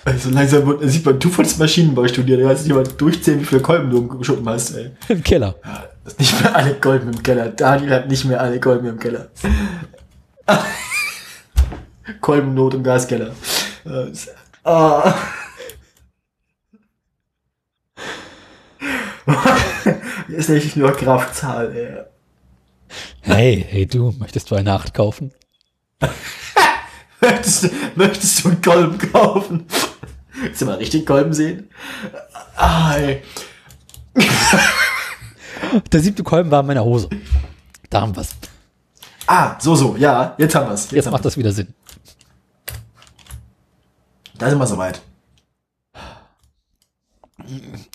Speaker 2: Also langsam wird- sieht man, du wolltest Maschinenbau studieren, da kannst du nicht mal durchzählen, wie viele Kolben du im Schuppen hast, ey.
Speaker 1: Im Keller.
Speaker 2: Das ist nicht mehr alle Kolben im Keller. Daniel hat nicht mehr alle Kolben im Keller. Kolbennot im Gaskeller. Äh, s- ah. Hier ist nicht nur Kraftzahl, ey.
Speaker 1: Hey, hey du, möchtest du eine Acht kaufen?
Speaker 2: Möchtest, du- möchtest du einen Kolben kaufen? Willst du mal richtig Kolben sehen? Ah, ey.
Speaker 1: Der siebte Kolben war in meiner Hose. Da haben wir's.
Speaker 2: ah, so, so, ja, jetzt haben wir's.
Speaker 1: Jetzt
Speaker 2: haben
Speaker 1: macht das wieder Sinn.
Speaker 2: wir's. Da sind wir soweit.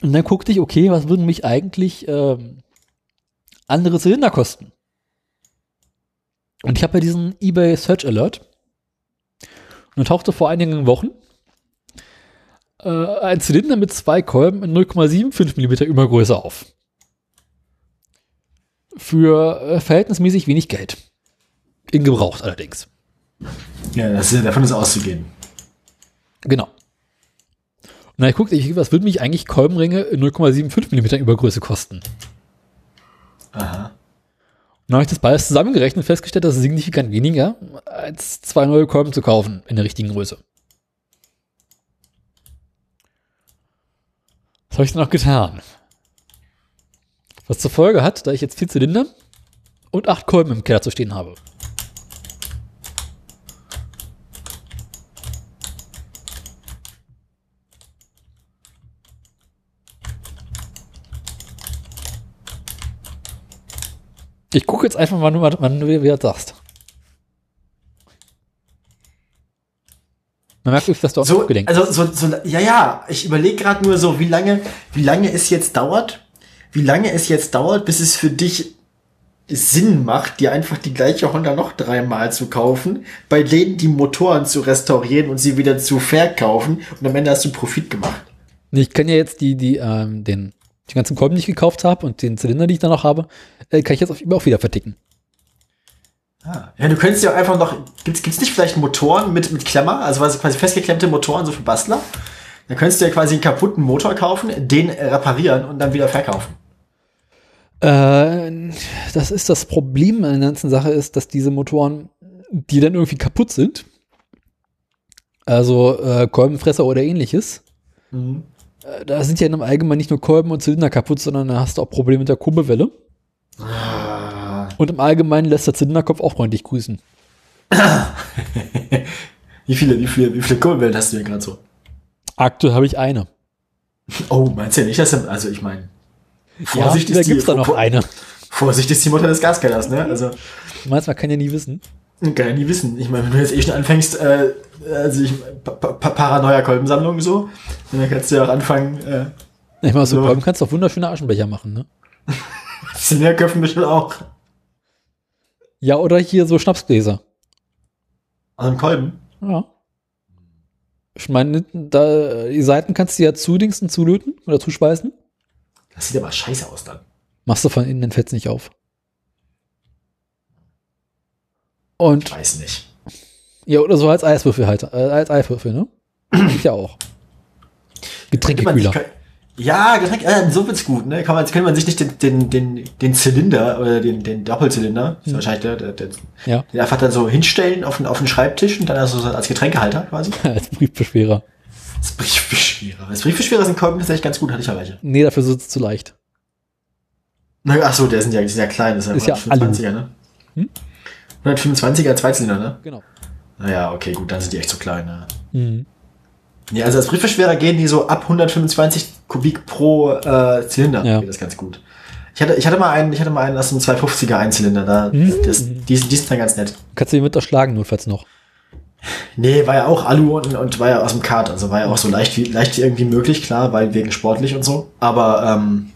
Speaker 1: Und dann guckte ich, okay, was würden mich eigentlich ähm, andere Zylinder kosten. Und ich habe ja diesen eBay Search Alert. Und dann tauchte vor einigen Wochen äh, ein Zylinder mit zwei Kolben in 0,75 mm Übergröße auf. Für äh, verhältnismäßig wenig Geld. In Gebrauch allerdings.
Speaker 2: Ja, das ist, davon ist auszugehen.
Speaker 1: Genau. Und dann hab ich guckte ich, was würden mich eigentlich Kolbenringe in 0,75 mm Übergröße kosten?
Speaker 2: Aha.
Speaker 1: Und dann habe ich das beides zusammengerechnet und festgestellt, dass es signifikant weniger als zwei neue Kolben zu kaufen in der richtigen Größe. Was habe ich dann auch getan? Was zur Folge hat, da ich jetzt vier Zylinder und acht Kolben im Keller zu stehen habe. Ich gucke jetzt einfach, wann, du- wann du wieder sagst. Man merkt, dass du auch
Speaker 2: So,
Speaker 1: abgelenkt
Speaker 2: also so, so, ja, ja, ich überlege gerade nur so, wie lange, wie lange es jetzt dauert, wie lange es jetzt dauert, bis es für dich Sinn macht, dir einfach die gleiche Honda noch dreimal zu kaufen, bei denen die Motoren zu restaurieren und sie wieder zu verkaufen und am Ende hast du Profit gemacht.
Speaker 1: Nee, ich kann ja jetzt die, die, ähm, den, die ganzen Kolben, die ich gekauft habe und den Zylinder, die ich da noch habe, äh, kann ich jetzt auf eBay auch wieder verticken.
Speaker 2: Ah. Ja, du könntest ja einfach noch, gibt's, gibt's nicht vielleicht Motoren mit, mit Klemmer, also quasi quasi festgeklemmte Motoren, so für Bastler? Dann könntest du ja quasi einen kaputten Motor kaufen, den reparieren und dann wieder verkaufen.
Speaker 1: Äh, das ist das Problem an der ganzen Sache ist, dass diese Motoren, die dann irgendwie kaputt sind, also äh, Kolbenfresser oder ähnliches,
Speaker 2: Mhm.
Speaker 1: äh, da sind ja im Allgemeinen nicht nur Kolben und Zylinder kaputt, sondern da hast du auch Probleme mit der Kurbelwelle.
Speaker 2: Ah.
Speaker 1: Und im Allgemeinen lässt der Zylinderkopf auch freundlich grüßen.
Speaker 2: Wie viele, wie viele, wie viele Kurbelwellen hast du denn gerade so?
Speaker 1: Aktuell habe ich eine.
Speaker 2: Oh, meinst du ja nicht, dass er, also ich meine, Vorsicht
Speaker 1: ja, da
Speaker 2: ist die-
Speaker 1: gibt's da noch
Speaker 2: Vor-
Speaker 1: eine.
Speaker 2: Vorsicht ist die Mutter des Gaskellers, ne? Also,
Speaker 1: Du meinst, man kann ja nie wissen.
Speaker 2: kann ja nie wissen. Ich meine, wenn du jetzt eh schon anfängst, äh, also ich, pa pa Paranoia-Kolbensammlung so, dann kannst du ja auch anfangen, äh,
Speaker 1: Ich meine, aus so.
Speaker 2: So.
Speaker 1: Kolben kannst du auch wunderschöne Aschenbecher machen, ne?
Speaker 2: Zylinderköpfen bestimmt auch.
Speaker 1: Ja, oder hier so Schnapsgläser.
Speaker 2: Aus dem Kolben.
Speaker 1: Ja. Ich meine, da, die Seiten kannst du ja zudingsen, zulöten oder zuschweißen.
Speaker 2: Das sieht aber scheiße aus dann.
Speaker 1: Machst du von innen, dann fällt's nicht auf. Und,
Speaker 2: Weiß nicht.
Speaker 1: ja, oder so als Eiswürfel halt. Äh, als Eiswürfel, ne? Geht ja auch.
Speaker 2: Könnte man sich-
Speaker 1: Getränkekühler.
Speaker 2: kö- Ja, Getränk, äh, so wird's gut, ne? Kann man, könnte man sich nicht den, den, den, den Zylinder oder den, den Doppelzylinder, ist wahrscheinlich der, der, der,
Speaker 1: Hm. Ja,
Speaker 2: den einfach dann so hinstellen auf den, auf den Schreibtisch und dann also so als Getränkehalter quasi.
Speaker 1: [LAUGHS] als Briefbeschwerer.
Speaker 2: Das Briefbeschwerer. Das Briefbeschwerer sind Kolben tatsächlich ganz gut, hatte ich ja welche.
Speaker 1: Nee, dafür sitzt es zu leicht.
Speaker 2: Na, ach so, der sind ja, die sind ja klein, das
Speaker 1: Ist
Speaker 2: ist
Speaker 1: ja Hm?
Speaker 2: ja 125er, ne? 125er Zweizylinder, ne?
Speaker 1: Genau.
Speaker 2: Naja, okay, gut, dann sind die echt so klein, ne?
Speaker 1: Mhm.
Speaker 2: Ja, also als Briefbeschwerer gehen die so ab 125 Kubik pro äh, Zylinder.
Speaker 1: Ja.
Speaker 2: Geht das ganz gut. Ich hatte, ich hatte mal einen, ich hatte mal einen aus dem 250er Einzylinder da. Das, die, sind- die sind dann ganz nett.
Speaker 1: Kannst du die mit erschlagen, notfalls noch.
Speaker 2: Nee, war ja auch Alu und, und war ja aus dem Kart, also war ja auch so leicht wie, leicht wie irgendwie möglich, klar, weil wegen sportlich und so. Aber ähm,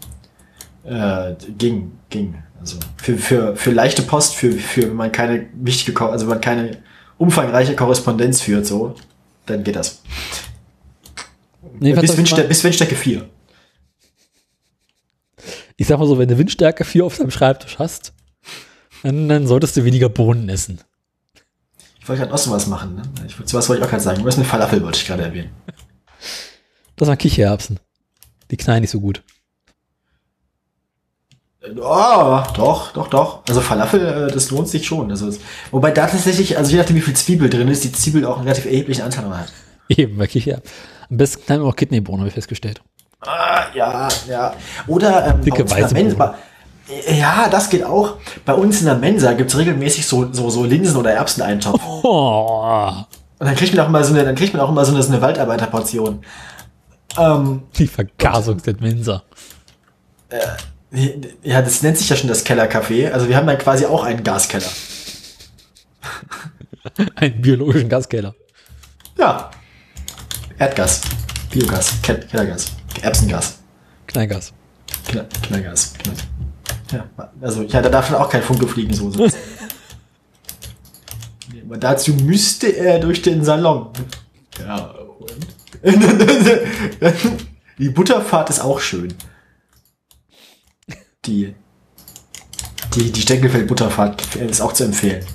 Speaker 2: äh, ging, ging. Also für, für, für leichte Post, für, für wenn man keine wichtige, Ko- also wenn man keine umfangreiche Korrespondenz führt, so, dann geht das.
Speaker 1: Nee, pass
Speaker 2: bis,
Speaker 1: auf, ich
Speaker 2: Windste
Speaker 1: mein-
Speaker 2: bis Windstärke 4.
Speaker 1: ich sag mal so, wenn du Windstärke 4 auf deinem Schreibtisch hast, dann, dann solltest du weniger Bohnen essen.
Speaker 2: Ich wollte gerade auch sowas machen, ne? Ich, sowas wollte ich auch gerade sagen. Du hast eine Falafel, wollte ich gerade erwähnen.
Speaker 1: Das waren Kichererbsen. Die knallen nicht so gut. [LAUGHS]
Speaker 2: Äh, Oh, doch, doch, doch. Also Falafel, äh, das lohnt sich schon. Also, es- wobei da tatsächlich, also je nachdem wie viel Zwiebel drin ist, die Zwiebel auch einen relativ erheblichen Anteil daran hat.
Speaker 1: Eben, bei Kichererbsen. Am besten knallen wir auch Kidneybohnen, habe ich festgestellt.
Speaker 2: Ah, ja, ja. Oder ähm,
Speaker 1: Dicke
Speaker 2: bei uns in der
Speaker 1: weiße
Speaker 2: Mensa,
Speaker 1: Bohnen.
Speaker 2: bei- ja, das geht auch. Bei uns in der Mensa gibt's regelmäßig so, so, so Linsen- oder Erbseneintopf.
Speaker 1: Oh,
Speaker 2: Und dann kriegt man auch immer so eine, dann kriegt man auch immer so eine, so eine Waldarbeiterportion. Ähm,
Speaker 1: die Vergasung der Mensa.
Speaker 2: Ja, das nennt sich ja schon das Kellercafé. Also wir haben dann quasi auch einen Gaskeller.
Speaker 1: Einen biologischen Gaskeller.
Speaker 2: Ja. Erdgas, Biogas, Ke Kellergas, Erbsengas,
Speaker 1: Knallgas.
Speaker 2: Kna- Knallgas. Knall Ja, also ich hatte davon auch kein Funke fliegen, so. so. Nee, aber dazu müsste er durch den Salon. Ja, und? [LAUGHS] Die Butterfahrt ist auch schön. Die, die, die Steckelfeld-Butterfahrt ist auch zu empfehlen.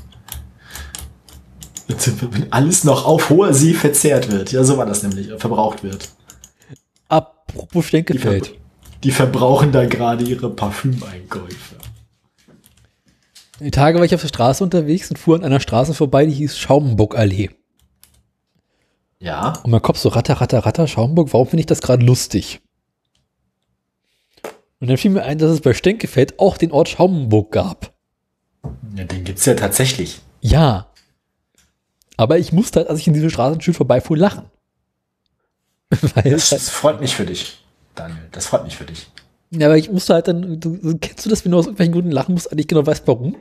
Speaker 2: Wenn alles noch auf hoher See verzehrt wird. Ja, so war das nämlich. äh, Verbraucht wird.
Speaker 1: Apropos
Speaker 2: Die, ver
Speaker 1: Stenkefeld.
Speaker 2: die verbrauchen da gerade ihre Parfümeinkäufe.
Speaker 1: Die Tage war ich auf der Straße unterwegs und fuhr an einer Straße vorbei, die hieß Schaumburgallee.
Speaker 2: Ja.
Speaker 1: Und mein Kopf so ratter, ratter, ratter, Schaumburg, warum finde ich das gerade lustig? Und dann fiel mir ein, dass es bei Stenkefeld auch den Ort Schaumburg gab.
Speaker 2: ja den gibt's ja tatsächlich.
Speaker 1: Ja. Aber ich musste halt, als ich in diesem Straßenschild vorbeifuhr, lachen. [LAUGHS] Weil
Speaker 2: Das,
Speaker 1: es halt,
Speaker 2: das freut mich für dich, Daniel. Das freut mich für dich.
Speaker 1: ja, aber ich musste halt dann, du, du- kennst du das, wenn du aus irgendwelchen Gründen lachen musst, eigentlich genau weißt, warum?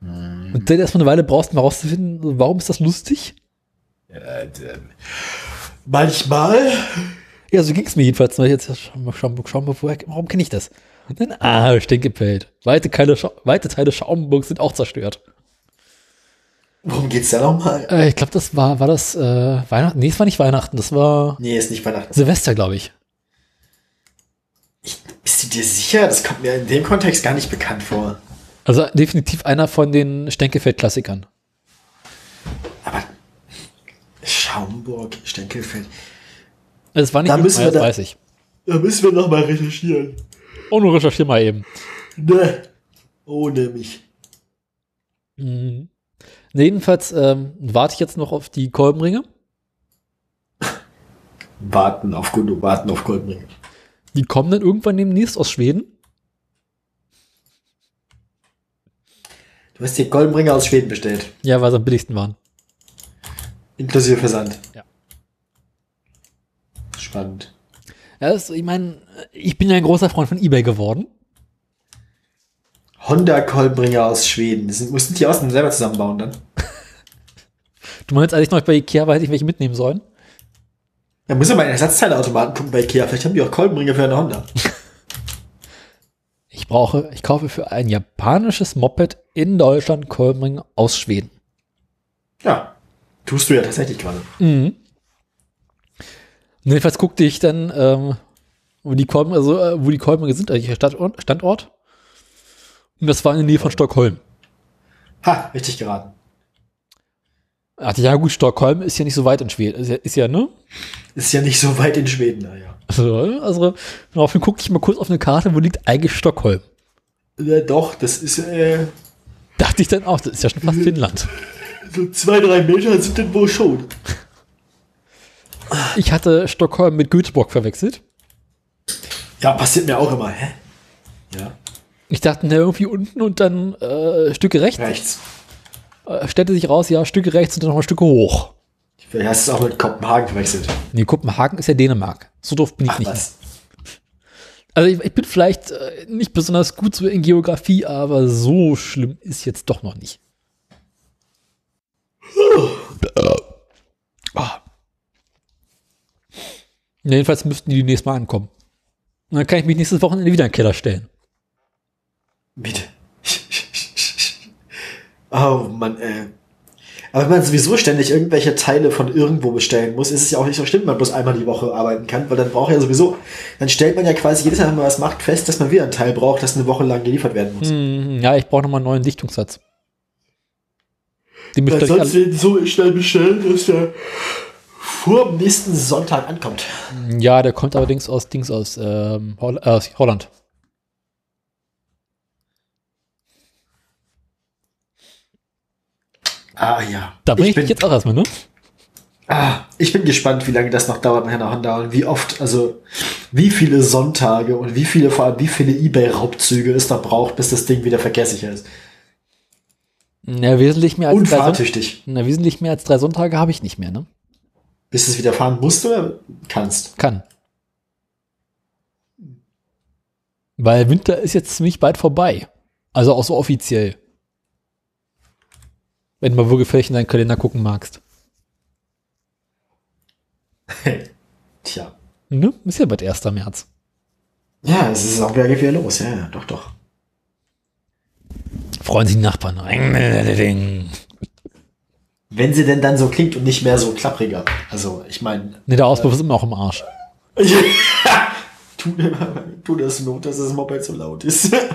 Speaker 2: Hm.
Speaker 1: Und dann erstmal eine Weile brauchst, um herauszufinden, so, warum ist das lustig?
Speaker 2: Äh, d- manchmal.
Speaker 1: Ja, so ging's mir jedenfalls. Weil ich jetzt, ja, Schaumburg, Schaumburg, Schaumburg, woher, warum kenne ich das? Und dann, ah, Stinkepelt. Weite Teile, Schau- weite Teile Schaumburgs sind auch zerstört.
Speaker 2: Worum geht's da nochmal?
Speaker 1: Äh, ich glaube, das war, war das äh, Weihnachten? Nee, es war nicht Weihnachten, das war
Speaker 2: Nee, ist nicht Weihnachten.
Speaker 1: Silvester, glaube ich.
Speaker 2: Ich, bist du dir sicher? Das kommt mir in dem Kontext gar nicht bekannt vor.
Speaker 1: Also definitiv einer von den Stenkefeld-Klassikern.
Speaker 2: Aber Schaumburg, Stenkelfeld.
Speaker 1: Es war nicht
Speaker 2: Da
Speaker 1: im
Speaker 2: müssen wir
Speaker 1: Mai, das
Speaker 2: da-
Speaker 1: weiß ich.
Speaker 2: Da müssen wir nochmal recherchieren.
Speaker 1: Oh, nur recherchier mal eben.
Speaker 2: Ne. Ohne mich.
Speaker 1: Mhm. Nee, jedenfalls ähm, warte ich jetzt noch auf die Kolbenringe.
Speaker 2: Warten auf Gundu, warten auf Goldring.
Speaker 1: Die kommen dann irgendwann demnächst aus Schweden.
Speaker 2: Du hast dir Goldbringer aus Schweden bestellt.
Speaker 1: Ja, weil sie am billigsten waren.
Speaker 2: Inklusive Versand.
Speaker 1: Ja.
Speaker 2: Spannend.
Speaker 1: Ja, das, ich meine, ich bin ja ein großer Freund von Ebay geworden.
Speaker 2: Honda Kolbringer aus Schweden. Das sind, mussten die aus dem selber zusammenbauen dann?
Speaker 1: Du meinst, als ich noch bei Ikea war, hätte ich welche mitnehmen sollen?
Speaker 2: Da muss ja mal einen Ersatzteilautomaten gucken bei Ikea. Vielleicht haben die auch Kolbenbringer für eine Honda.
Speaker 1: Ich brauche, ich kaufe für ein japanisches Moped in Deutschland Kolbenringe aus Schweden.
Speaker 2: Ja. Tust du ja tatsächlich gerade.
Speaker 1: Mhm. Und jedenfalls guckte ich dann, ähm, wo die Kolben, also, äh, wo die Kolben sind, eigentlich der Stadtort- Standort. Und das war in der Nähe von Stockholm.
Speaker 2: Ha, richtig geraten.
Speaker 1: Ach ja, gut, Stockholm ist ja nicht so weit in Schweden. Ist ja, ist ja ne?
Speaker 2: Ist ja nicht so weit in Schweden, naja.
Speaker 1: Also, also daraufhin guckte ich mal kurz auf eine Karte, wo liegt eigentlich Stockholm.
Speaker 2: Ja, doch, das ist äh,
Speaker 1: Dachte ich dann auch, das ist ja schon fast Finnland.
Speaker 2: so zwei, drei Meter sind denn wohl schon.
Speaker 1: Ich hatte Stockholm mit Göteborg verwechselt.
Speaker 2: Ja, passiert mir auch immer, hä? Ja.
Speaker 1: Ich dachte, na, irgendwie unten und dann äh, Stücke rechts.
Speaker 2: Rechts.
Speaker 1: Äh, stellte sich raus, ja, Stücke rechts und dann nochmal Stücke hoch.
Speaker 2: Vielleicht hast du es auch mit Kopenhagen verwechselt.
Speaker 1: Nee, Kopenhagen ist ja Dänemark. So doof bin ich
Speaker 2: Ach
Speaker 1: nicht.
Speaker 2: was.
Speaker 1: Also ich, ich bin vielleicht äh, nicht besonders gut so in Geografie, aber so schlimm ist jetzt doch noch nicht. Ah. Ja, Jedenfalls müssten die demnächst mal ankommen. Und dann kann ich mich nächstes Wochenende wieder in den Keller stellen.
Speaker 2: Bitte. [LAUGHS] Oh Mann, äh. Aber wenn man sowieso ständig irgendwelche Teile von irgendwo bestellen muss, ist es ja auch nicht so schlimm, wenn man bloß einmal die Woche arbeiten kann, weil dann braucht ja sowieso, dann stellt man ja quasi jedes Mal, wenn man was macht, fest, dass man wieder einen Teil braucht, das eine Woche lang geliefert werden muss.
Speaker 1: Hm, ja, ich brauche nochmal einen neuen Dichtungssatz. Den bestelle ich alle-
Speaker 2: Ansonsten so schnell bestellen, dass der vor dem nächsten Sonntag ankommt.
Speaker 1: Ja, der kommt allerdings aus Dings aus, ähm, Holl äh, aus Holland.
Speaker 2: Ah ja.
Speaker 1: Da bringe
Speaker 2: ich,
Speaker 1: ich,
Speaker 2: bin,
Speaker 1: dich jetzt auch erstmal, ne?
Speaker 2: ah, ich bin gespannt, wie lange das noch dauert mit Hannah Honda und wie oft, also wie viele Sonntage und wie viele, vor allem wie viele Ebay-Raubzüge es noch braucht, bis das Ding wieder verkehrssicher ist.
Speaker 1: Na, wesentlich mehr als
Speaker 2: Und
Speaker 1: drei Sonntage.
Speaker 2: fahrtüchtig.
Speaker 1: Na, wesentlich mehr als drei Sonntage habe ich nicht mehr, ne?
Speaker 2: Bis du es wieder fahren musst oder kannst.
Speaker 1: Kann. Weil Winter ist jetzt ziemlich bald vorbei. Also auch so offiziell. Wenn du mal wohlgefällig in deinen Kalender gucken magst.
Speaker 2: Tja.
Speaker 1: Ne? Ist ja bald 1. März.
Speaker 2: Ja, es ist auch wieder, geht wieder los. Ja, ja, doch, doch.
Speaker 1: Freuen sich die Nachbarn. Ne,
Speaker 2: Wenn sie denn dann so klingt und nicht mehr so klappriger. Also, ich meine,
Speaker 1: der Auspuff ist immer noch im Arsch.
Speaker 2: [LAUGHS] tu, tu das Not, dass das Moped so laut ist. [LAUGHS]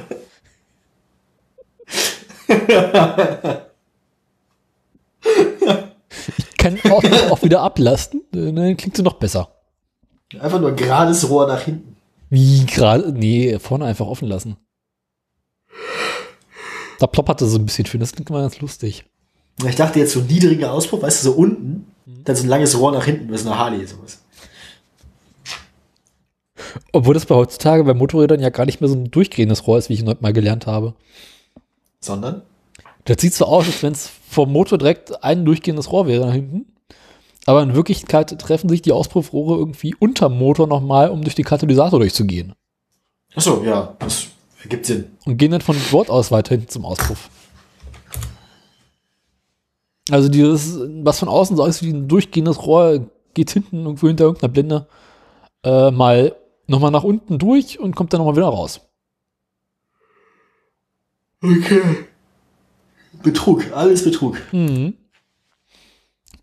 Speaker 1: Kann [LAUGHS] auch, auch wieder ablasten. äh, ne, Klingt sie noch besser.
Speaker 2: Einfach nur gerades Rohr nach hinten.
Speaker 1: Wie gerade. Nee, vorne einfach offen lassen. Da plopperte so ein bisschen schön. Das klingt immer ganz lustig.
Speaker 2: Ich dachte jetzt so niedriger Auspuff, weißt du, so unten,
Speaker 1: Mhm.
Speaker 2: dann so ein langes Rohr nach hinten, das ist eine Harley, sowas.
Speaker 1: Obwohl das bei heutzutage bei Motorrädern ja gar nicht mehr so ein durchgehendes Rohr ist, wie ich heute mal gelernt habe.
Speaker 2: Sondern?
Speaker 1: Das sieht so aus, als wenn es vom Motor direkt ein durchgehendes Rohr wäre nach hinten. Aber in Wirklichkeit treffen sich die Auspuffrohre irgendwie unterm Motor nochmal, um durch den Katalysator durchzugehen.
Speaker 2: Achso, ja, das ergibt Sinn.
Speaker 1: Und gehen dann von dort aus weiter hinten zum Auspuff. Also dieses, was von außen so aussieht wie ein durchgehendes Rohr, geht hinten irgendwo hinter irgendeiner Blende äh, mal nochmal nach unten durch und kommt dann nochmal wieder raus.
Speaker 2: Okay. Betrug, alles Betrug.
Speaker 1: Mhm.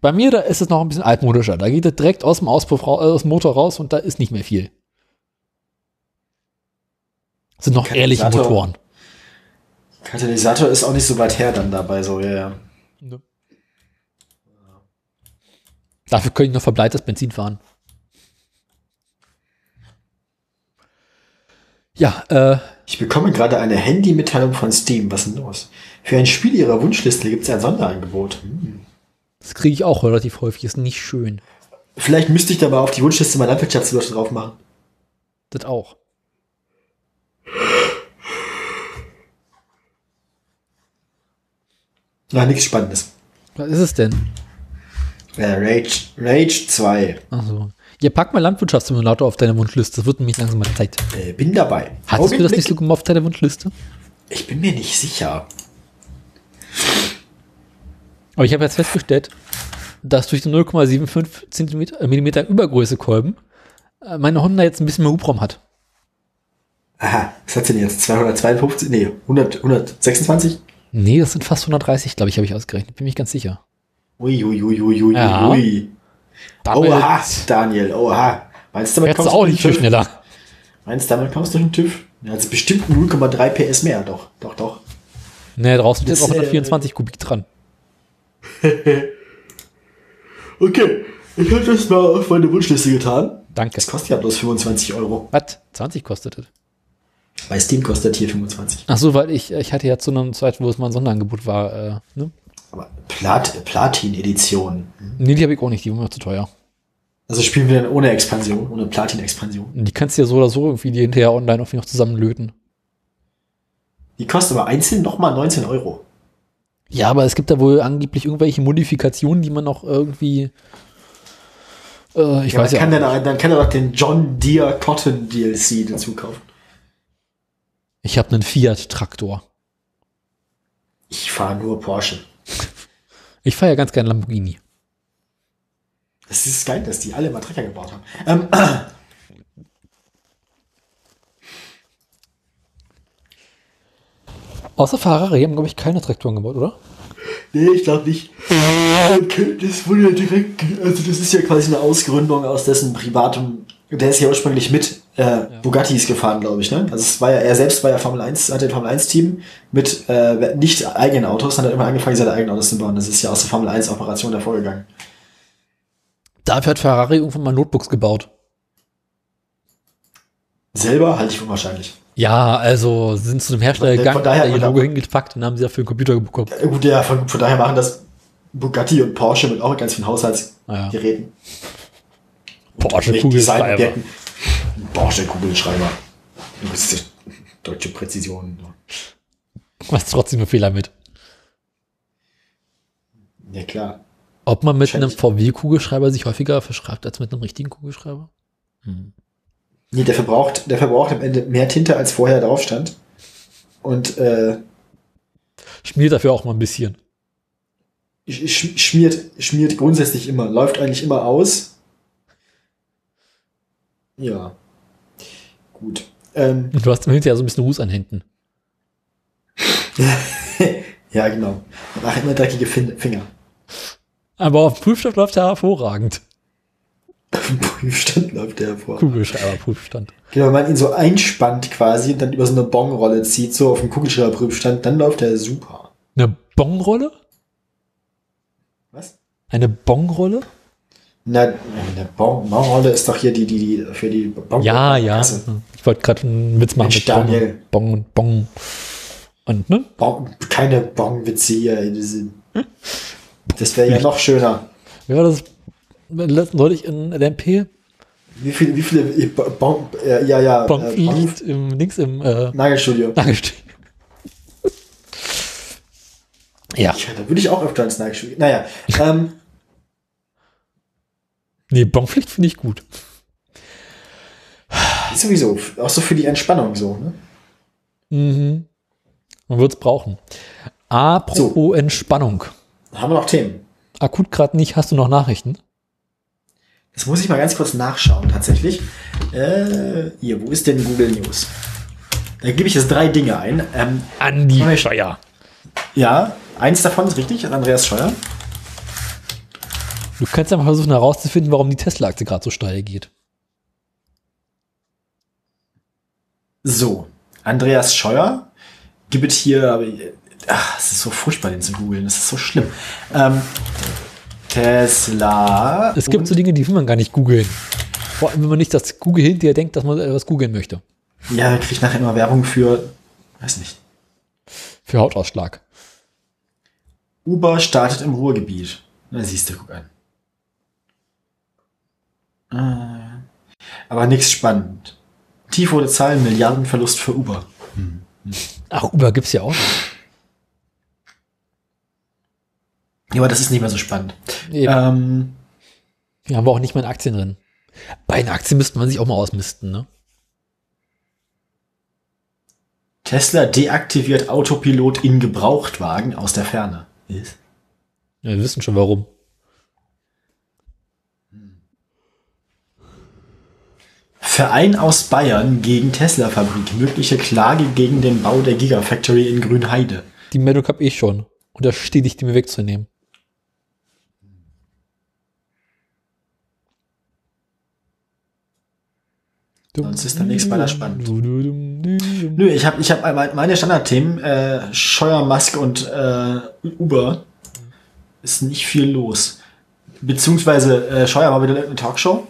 Speaker 1: Bei mir, da ist es noch ein bisschen altmodischer. Da geht es direkt aus dem Auspuff rau- äh, aus dem Motor raus und da ist nicht mehr viel. Das sind noch ehrliche
Speaker 2: Katalysator.
Speaker 1: Motoren.
Speaker 2: Katalysator ist auch nicht so weit her dann dabei, so, ja, ja.
Speaker 1: Dafür könnte ich noch verbleites Benzin fahren. Ja, äh,
Speaker 2: Ich bekomme gerade eine Handy-Mitteilung von Steam. Was ist denn los? Für ein Spiel ihrer Wunschliste gibt es ein Sonderangebot. Hm.
Speaker 1: das kriege ich auch relativ häufig. Ist nicht schön.
Speaker 2: Vielleicht müsste ich da mal auf die Wunschliste meiner Landwirtschaftsleute drauf machen.
Speaker 1: Das auch.
Speaker 2: Na, nichts Spannendes.
Speaker 1: Was ist es denn?
Speaker 2: Äh, Rage, Rage 2.
Speaker 1: Also, ja, pack mal Landwirtschaftssimulator auf deine Wunschliste. Das wird nämlich langsam mal Zeit.
Speaker 2: Äh, bin dabei.
Speaker 1: Hattest du das
Speaker 2: Augenblick.
Speaker 1: nicht so gemobbt, deine Wunschliste?
Speaker 2: Ich bin mir nicht sicher.
Speaker 1: Aber ich habe jetzt festgestellt, dass durch den 0,75 Zentimeter- äh, Millimeter Übergröße Kolben äh, meine Honda jetzt ein bisschen mehr Hubraum hat.
Speaker 2: Aha, was hat's denn jetzt? 252? Nee, 100, 126?
Speaker 1: Nee, das sind fast 130, glaube ich, habe ich ausgerechnet. Bin mich ganz sicher.
Speaker 2: Ui, ui, ui, ui, ui,
Speaker 1: Ja.
Speaker 2: ui. Oha, Daniel, oha. Meinst du, damit
Speaker 1: fährst du
Speaker 2: kommst
Speaker 1: auch
Speaker 2: du
Speaker 1: nicht viel
Speaker 2: durch den TÜV?
Speaker 1: schneller.
Speaker 2: Meinst du, damit kommst du durch den TÜV? Ja, also bestimmt 0,3 PS mehr. Doch, doch, doch.
Speaker 1: Nee, draußen sind jetzt
Speaker 2: Das,
Speaker 1: auch 124 Kubik dran.
Speaker 2: Okay, ich habe das mal auf meine Wunschliste getan.
Speaker 1: Danke.
Speaker 2: Das kostet ja bloß 25 Euro.
Speaker 1: Was? 20 kostet das?
Speaker 2: Bei Steam kostet hier 25.
Speaker 1: Ach so, weil ich, ich hatte ja zu einem Zeit, wo es mal ein Sonderangebot war. Äh, ne?
Speaker 2: Aber Plat Platin-Edition.
Speaker 1: Nee, die habe ich auch nicht, die waren mir zu teuer.
Speaker 2: Also spielen wir dann ohne Expansion, ohne Platin-Expansion.
Speaker 1: Die kannst du ja so oder so irgendwie die hinterher online irgendwie noch zusammenlöten.
Speaker 2: Die kostet aber einzeln nochmal 19 Euro.
Speaker 1: Ja, aber es gibt da wohl angeblich irgendwelche Modifikationen, die man noch irgendwie. Äh, ich
Speaker 2: Ja,
Speaker 1: weiß
Speaker 2: dann,
Speaker 1: ja.
Speaker 2: kann er, dann kann er doch den John Deere Cotton DLC dazu kaufen.
Speaker 1: Ich habe einen Fiat-Traktor.
Speaker 2: Ich fahre nur Porsche.
Speaker 1: Ich fahre ja ganz gerne Lamborghini.
Speaker 2: Es ist geil, dass die alle mal Trecker gebaut haben. Ähm, [LAUGHS]
Speaker 1: Außer Ferrari haben, glaube ich, keine Traktoren gebaut, oder?
Speaker 2: nee, ich glaube nicht. Okay, Das wurde ja direkt, also das ist ja quasi eine Ausgründung aus dessen privatem, der ist ja ursprünglich mit äh, Bugattis gefahren, glaube ich. Ne? Also es war ja, er selbst war ja Formel 1, hatte ein Formel 1-Team mit äh, nicht eigenen Autos, sondern hat immer angefangen, seine eigenen Autos zu bauen. Das ist ja aus der Formel 1-Operation hervorgegangen.
Speaker 1: Dafür hat Ferrari irgendwann mal Notebooks gebaut.
Speaker 2: Selber halte ich für unwahrscheinlich.
Speaker 1: Ja, also sie sind zu dem Hersteller
Speaker 2: Von- von
Speaker 1: gegangen,
Speaker 2: daher-
Speaker 1: haben da ihr
Speaker 2: von da-
Speaker 1: Logo hingepackt und haben sie dafür einen Computer bekommen.
Speaker 2: Ja, Äh, Gut, ja, von, von daher machen das Bugatti und Porsche mit auch ganz vielen Haushaltsgeräten.
Speaker 1: Porsche
Speaker 2: Mit
Speaker 1: Kugelschreiber.
Speaker 2: Designobjekten. Porsche Kugelschreiber. Das ist Deutsche Präzision.
Speaker 1: Machst trotzdem nur Fehler mit.
Speaker 2: Ja, klar.
Speaker 1: Ob man mit einem
Speaker 2: Wahrscheinlich.
Speaker 1: VW-Kugelschreiber sich häufiger verschreibt als mit einem richtigen Kugelschreiber? Hm.
Speaker 2: Nee, der verbraucht, der verbraucht am Ende mehr Tinte, als vorher drauf stand. Und äh,
Speaker 1: Schmiert dafür auch mal ein bisschen.
Speaker 2: sch schmiert, schmiert grundsätzlich immer, läuft eigentlich immer aus. Ja. Gut. Ähm,
Speaker 1: Und du hast im Hinterher so ein bisschen Ruß an Händen.
Speaker 2: Ja, genau. Danach immer dreckige fin Finger. [LAUGHS]
Speaker 1: Aber auf dem Prüfstand läuft er hervorragend.
Speaker 2: Prüfstand läuft der hervor.
Speaker 1: Kugelschreiberprüfstand.
Speaker 2: Genau, wenn man ihn so einspannt quasi und dann über so eine Bonrolle zieht, so auf dem Kugelschreiberprüfstand, dann läuft der super.
Speaker 1: Eine Bongrolle?
Speaker 2: Was?
Speaker 1: Eine Bongrolle?
Speaker 2: Na, eine Bon Bonrolle ist doch hier die, die, die für die Bonbon.
Speaker 1: Ja, ja.
Speaker 2: Also,
Speaker 1: Ich wollte gerade einen Witz machen
Speaker 2: Mensch, Daniel.
Speaker 1: mit Bong und Bong und Bong. Und ne?
Speaker 2: Bon keine Bonwitze hier. ey, diese- Das wäre
Speaker 1: Hm?
Speaker 2: ja noch schöner.
Speaker 1: Wie war das letzt- neulich in LMP?
Speaker 2: Wie viele, wie viele äh, Bon, Bon- äh, ja, ja,
Speaker 1: Bong
Speaker 2: äh, Bon
Speaker 1: fliegt im links im äh, [LAUGHS]
Speaker 2: Nagelstudio.
Speaker 1: Nagelstich. Ja.
Speaker 2: Ja, da würde ich auch öfter ins Nagelstudio.
Speaker 1: [LAUGHS]
Speaker 2: Naja, ähm,
Speaker 1: Nee, Bonpflicht finde ich gut.
Speaker 2: sowieso. Auch so für die Entspannung so, ne?
Speaker 1: Mhm. Man wird es brauchen. Apropos Entspannung.
Speaker 2: Haben wir noch Themen?
Speaker 1: Akut gerade nicht, hast du noch Nachrichten?
Speaker 2: Das muss ich mal ganz kurz nachschauen, tatsächlich. Äh, hier, wo ist denn Google News? Da gebe ich jetzt drei Dinge ein. Ähm,
Speaker 1: Andi
Speaker 2: Nein.
Speaker 1: Scheuer.
Speaker 2: ja, eins davon ist richtig, Andreas Scheuer.
Speaker 1: Du kannst ja mal versuchen herauszufinden, warum die Tesla-Aktie gerade so steil geht.
Speaker 2: So, Andreas Scheuer gibt hier, aber, äh, ach, es ist so furchtbar, den zu googeln, das ist so schlimm. Ähm, Tesla.
Speaker 1: Es gibt so Dinge, die will man gar nicht googeln. Vor allem, wenn man nicht das Google hinterher denkt, dass man etwas googeln möchte.
Speaker 2: Ja, kriege ich nachher immer Werbung für, weiß nicht.
Speaker 1: Für Hautausschlag.
Speaker 2: Uber startet im Ruhrgebiet. Na, siehst du, guck an. Äh, Aber nichts spannend. Tief wurde Zahlen, Milliardenverlust für Uber.
Speaker 1: Ach, Uber gibt's ja auch. noch.
Speaker 2: Ja, aber das ist nicht mehr so spannend.
Speaker 1: Eben.
Speaker 2: Ähm,
Speaker 1: Hier haben wir auch nicht mal in Aktien drin. Bei den Aktien müsste man sich auch mal ausmisten, ne?
Speaker 2: Tesla deaktiviert Autopilot in Gebrauchtwagen aus der Ferne.
Speaker 1: Ja, wir wissen schon warum.
Speaker 2: Verein aus Bayern gegen Tesla-Fabrik. Mögliche Klage gegen den Bau der Gigafactory in Grünheide.
Speaker 1: Die Meldung habe ich schon. Und da stehe ich, die mir wegzunehmen.
Speaker 2: Sonst ist da nichts weiter spannend. Nö, ich habe ich hab mein- meine Standardthemen, äh, Scheuer, Musk und äh, Uber, ist nicht viel los. Beziehungsweise äh, Scheuer war wieder eine Talkshow.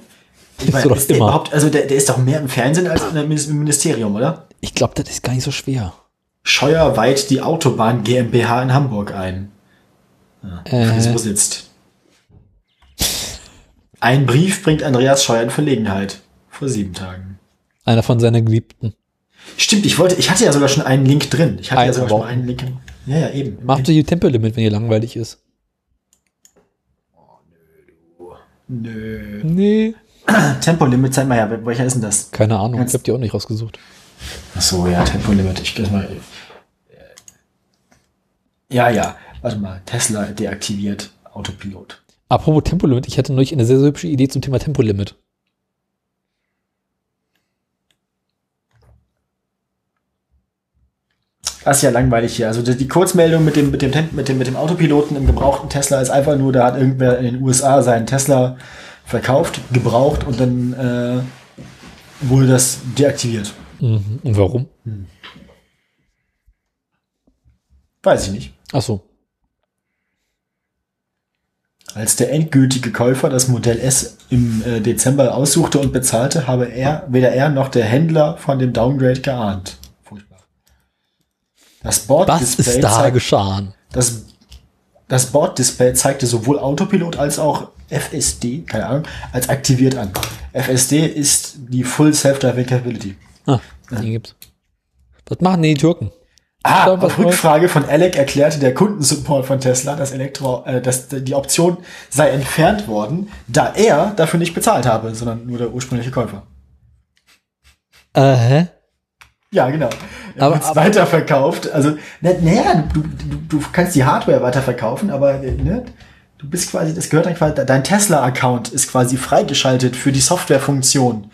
Speaker 2: Ich
Speaker 1: doch
Speaker 2: ist der
Speaker 1: immer.
Speaker 2: überhaupt, also der, der ist doch mehr im Fernsehen als im Minis- im Ministerium, oder?
Speaker 1: Ich glaube, das ist gar nicht so schwer.
Speaker 2: Scheuer weiht die Autobahn GmbH in Hamburg ein.
Speaker 1: Äh,
Speaker 2: Wieso sitzt? Ein Brief bringt Andreas Scheuer in Verlegenheit. Vor sieben Tagen.
Speaker 1: einer von seinen Geliebten.
Speaker 2: Stimmt, ich wollte, ich hatte ja sogar schon einen Link drin. Ich hatte ja
Speaker 1: Einen
Speaker 2: sogar schon
Speaker 1: Wochen.
Speaker 2: einen Link. Ja, ja, eben.
Speaker 1: Macht euch ihr Tempolimit, wenn ihr langweilig ist.
Speaker 2: Oh, Nö.
Speaker 1: Nee.
Speaker 2: Tempolimit, zeig mal her, welcher ist denn das?
Speaker 1: Keine Ahnung, ich
Speaker 2: Kannst-
Speaker 1: habe die auch nicht rausgesucht.
Speaker 2: Achso, ja, Tempolimit. Ich geh mal. äh, Ja, ja. Warte mal. Tesla deaktiviert Autopilot.
Speaker 1: Apropos Tempolimit, ich hatte neulich eine sehr, sehr hübsche Idee zum Thema Tempolimit.
Speaker 2: Das ist ja langweilig hier. Also die, die Kurzmeldung mit dem, mit, dem, Temp- mit, dem, mit dem Autopiloten im gebrauchten Tesla ist einfach nur, da hat irgendwer in den USA seinen Tesla verkauft, gebraucht und dann äh, wurde das deaktiviert.
Speaker 1: Mhm. Und warum?
Speaker 2: Weiß ich nicht.
Speaker 1: Ach so.
Speaker 2: Als der endgültige Käufer das Modell S im äh, Dezember aussuchte und bezahlte, habe er, weder er noch der Händler von dem Downgrade geahnt. Furchtbar. Das
Speaker 1: Was
Speaker 2: Borddisplay
Speaker 1: ist da
Speaker 2: zeigt,
Speaker 1: geschehen?
Speaker 2: das, das Borddisplay zeigte sowohl Autopilot als auch FSD, keine Ahnung, als aktiviert an. FSD ist die Full Self-Driving Capability.
Speaker 1: Ah, den gibt's. Was machen denn die Türken?
Speaker 2: Ah,
Speaker 1: glaub, was
Speaker 2: auf Rückfrage von Alec erklärte der Kundensupport von Tesla, dass, Elektro, äh, dass die Option sei entfernt worden, da er dafür nicht bezahlt habe, sondern nur der ursprüngliche Käufer.
Speaker 1: Äh, hä?
Speaker 2: Ja, genau. Er
Speaker 1: Aber-
Speaker 2: wird's
Speaker 1: aber-
Speaker 2: weiterverkauft. Also, na- naja, du, du, du kannst die Hardware weiterverkaufen, aber äh, ne, du bist quasi, das gehört dann quasi, dein Tesla-Account ist quasi freigeschaltet für die Softwarefunktion.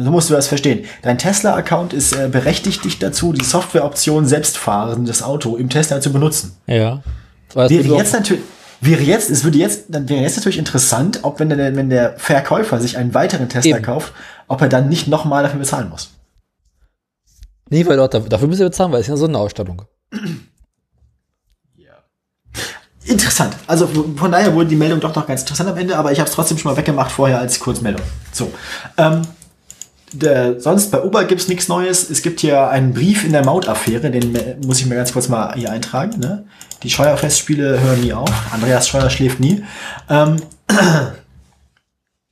Speaker 2: So musst du das verstehen. Dein Tesla-Account ist äh, berechtigt dich dazu, die Softwareoption selbstfahrendes Auto im Tesla zu benutzen.
Speaker 1: Ja. Das war
Speaker 2: Wäre
Speaker 1: jetzt
Speaker 2: jetzt natürlich, wäre jetzt, es würde jetzt, dann wäre jetzt natürlich interessant, ob wenn der, wenn der Verkäufer sich einen weiteren Tesla
Speaker 1: Eben.
Speaker 2: kauft, ob er dann nicht nochmal dafür bezahlen muss.
Speaker 1: nee, weil dort, dafür müssen wir bezahlen, weil es ist ja so eine Ausstattung.
Speaker 2: Interessant. Also von daher wurde die Meldung doch noch ganz interessant am Ende, aber ich habe es trotzdem schon mal weggemacht vorher als Kurzmeldung. So. Ähm, der, sonst bei Uber gibt's nichts Neues. Es gibt hier einen Brief in der Mautaffäre, den äh, muss ich mir ganz kurz mal hier eintragen. Ne? Die Scheuerfestspiele hören nie auf. Andreas Scheuer schläft nie. Ähm,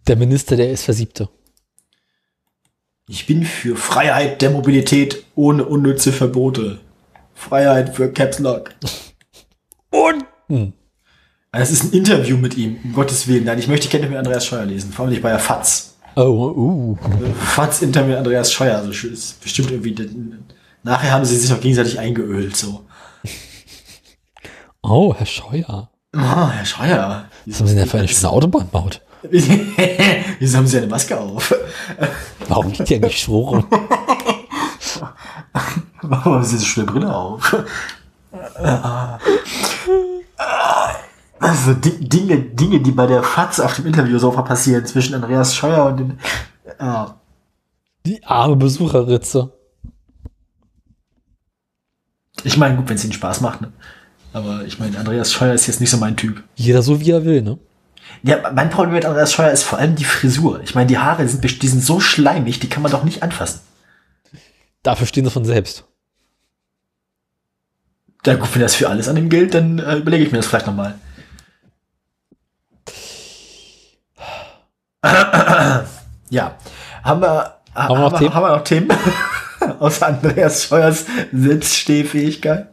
Speaker 1: Der Minister, der ist Versiebte.
Speaker 2: ich bin für Freiheit der Mobilität ohne unnütze Verbote. Freiheit für Caps Lock.
Speaker 1: Hm.
Speaker 2: Das ist ein Interview mit ihm, um Gottes Willen. Nein, ich möchte gerne mit Andreas Scheuer lesen, vor allem nicht bei der FATS.
Speaker 1: Oh, uh.
Speaker 2: Fatz Interview mit Andreas Scheuer, also schön, ist bestimmt irgendwie. den- Nachher haben sie sich auch gegenseitig eingeölt, so.
Speaker 1: Oh, Herr Scheuer.
Speaker 2: Ah, Herr Scheuer. [LAUGHS]
Speaker 1: Was haben Sie denn für eine schöne Autobahnmaut?
Speaker 2: Wieso haben Sie eine Maske auf?
Speaker 1: Warum liegt die eigentlich so rum?
Speaker 2: Warum haben Sie so schöne Brille auf? Ah. Ah. Also Di- Dinge, Dinge, die bei der Fatz auf dem Interviewsofa passieren, zwischen Andreas Scheuer und dem. Ah.
Speaker 1: Die arme Besucherritze.
Speaker 2: Ich meine, gut, wenn es Ihnen Spaß macht, ne? Aber ich meine, Andreas Scheuer ist jetzt nicht so mein Typ.
Speaker 1: Jeder so, wie er will, ne?
Speaker 2: Ja, mein Problem mit Andreas Scheuer ist vor allem die Frisur. Ich meine, die Haare sind, best- die sind so schleimig, die kann man doch nicht anfassen.
Speaker 1: Dafür stehen sie von selbst.
Speaker 2: Ja gut, wenn das für alles an ihm gilt, dann äh, überlege ich mir das vielleicht nochmal. ja. Haben wir,
Speaker 1: wir noch
Speaker 2: ha- haben, wir,
Speaker 1: Themen?
Speaker 2: haben wir noch Themen? Aus Andreas Scheuers Selbststehfähigkeit.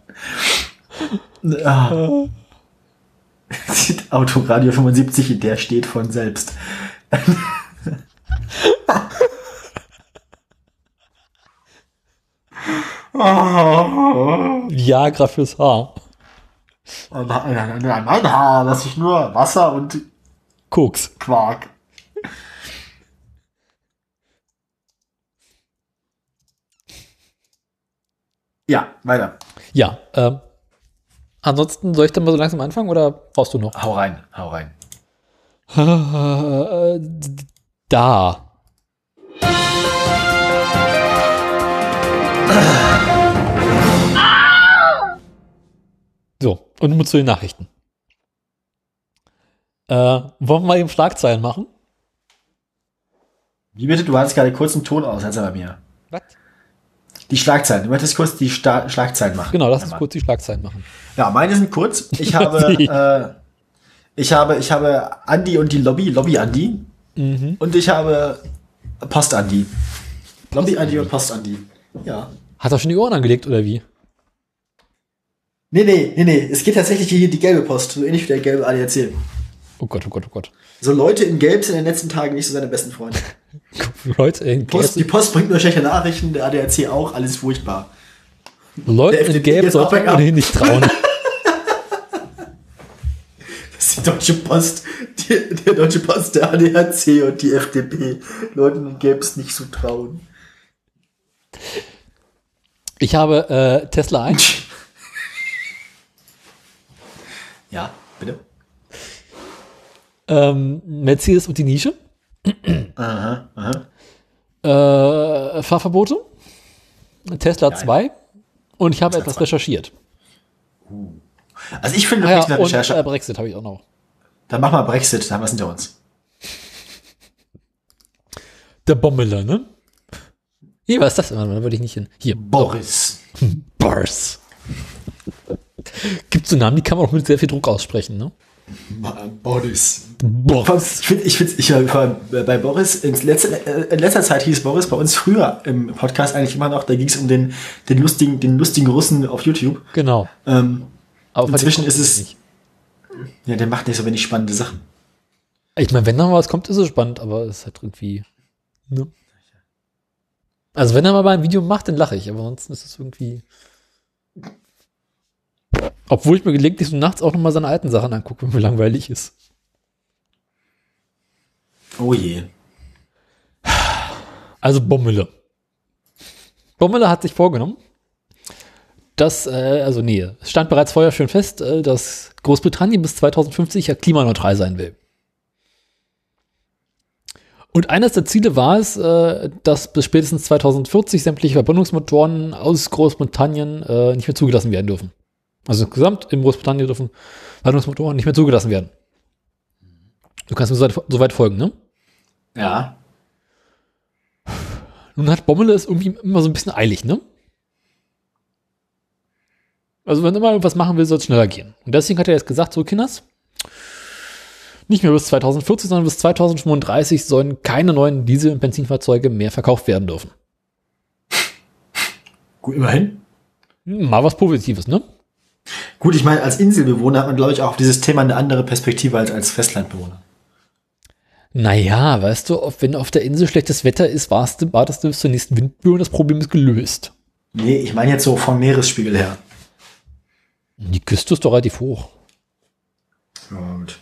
Speaker 2: Ah. Autoradio 75, der steht von selbst.
Speaker 1: Viagra fürs Haar.
Speaker 2: Nein, nein, nein, mein Haar lasse ich nur Wasser und
Speaker 1: Koks.
Speaker 2: Quark. Ja, weiter.
Speaker 1: Ja, ähm. Ansonsten soll ich dann mal so langsam anfangen oder brauchst du noch?
Speaker 2: Hau rein, hau rein.
Speaker 1: Äh, d- [LAUGHS] Da. So, und nun zu den Nachrichten. Äh, wollen wir mal eben Schlagzeilen machen?
Speaker 2: Wie bitte, du hattest gerade kurz einen Ton aus, als er bei mir.
Speaker 1: Was?
Speaker 2: Die Schlagzeilen, du möchtest kurz die Sta Schlagzeilen machen.
Speaker 1: Genau, lass uns
Speaker 2: Einmal.
Speaker 1: kurz die Schlagzeilen machen.
Speaker 2: Ja, meine sind kurz. Ich habe,
Speaker 1: Sie.
Speaker 2: äh, ich habe, ich habe Andi und die Lobby, Lobby Andi. Und ich habe Post Andi. Lobby Andi und Post Andi. Ja.
Speaker 1: Hat er schon die Ohren angelegt oder wie?
Speaker 2: Nee, nee, nee, nee. Es geht tatsächlich hier die gelbe Post, so ähnlich wie der gelbe ADAC.
Speaker 1: Oh Gott, oh Gott, oh Gott.
Speaker 2: So Leute in Gelb sind in den letzten Tagen nicht so seine
Speaker 1: [LAUGHS]
Speaker 2: besten Freunde.
Speaker 1: Leute in
Speaker 2: Post, die
Speaker 1: Gelb,
Speaker 2: Post bringt nur schlechte Nachrichten, der ADAC auch, alles furchtbar.
Speaker 1: Leute
Speaker 2: der
Speaker 1: in
Speaker 2: FDP
Speaker 1: Gelb
Speaker 2: ist auch
Speaker 1: sollte man
Speaker 2: bergab.
Speaker 1: ohnehin nicht trauen.
Speaker 2: Das ist die Deutsche Post, die, der Deutsche Post, der ADAC und die FDP. Leuten in Gelb ist nicht zu trauen. [LAUGHS]
Speaker 1: Ich habe äh, Tesla 1.
Speaker 2: Ja, bitte.
Speaker 1: ähm, Mercedes und die Nische,
Speaker 2: Aha, aha.
Speaker 1: äh, Fahrverbote, Tesla 2 und ich habe etwas
Speaker 2: zwei.
Speaker 1: recherchiert.
Speaker 2: Also ich finde
Speaker 1: Ah
Speaker 2: wirklich
Speaker 1: ja,
Speaker 2: eine
Speaker 1: und äh,
Speaker 2: Recherche.
Speaker 1: Brexit habe ich auch noch.
Speaker 2: Dann mach mal Brexit, dann haben wir es hinter uns.
Speaker 1: Der Bommeler, ne? Hier, was ist das? Da würde ich nicht hin. Hier,
Speaker 2: Boris.
Speaker 1: Bars. Gibt so Namen, die kann man auch mit sehr viel Druck aussprechen, ne?
Speaker 2: Ma- Boris. Vor
Speaker 1: Boah.
Speaker 2: allem, Ich finde, ich finde, ich äh, vor allem, äh, bei Boris, in letzter, äh, in letzter Zeit hieß Boris bei uns früher im Podcast eigentlich immer noch, da ging es um den, den lustigen, den lustigen Russen auf YouTube.
Speaker 1: Genau.
Speaker 2: Ähm,
Speaker 1: Aber von dem
Speaker 2: Inzwischen
Speaker 1: kommt
Speaker 2: ist es-
Speaker 1: Nicht.
Speaker 2: ja, der macht nicht so wenig spannende Sachen.
Speaker 1: Ich meine, wenn da mal was kommt, ist es spannend, aber es ist halt irgendwie. Ne? Also, wenn er mal ein Video macht, dann lache ich, aber ansonsten ist es irgendwie. Obwohl ich mir gelegentlich so nachts auch nochmal seine alten Sachen angucke, wenn mir langweilig ist.
Speaker 2: Oh je.
Speaker 1: Also Bommele. Bommele hat sich vorgenommen, dass, äh, also nee, es stand bereits vorher schön fest, äh, dass Großbritannien bis 2050 ja klimaneutral sein will. Und eines der Ziele war es, äh, dass bis spätestens 2040 sämtliche Verbrennungsmotoren aus Großbritannien äh, nicht mehr zugelassen werden dürfen. Also insgesamt in Großbritannien dürfen Verbrennungsmotoren nicht mehr zugelassen werden. Du kannst mir soweit soweit folgen, ne?
Speaker 2: Ja.
Speaker 1: Nun hat Bommele es irgendwie immer so ein bisschen eilig, ne? Also wenn er immer irgendwas machen will, soll es schneller gehen. Und deswegen hat er jetzt gesagt, so Kinders, nicht mehr bis 2040, sondern bis 2035 sollen keine neuen Diesel- und Benzinfahrzeuge mehr verkauft werden dürfen.
Speaker 2: Gut, immerhin.
Speaker 1: Hm, Mal was Positives, ne?
Speaker 2: Gut, ich meine, als Inselbewohner hat man, glaube ich, auch auf dieses Thema eine andere Perspektive als als Festlandbewohner.
Speaker 1: Naja, weißt du, auf- wenn auf der Insel schlechtes Wetter ist, warst du, wartest du bis zur nächsten Windböe und das Problem ist gelöst.
Speaker 2: Nee, ich meine jetzt so vom Meeresspiegel her.
Speaker 1: Die Küste ist doch relativ hoch.
Speaker 2: Ja, gut.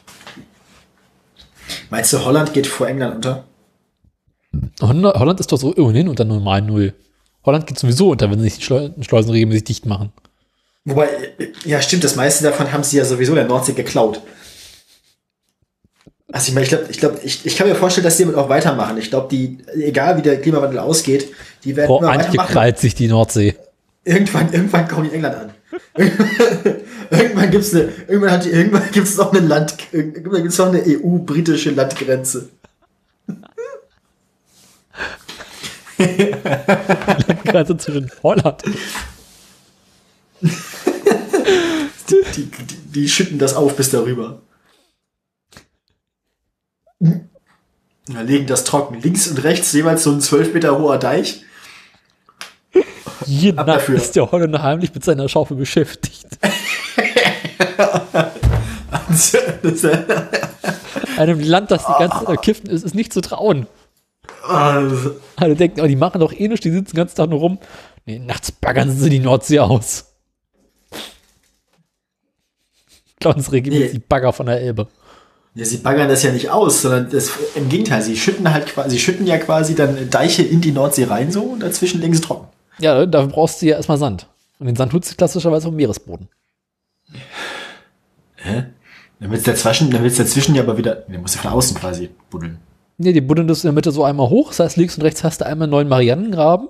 Speaker 2: Meinst du, Holland geht vor England unter?
Speaker 1: Holla- Holland ist doch so ohnehin unter normal Null. Holland geht sowieso unter, wenn sie nicht die Schleu- Schleusen regelmäßig dicht machen.
Speaker 2: Wobei, äh, ja stimmt, das meiste davon haben sie ja sowieso der Nordsee geklaut. Also ich meine, ich glaube, ich, glaub, ich, ich kann mir vorstellen, dass die damit auch weitermachen. Ich glaube, die, egal wie der Klimawandel ausgeht, die werden
Speaker 1: Boah,
Speaker 2: immer weitermachen.
Speaker 1: angekrallt sich die Nordsee.
Speaker 2: Irgendwann, irgendwann kommen die England an. [LAUGHS] irgendwann gibt's eine, irgendwann hat die, irgendwann gibt's noch eine Land, irgendwann gibt's noch eine EU-britische Landgrenze.
Speaker 1: Grenze zwischen Holland.
Speaker 2: Die, die, die schütten das auf bis darüber. Hm. Ja, legen das trocken. Links und rechts jeweils so ein 12 Meter hoher Deich.
Speaker 1: Jeden
Speaker 2: Ab
Speaker 1: Nacht
Speaker 2: dafür.
Speaker 1: ist der Holländer heimlich mit seiner Schaufel beschäftigt.
Speaker 2: Das ist, äh,
Speaker 1: Einem Land, das die ganze Zeit
Speaker 2: Ah.
Speaker 1: am Kiffen ist, ist nicht zu trauen.
Speaker 2: also,
Speaker 1: Alle denken, oh, die machen doch eh nichts, die sitzen den ganzen Tag nur rum. Nee, nachts baggern sie die Nordsee aus. Clowns regelmäßig
Speaker 2: Nee.
Speaker 1: die Bagger von der Elbe.
Speaker 2: [LAUGHS] ja, sie baggern das ja nicht aus, sondern das, im Gegenteil, sie schütten halt quasi, sie schütten ja quasi dann Deiche in die Nordsee rein so und dazwischen legen sie trocken.
Speaker 1: Ja, dafür brauchst du ja erstmal Sand. Und den Sand holst du klassischerweise vom Meeresboden.
Speaker 2: Dann wird's dazwischen, dann wird's dazwischen ja aber wieder, dann musst du von außen quasi buddeln.
Speaker 1: Nee, die buddeln das in der Mitte so einmal hoch. Das heißt, links und rechts hast du einmal einen neuen Marianengraben.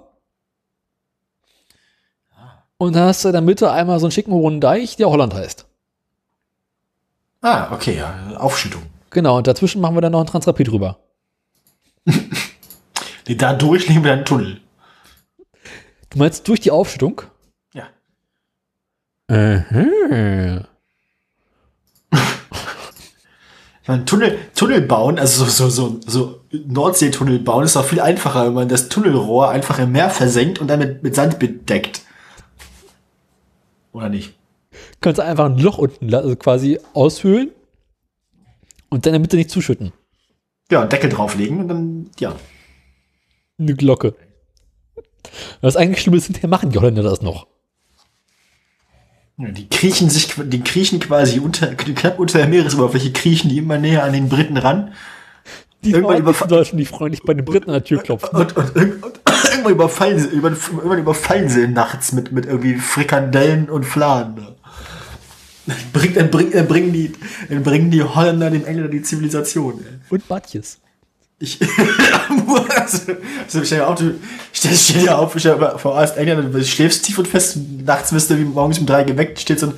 Speaker 1: Und dann hast du in der Mitte einmal so einen schicken hohen Deich, der Holland heißt.
Speaker 2: Ah, okay, ja, Aufschüttung.
Speaker 1: Genau, und dazwischen machen wir dann noch einen Transrapid rüber.
Speaker 2: Die da durchlegen wir dann einen Tunnel.
Speaker 1: Du meinst durch die Aufschüttung?
Speaker 2: Ja.
Speaker 1: Mhm.
Speaker 2: Ich meine, Tunnel, Tunnel bauen, also so, so, so, so Nordseetunnel bauen, ist doch viel einfacher, wenn man das Tunnelrohr einfach im Meer versenkt und dann mit, mit Sand bedeckt. Oder nicht?
Speaker 1: Kannst einfach ein Loch unten la- also quasi aushöhlen und dann in der Mitte nicht zuschütten.
Speaker 2: Ja, Deckel drauflegen und dann, ja.
Speaker 1: Eine Glocke. Was eigentlich schlimm ist, hinterher machen die Holländer das noch.
Speaker 2: Ja, Die kriechen sich, qu- die kriechen quasi unter, knapp unter der Meeresoberfläche, kriechen die immer näher an den Briten ran
Speaker 1: Die
Speaker 2: Irgendwann
Speaker 1: Nordischen
Speaker 2: überfa-
Speaker 1: Deutschen, die freundlich bei den Briten an der Tür klopfen.
Speaker 2: und, und, irg- und irgendwann überfallen sie, irgendwann, irgendwann überfallen sie nachts mit, mit irgendwie Frikandellen und Fladen. Dann bringt- Dann, bring, dann, bringen die, dann bringen die Holländer dem Engländer die Zivilisation. Ey.
Speaker 1: Und Batjes.
Speaker 2: Ich, [LAUGHS] also, also stell dir auf, du stell, stell dir auf, stell dir mal vor, als Engländer, du schläfst tief und fest, und nachts wirst du wie morgens um drei geweckt, steht so ein,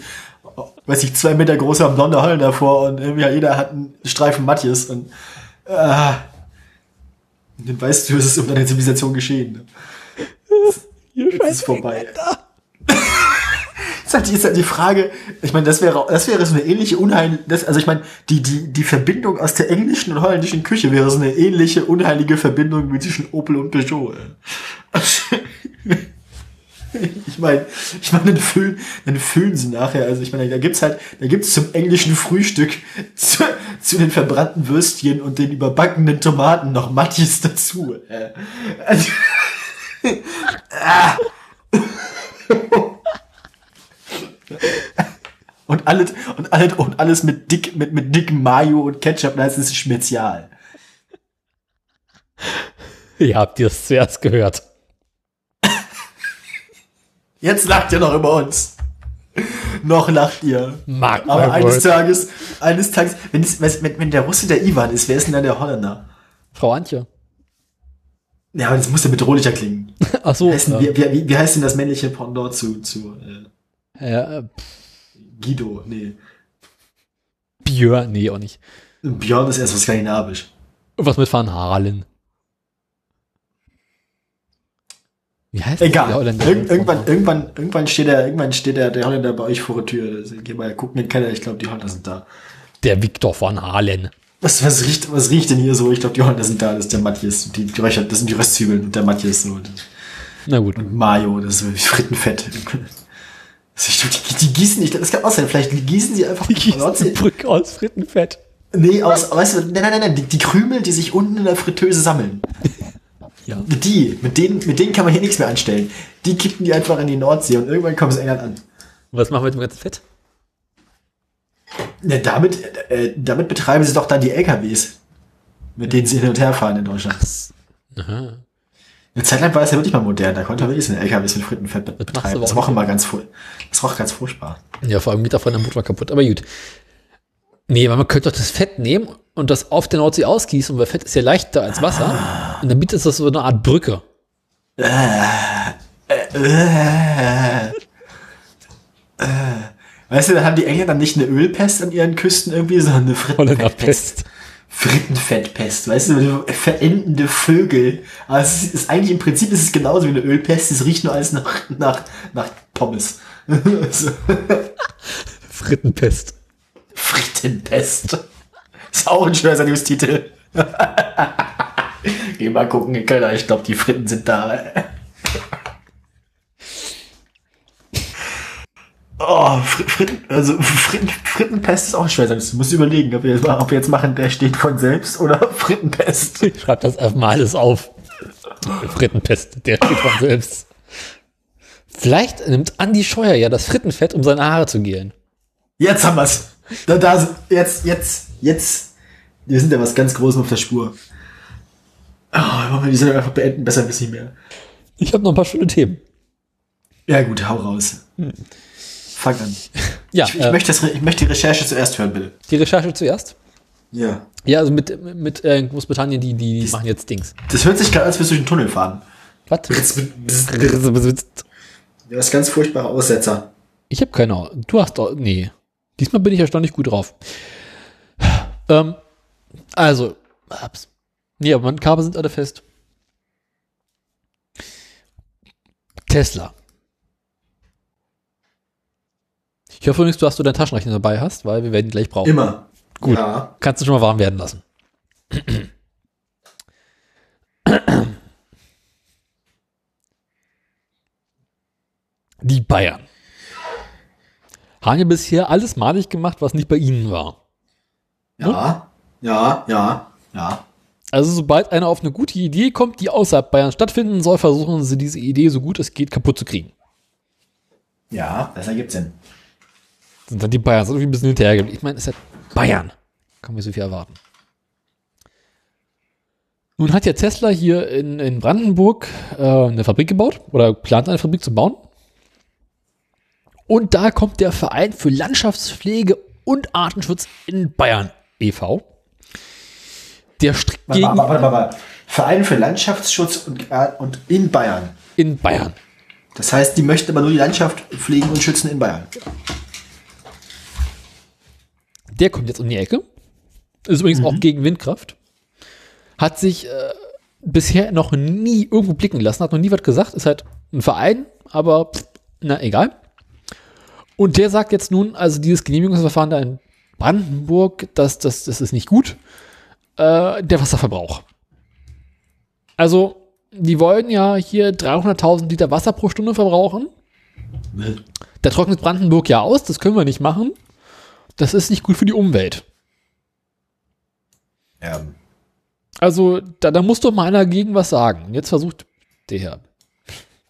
Speaker 2: oh, weiß ich, zwei Meter großer blonder Holländer vor und irgendwie hat jeder hat einen Streifen Matthias und, ah, und dann weißt du, es ist um deine Zivilisation geschehen.
Speaker 1: Ihr
Speaker 2: Es ist vorbei. [LAUGHS] Ist halt, die- ist halt die Frage, ich meine, das wäre, das wäre so eine ähnliche unheil, das, also ich meine, die, die, die Verbindung aus der englischen und holländischen Küche wäre so eine ähnliche unheilige Verbindung wie zwischen Opel und Peugeot. [LAUGHS] ey. Ich meine, ich meine, dann füllen, dann füllen sie nachher. Also ich meine, da gibt's halt, da gibt's zum englischen Frühstück [LAUGHS] zu, zu den verbrannten Würstchen und den überbackenen Tomaten noch Matjes dazu. Äh, also, Und alles, und alles, und alles mit dick, mit, mit dickem Mayo und Ketchup, das ist es Spezial.
Speaker 1: Ihr habt es zuerst gehört.
Speaker 2: Jetzt lacht ihr noch über uns. noch lacht ihr.
Speaker 1: Mark
Speaker 2: Aber
Speaker 1: my
Speaker 2: eines
Speaker 1: words.
Speaker 2: Tages, eines Tages, wenn, es, wenn, wenn der Russe der Ivan ist, wer ist denn dann der Holländer?
Speaker 1: Frau Antje.
Speaker 2: Ja, aber das muss ja bedrohlicher klingen.
Speaker 1: Ach so.
Speaker 2: Wie heißt denn,
Speaker 1: Äh,
Speaker 2: wie, wie, wie heißt denn das männliche Pendant zu, zu äh,
Speaker 1: ja, äh,
Speaker 2: Guido? Nee.
Speaker 1: Björn, nee, auch nicht.
Speaker 2: Björn ist erstmal skandinavisch.
Speaker 1: Irgendwas mit Van Halen. Wie heißt der
Speaker 2: Egal.
Speaker 1: Holländer?
Speaker 2: Irg irgendwann, irgendwann, irgendwann steht der, irgendwann steht der, der Holländer bei euch vor der Tür. Also, Geh mal gucken in den Keller, ich glaube, die Holländer sind da.
Speaker 1: der Viktor Van Halen.
Speaker 2: Was, was, riecht, was riecht denn hier so? Ich glaube, die Holländer sind da. Das ist der Matthias. Die, die Räuchert, das sind die Röstzwiebeln und der Matthias so. Und
Speaker 1: Na gut.
Speaker 2: Mhm. Mayo, das ist Frittenfett. [LAUGHS] Also ich glaub, die, die gießen, ich glaube, das kann auch sein. Vielleicht gießen sie einfach
Speaker 1: Die Kiesenbrücke aus Frittenfett.
Speaker 2: Nee, aus, weißt du, nein, nein, nein, nein, die, die Krümel, die sich unten in der Fritteuse sammeln.
Speaker 1: Ja.
Speaker 2: Die, mit denen, mit denen kann man hier nichts mehr anstellen. Die kippen die einfach in die Nordsee und irgendwann kommen sie in England an.
Speaker 1: Was machen wir mit dem ganzen Fett?
Speaker 2: Ja, Ne, damit, äh, damit betreiben sie doch dann die LKWs, mit denen sie hin und her fahren in Deutschland.
Speaker 1: Aha.
Speaker 2: Eine Zeit lang war es ja wirklich mal modern, da konnte man wirklich so eine LKWs mit Frittenfett be-
Speaker 1: Das machst du
Speaker 2: betreiben.
Speaker 1: aber
Speaker 2: Das
Speaker 1: auch
Speaker 2: roch immer ganz furchtbar. Das roch ganz furchtbar.
Speaker 1: Ja, vor allem geht davon der Motor kaputt, aber gut. Nee, weil man könnte doch das Fett nehmen und das auf der Nordsee ausgießen, weil Fett ist ja leichter als
Speaker 2: Ah.
Speaker 1: Wasser. Und dann bietet das so eine Art Brücke.
Speaker 2: Äh, Weißt du, dann haben die Engländer nicht eine Ölpest an ihren Küsten irgendwie, sondern eine Frittenfettpest.
Speaker 1: Holländer-Pest.
Speaker 2: Frittenfettpest, weißt du, verendende Vögel. Aber es ist, ist eigentlich im Prinzip ist es genauso wie eine Ölpest, es riecht nur alles nach, nach, nach Pommes. [LAUGHS] so.
Speaker 1: Frittenpest.
Speaker 2: Frittenpest. Ist auch ein schöner Sendungstitel. [LAUGHS] Geh mal gucken in Keller, ich glaube, die Fritten sind da. Oh, Fr Fritten, also Fritten, Frittenpest ist auch schwer. Du musst überlegen, ob wir, jetzt, ob wir jetzt machen, der steht von selbst oder [LAUGHS] Frittenpest.
Speaker 1: Ich schreibe das einfach mal alles auf. Frittenpest, der steht von selbst. Vielleicht nimmt Andi Scheuer ja das Frittenfett, um seine Haare zu gelen.
Speaker 2: Jetzt haben wir's. Da, da, sind- jetzt, jetzt, jetzt. Wir sind ja was ganz Großes auf der Spur. Oh, wollen wir die Sendung einfach beenden? Besser wird's nicht mehr.
Speaker 1: Ich habe noch ein paar schöne Themen.
Speaker 2: Ja gut, hau raus. Fang an.
Speaker 1: Hm. Ja,
Speaker 2: Ich, ich,
Speaker 1: äh,
Speaker 2: möchte das, Re- ich möchte die Recherche zuerst hören, bitte.
Speaker 1: die Recherche zuerst.
Speaker 2: Ja.
Speaker 1: Ja, also mit, mit äh, Großbritannien, die, die, die machen jetzt Dings.
Speaker 2: Das hört sich gerade an, als würdest du durch den Tunnel fahren.
Speaker 1: Was?
Speaker 2: Du hast ganz furchtbare Aussetzer.
Speaker 1: Ich habe keine Ahnung. Du hast doch. Nee. Diesmal bin ich erstaunlich gut drauf. Ähm, also, hab's. Nee, aber meine Kabel sind alle fest. Tesla. Ich hoffe übrigens, du hast du deinen Taschenrechner dabei hast, weil wir werden ihn gleich brauchen.
Speaker 2: Immer.
Speaker 1: Gut.
Speaker 2: Ja.
Speaker 1: Kannst du schon mal warm werden lassen. Die Bayern haben ja bisher alles malig gemacht, was nicht bei ihnen war.
Speaker 2: Ja.
Speaker 1: Hm?
Speaker 2: Ja, ja, ja.
Speaker 1: Also sobald einer auf eine gute Idee kommt, die außerhalb Bayern stattfinden soll, versuchen sie diese Idee so gut es geht kaputt zu kriegen.
Speaker 2: Ja, das ergibt Sinn.
Speaker 1: sind dann die Bayern, sind irgendwie ein bisschen hinterhergeblieben. Ich meine, es ist ja Bayern. Kann man so viel erwarten. Nun hat ja Tesla hier in, in Brandenburg äh, eine Fabrik gebaut oder plant eine Fabrik zu bauen. Und da kommt der Verein für Landschaftspflege und Artenschutz in Bayern e.V. Der strickt
Speaker 2: Warte,
Speaker 1: gegen
Speaker 2: warte, warte, warte. Verein für Landschaftsschutz und, äh, und in Bayern.
Speaker 1: in Bayern.
Speaker 2: Das heißt, die möchten aber nur die Landschaft pflegen und schützen in Bayern.
Speaker 1: Der kommt jetzt um die Ecke. Ist übrigens auch gegen Windkraft. Hat sich äh, bisher noch nie irgendwo blicken lassen, hat noch nie was gesagt. Ist halt ein Verein, aber pff, na egal. Und der sagt jetzt nun, also dieses Genehmigungsverfahren da in Brandenburg, das, das, das ist nicht gut. Äh, der Wasserverbrauch. Also, die wollen ja hier 300.000 Liter Wasser pro Stunde verbrauchen. Da trocknet Brandenburg ja aus, das können wir nicht machen. Das ist nicht gut für die Umwelt.
Speaker 2: Ähm,
Speaker 1: Also, da, da muss doch mal einer gegen was sagen. Und Jetzt versucht der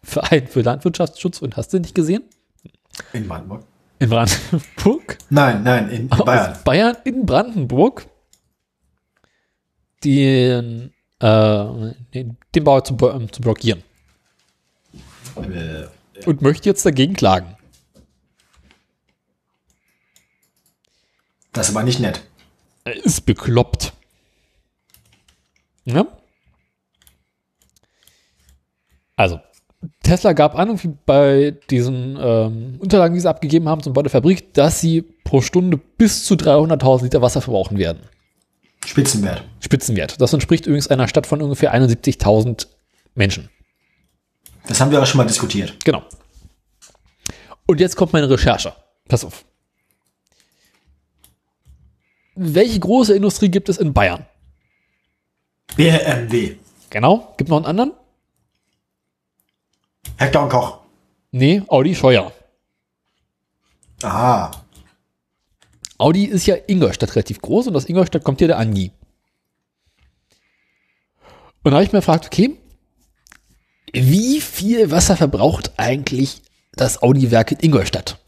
Speaker 1: Verein für Landwirtschaftsschutz und hast du nicht gesehen?
Speaker 2: in Brandenburg?
Speaker 1: In Brandenburg. Also
Speaker 2: Nein, nein, in, in
Speaker 1: Oh.
Speaker 2: Bayern.
Speaker 1: Aus Bayern in Brandenburg. Den äh, den Bau zu, bo- ähm, zu blockieren
Speaker 2: Äh,
Speaker 1: und möchte jetzt dagegen klagen.
Speaker 2: Das ist aber nicht nett.
Speaker 1: Er ist bekloppt. Ja? Also, Tesla gab an, irgendwie bei diesen ähm, Unterlagen, die sie abgegeben haben zum Bau der Fabrik, dass sie pro Stunde bis zu 300.000 Liter Wasser verbrauchen werden.
Speaker 2: Spitzenwert.
Speaker 1: Spitzenwert. Das entspricht übrigens einer Stadt von ungefähr 71.000 Menschen.
Speaker 2: Das haben wir auch schon mal diskutiert.
Speaker 1: Genau. Und jetzt kommt meine Recherche. Pass auf. Welche große Industrie gibt es in Bayern?
Speaker 2: BMW.
Speaker 1: Genau. Gibt noch einen anderen?
Speaker 2: Hector und Koch.
Speaker 1: Nee, Audi Scheuer.
Speaker 2: Aha.
Speaker 1: Audi ist ja Ingolstadt relativ groß und aus Ingolstadt kommt hier der Andi. Und da habe ich mir gefragt, okay, wie viel Wasser verbraucht eigentlich das Audi-Werk in Ingolstadt?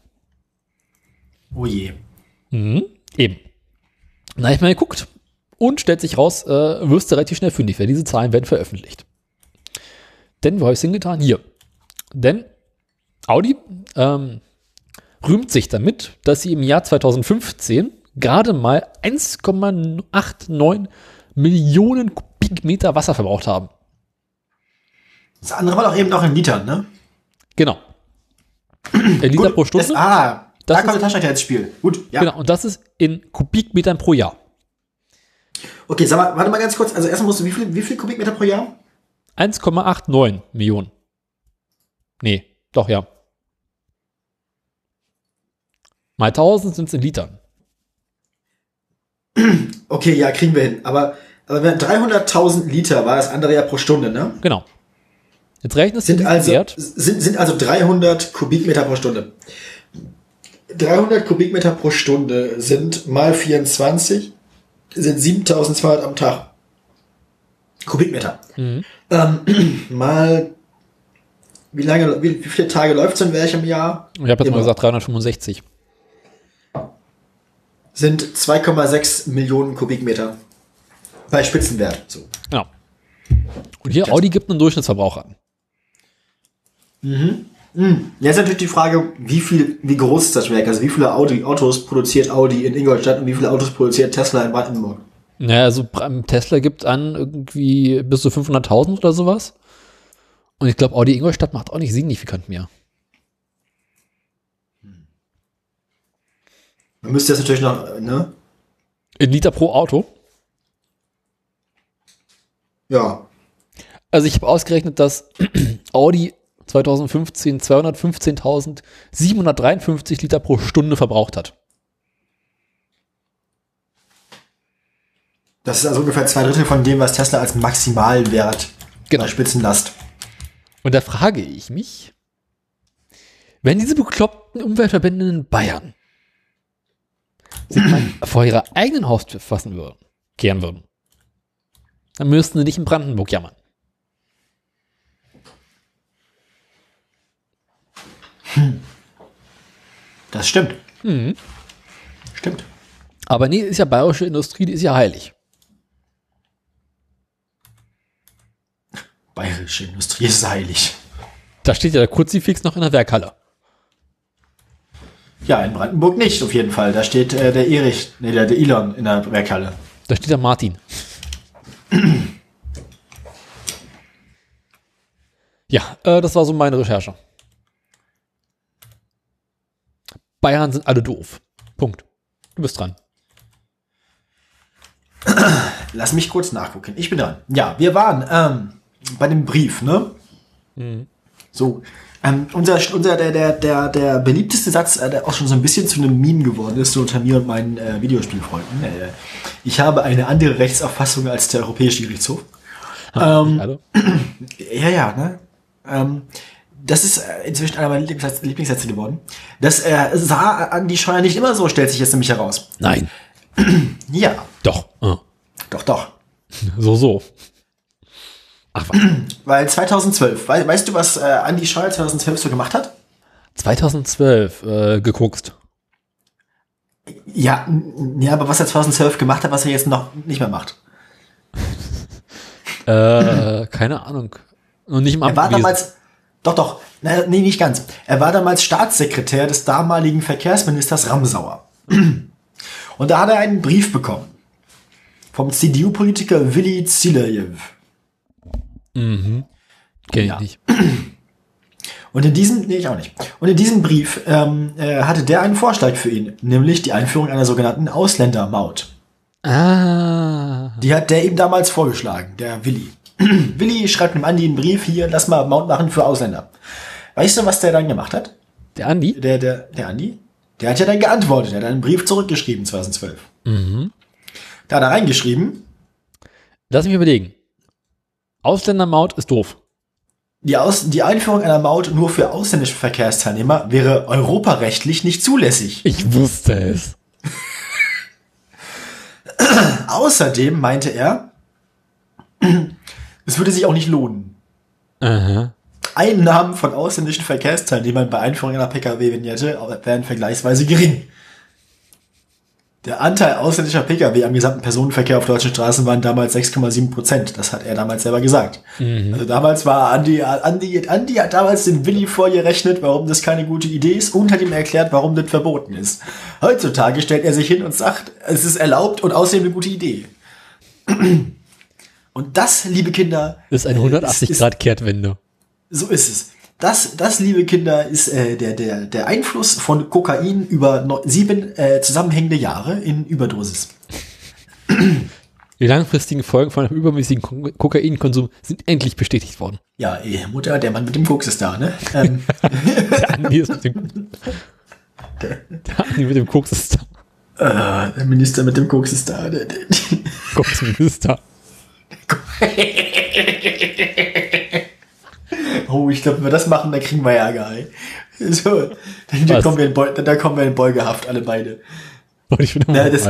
Speaker 2: Oh je.
Speaker 1: Eben. Und da habe ich mal geguckt und stellt sich raus, äh, wirst du relativ schnell fündig, weil diese Zahlen werden veröffentlicht. Denn wo habe ich es hingetan? Hier. Denn Audi ähm, rühmt sich damit, dass sie im Jahr 2015 gerade mal 1,89 Millionen Kubikmeter Wasser verbraucht haben.
Speaker 2: Das andere war doch eben noch in Litern, ne?
Speaker 1: Genau. Äh, Liter pro Stunde.
Speaker 2: Das, ah,
Speaker 1: Das
Speaker 2: da
Speaker 1: ist-
Speaker 2: kommt der Taschenrechner ins Spiel. Gut, ja.
Speaker 1: Genau. Und das ist in Kubikmetern pro Jahr.
Speaker 2: Okay, sag mal, warte mal ganz kurz. Also erstmal musst du, wie viel, wie viel Kubikmeter pro Jahr?
Speaker 1: 1,89 Millionen. Nee, doch, ja. Mal 1000 sind es in Litern.
Speaker 2: Okay, ja, kriegen wir hin. Aber, aber wenn 300.000 Liter war das andere ja pro Stunde, ne?
Speaker 1: Genau. Jetzt rechnest du
Speaker 2: Sind
Speaker 1: diesen
Speaker 2: also,
Speaker 1: Wert.
Speaker 2: sind, sind also 300 Kubikmeter pro Stunde. 300 Kubikmeter pro Stunde sind mal 24, sind 7200 am Tag. Kubikmeter. Ähm, [CLEARS THROAT] mal, wie lange, wie, wie viele Tage läuft's in welchem Jahr?
Speaker 1: Ich habe jetzt mal
Speaker 2: Immer.
Speaker 1: gesagt 365.
Speaker 2: Sind 2,6 Millionen Kubikmeter. Bei Spitzenwert, so.
Speaker 1: Genau. Und hier, Audi gibt einen Durchschnittsverbrauch an.
Speaker 2: Jetzt ist natürlich die Frage, wie viel, wie groß ist das Werk? Also wie viele Audi, Autos produziert Audi in Ingolstadt und wie viele Autos produziert Tesla in Brandenburg?
Speaker 1: Naja, also Bra- Tesla gibt an irgendwie bis zu 500.000 oder sowas. Und ich glaube, Audi Ingolstadt macht auch nicht signifikant mehr.
Speaker 2: Man müsste das natürlich noch, äh, ne?
Speaker 1: In Liter pro Auto.
Speaker 2: Ja.
Speaker 1: Also ich habe ausgerechnet, dass [CLEARS THROAT] Audi 2015 215.753 Liter pro Stunde verbraucht hat.
Speaker 2: Das ist also ungefähr zwei Drittel von dem, was Tesla als Maximalwert
Speaker 1: Genau.
Speaker 2: bei Spitzenlast.
Speaker 1: Und da frage ich mich, wenn diese bekloppten Umweltverbände in Bayern sich mal vor ihrer eigenen Haustür fassen würden, kehren würden, dann müssten sie nicht in Brandenburg jammern.
Speaker 2: Das stimmt. Stimmt.
Speaker 1: Aber nee, ist ja bayerische Industrie, die ist ja heilig.
Speaker 2: Bayerische Industrie ist heilig.
Speaker 1: Da steht ja der Kruzifix noch in der Werkhalle.
Speaker 2: Ja, in Brandenburg nicht, auf jeden Fall. Da steht äh, der Erich, nee, der, der Elon in der Werkhalle.
Speaker 1: Da steht der Martin. Ja, äh, das war so meine Recherche. Bayern sind alle doof. Punkt. Du bist dran.
Speaker 2: Lass mich kurz nachgucken. Ich bin dran. Ja, wir waren ähm, bei dem Brief, ne? So. Ähm, unser, unser der, der, der, der beliebteste Satz, äh, der auch schon so ein bisschen zu einem Meme geworden ist, so unter mir und meinen äh, Videospielfreunden. Äh, ich habe eine andere Rechtsauffassung als der Europäische Gerichtshof. Ähm.
Speaker 1: Nicht alle?
Speaker 2: Ja, ja, ne? Ähm, das ist äh, inzwischen einer meiner Lieblingssatz- Lieblingssätze geworden. Das äh, sah an die Scheuer nicht immer so, stellt sich jetzt nämlich heraus.
Speaker 1: Nein.
Speaker 2: Ja,
Speaker 1: Doch. Ah.
Speaker 2: doch, doch.
Speaker 1: So, so. Ach, was.
Speaker 2: Weil 2012, wei- weißt du, was äh, Andi Scheuer 2012 so gemacht hat?
Speaker 1: 2012 äh, geguckt.
Speaker 2: Ja, n- ja, aber was er 2012 gemacht hat, was er jetzt noch nicht mehr macht.
Speaker 1: Äh, keine Ahnung. Und nicht im
Speaker 2: Er war
Speaker 1: Amt gewesen.
Speaker 2: damals, doch, doch, naja, nee, nicht ganz. Er war damals Staatssekretär des damaligen Verkehrsministers Ramsauer. Und da hat er einen Brief bekommen. Vom CDU-Politiker Willi Zilejew.
Speaker 1: Kenn ich
Speaker 2: ja.
Speaker 1: nicht.
Speaker 2: Und in diesem, nee, ich auch nicht. Und in diesem Brief ähm, äh, hatte der einen Vorschlag für ihn, nämlich die Einführung einer sogenannten Ausländermaut.
Speaker 1: Ah.
Speaker 2: Die hat der ihm damals vorgeschlagen, der Willi. [CLEARS THROAT] Willi schreibt einem Andi einen Brief, hier, lass mal Maut machen für Ausländer. Weißt du, was der dann gemacht hat?
Speaker 1: Der Andi?
Speaker 2: Der, der, der Andi? Der hat ja dann geantwortet, der hat einen Brief zurückgeschrieben 2012. Da hat er reingeschrieben,
Speaker 1: Lass mich überlegen. Ausländermaut ist doof.
Speaker 2: die, Aus die Einführung einer Maut nur für ausländische Verkehrsteilnehmer wäre europarechtlich nicht zulässig.
Speaker 1: Ich wusste es.
Speaker 2: Außerdem meinte er, [CLEARS THROAT] es würde sich auch nicht lohnen.
Speaker 1: Aha.
Speaker 2: Einnahmen von ausländischen Verkehrsteilnehmern bei Einführung einer Pkw-Vignette wären vergleichsweise gering. Der Anteil ausländischer Pkw am gesamten Personenverkehr auf deutschen Straßen waren damals 6,7 Prozent. Das hat er damals selber gesagt. Also damals war Andi, Andi, Andi hat damals den Willi vorgerechnet, warum das keine gute Idee ist und hat ihm erklärt, warum das verboten ist. Heutzutage stellt er sich hin und sagt, es ist erlaubt und außerdem eine gute Idee. Und das, liebe Kinder,
Speaker 1: Das ist eine
Speaker 2: ist-
Speaker 1: 180-Grad-Kehrtwende.
Speaker 2: so ist es. Das, das, liebe Kinder, ist äh, der, der, der Einfluss von Kokain über neu- sieben äh, zusammenhängende Jahre in Überdosis.
Speaker 1: Die langfristigen Folgen von einem übermäßigen Ko Kokainkonsum sind endlich bestätigt worden.
Speaker 2: Ja, eh, Mutter, der Mann mit dem Koks ist da, ne? Ähm,
Speaker 1: Der Andi ist mit dem, der Andi mit dem Koks ist da.
Speaker 2: äh, der Minister mit dem Koks ist da. Der, der, [LAUGHS]
Speaker 1: Koksminister.
Speaker 2: oh, ich glaube, wenn wir das machen, dann kriegen wir Ärger, ey. So, dann,
Speaker 1: Was?
Speaker 2: dann, kommen wir in Beu dann, dann kommen wir in Beugehaft, alle beide.
Speaker 1: Wollte ich wieder
Speaker 2: Ja,
Speaker 1: mal.
Speaker 2: das,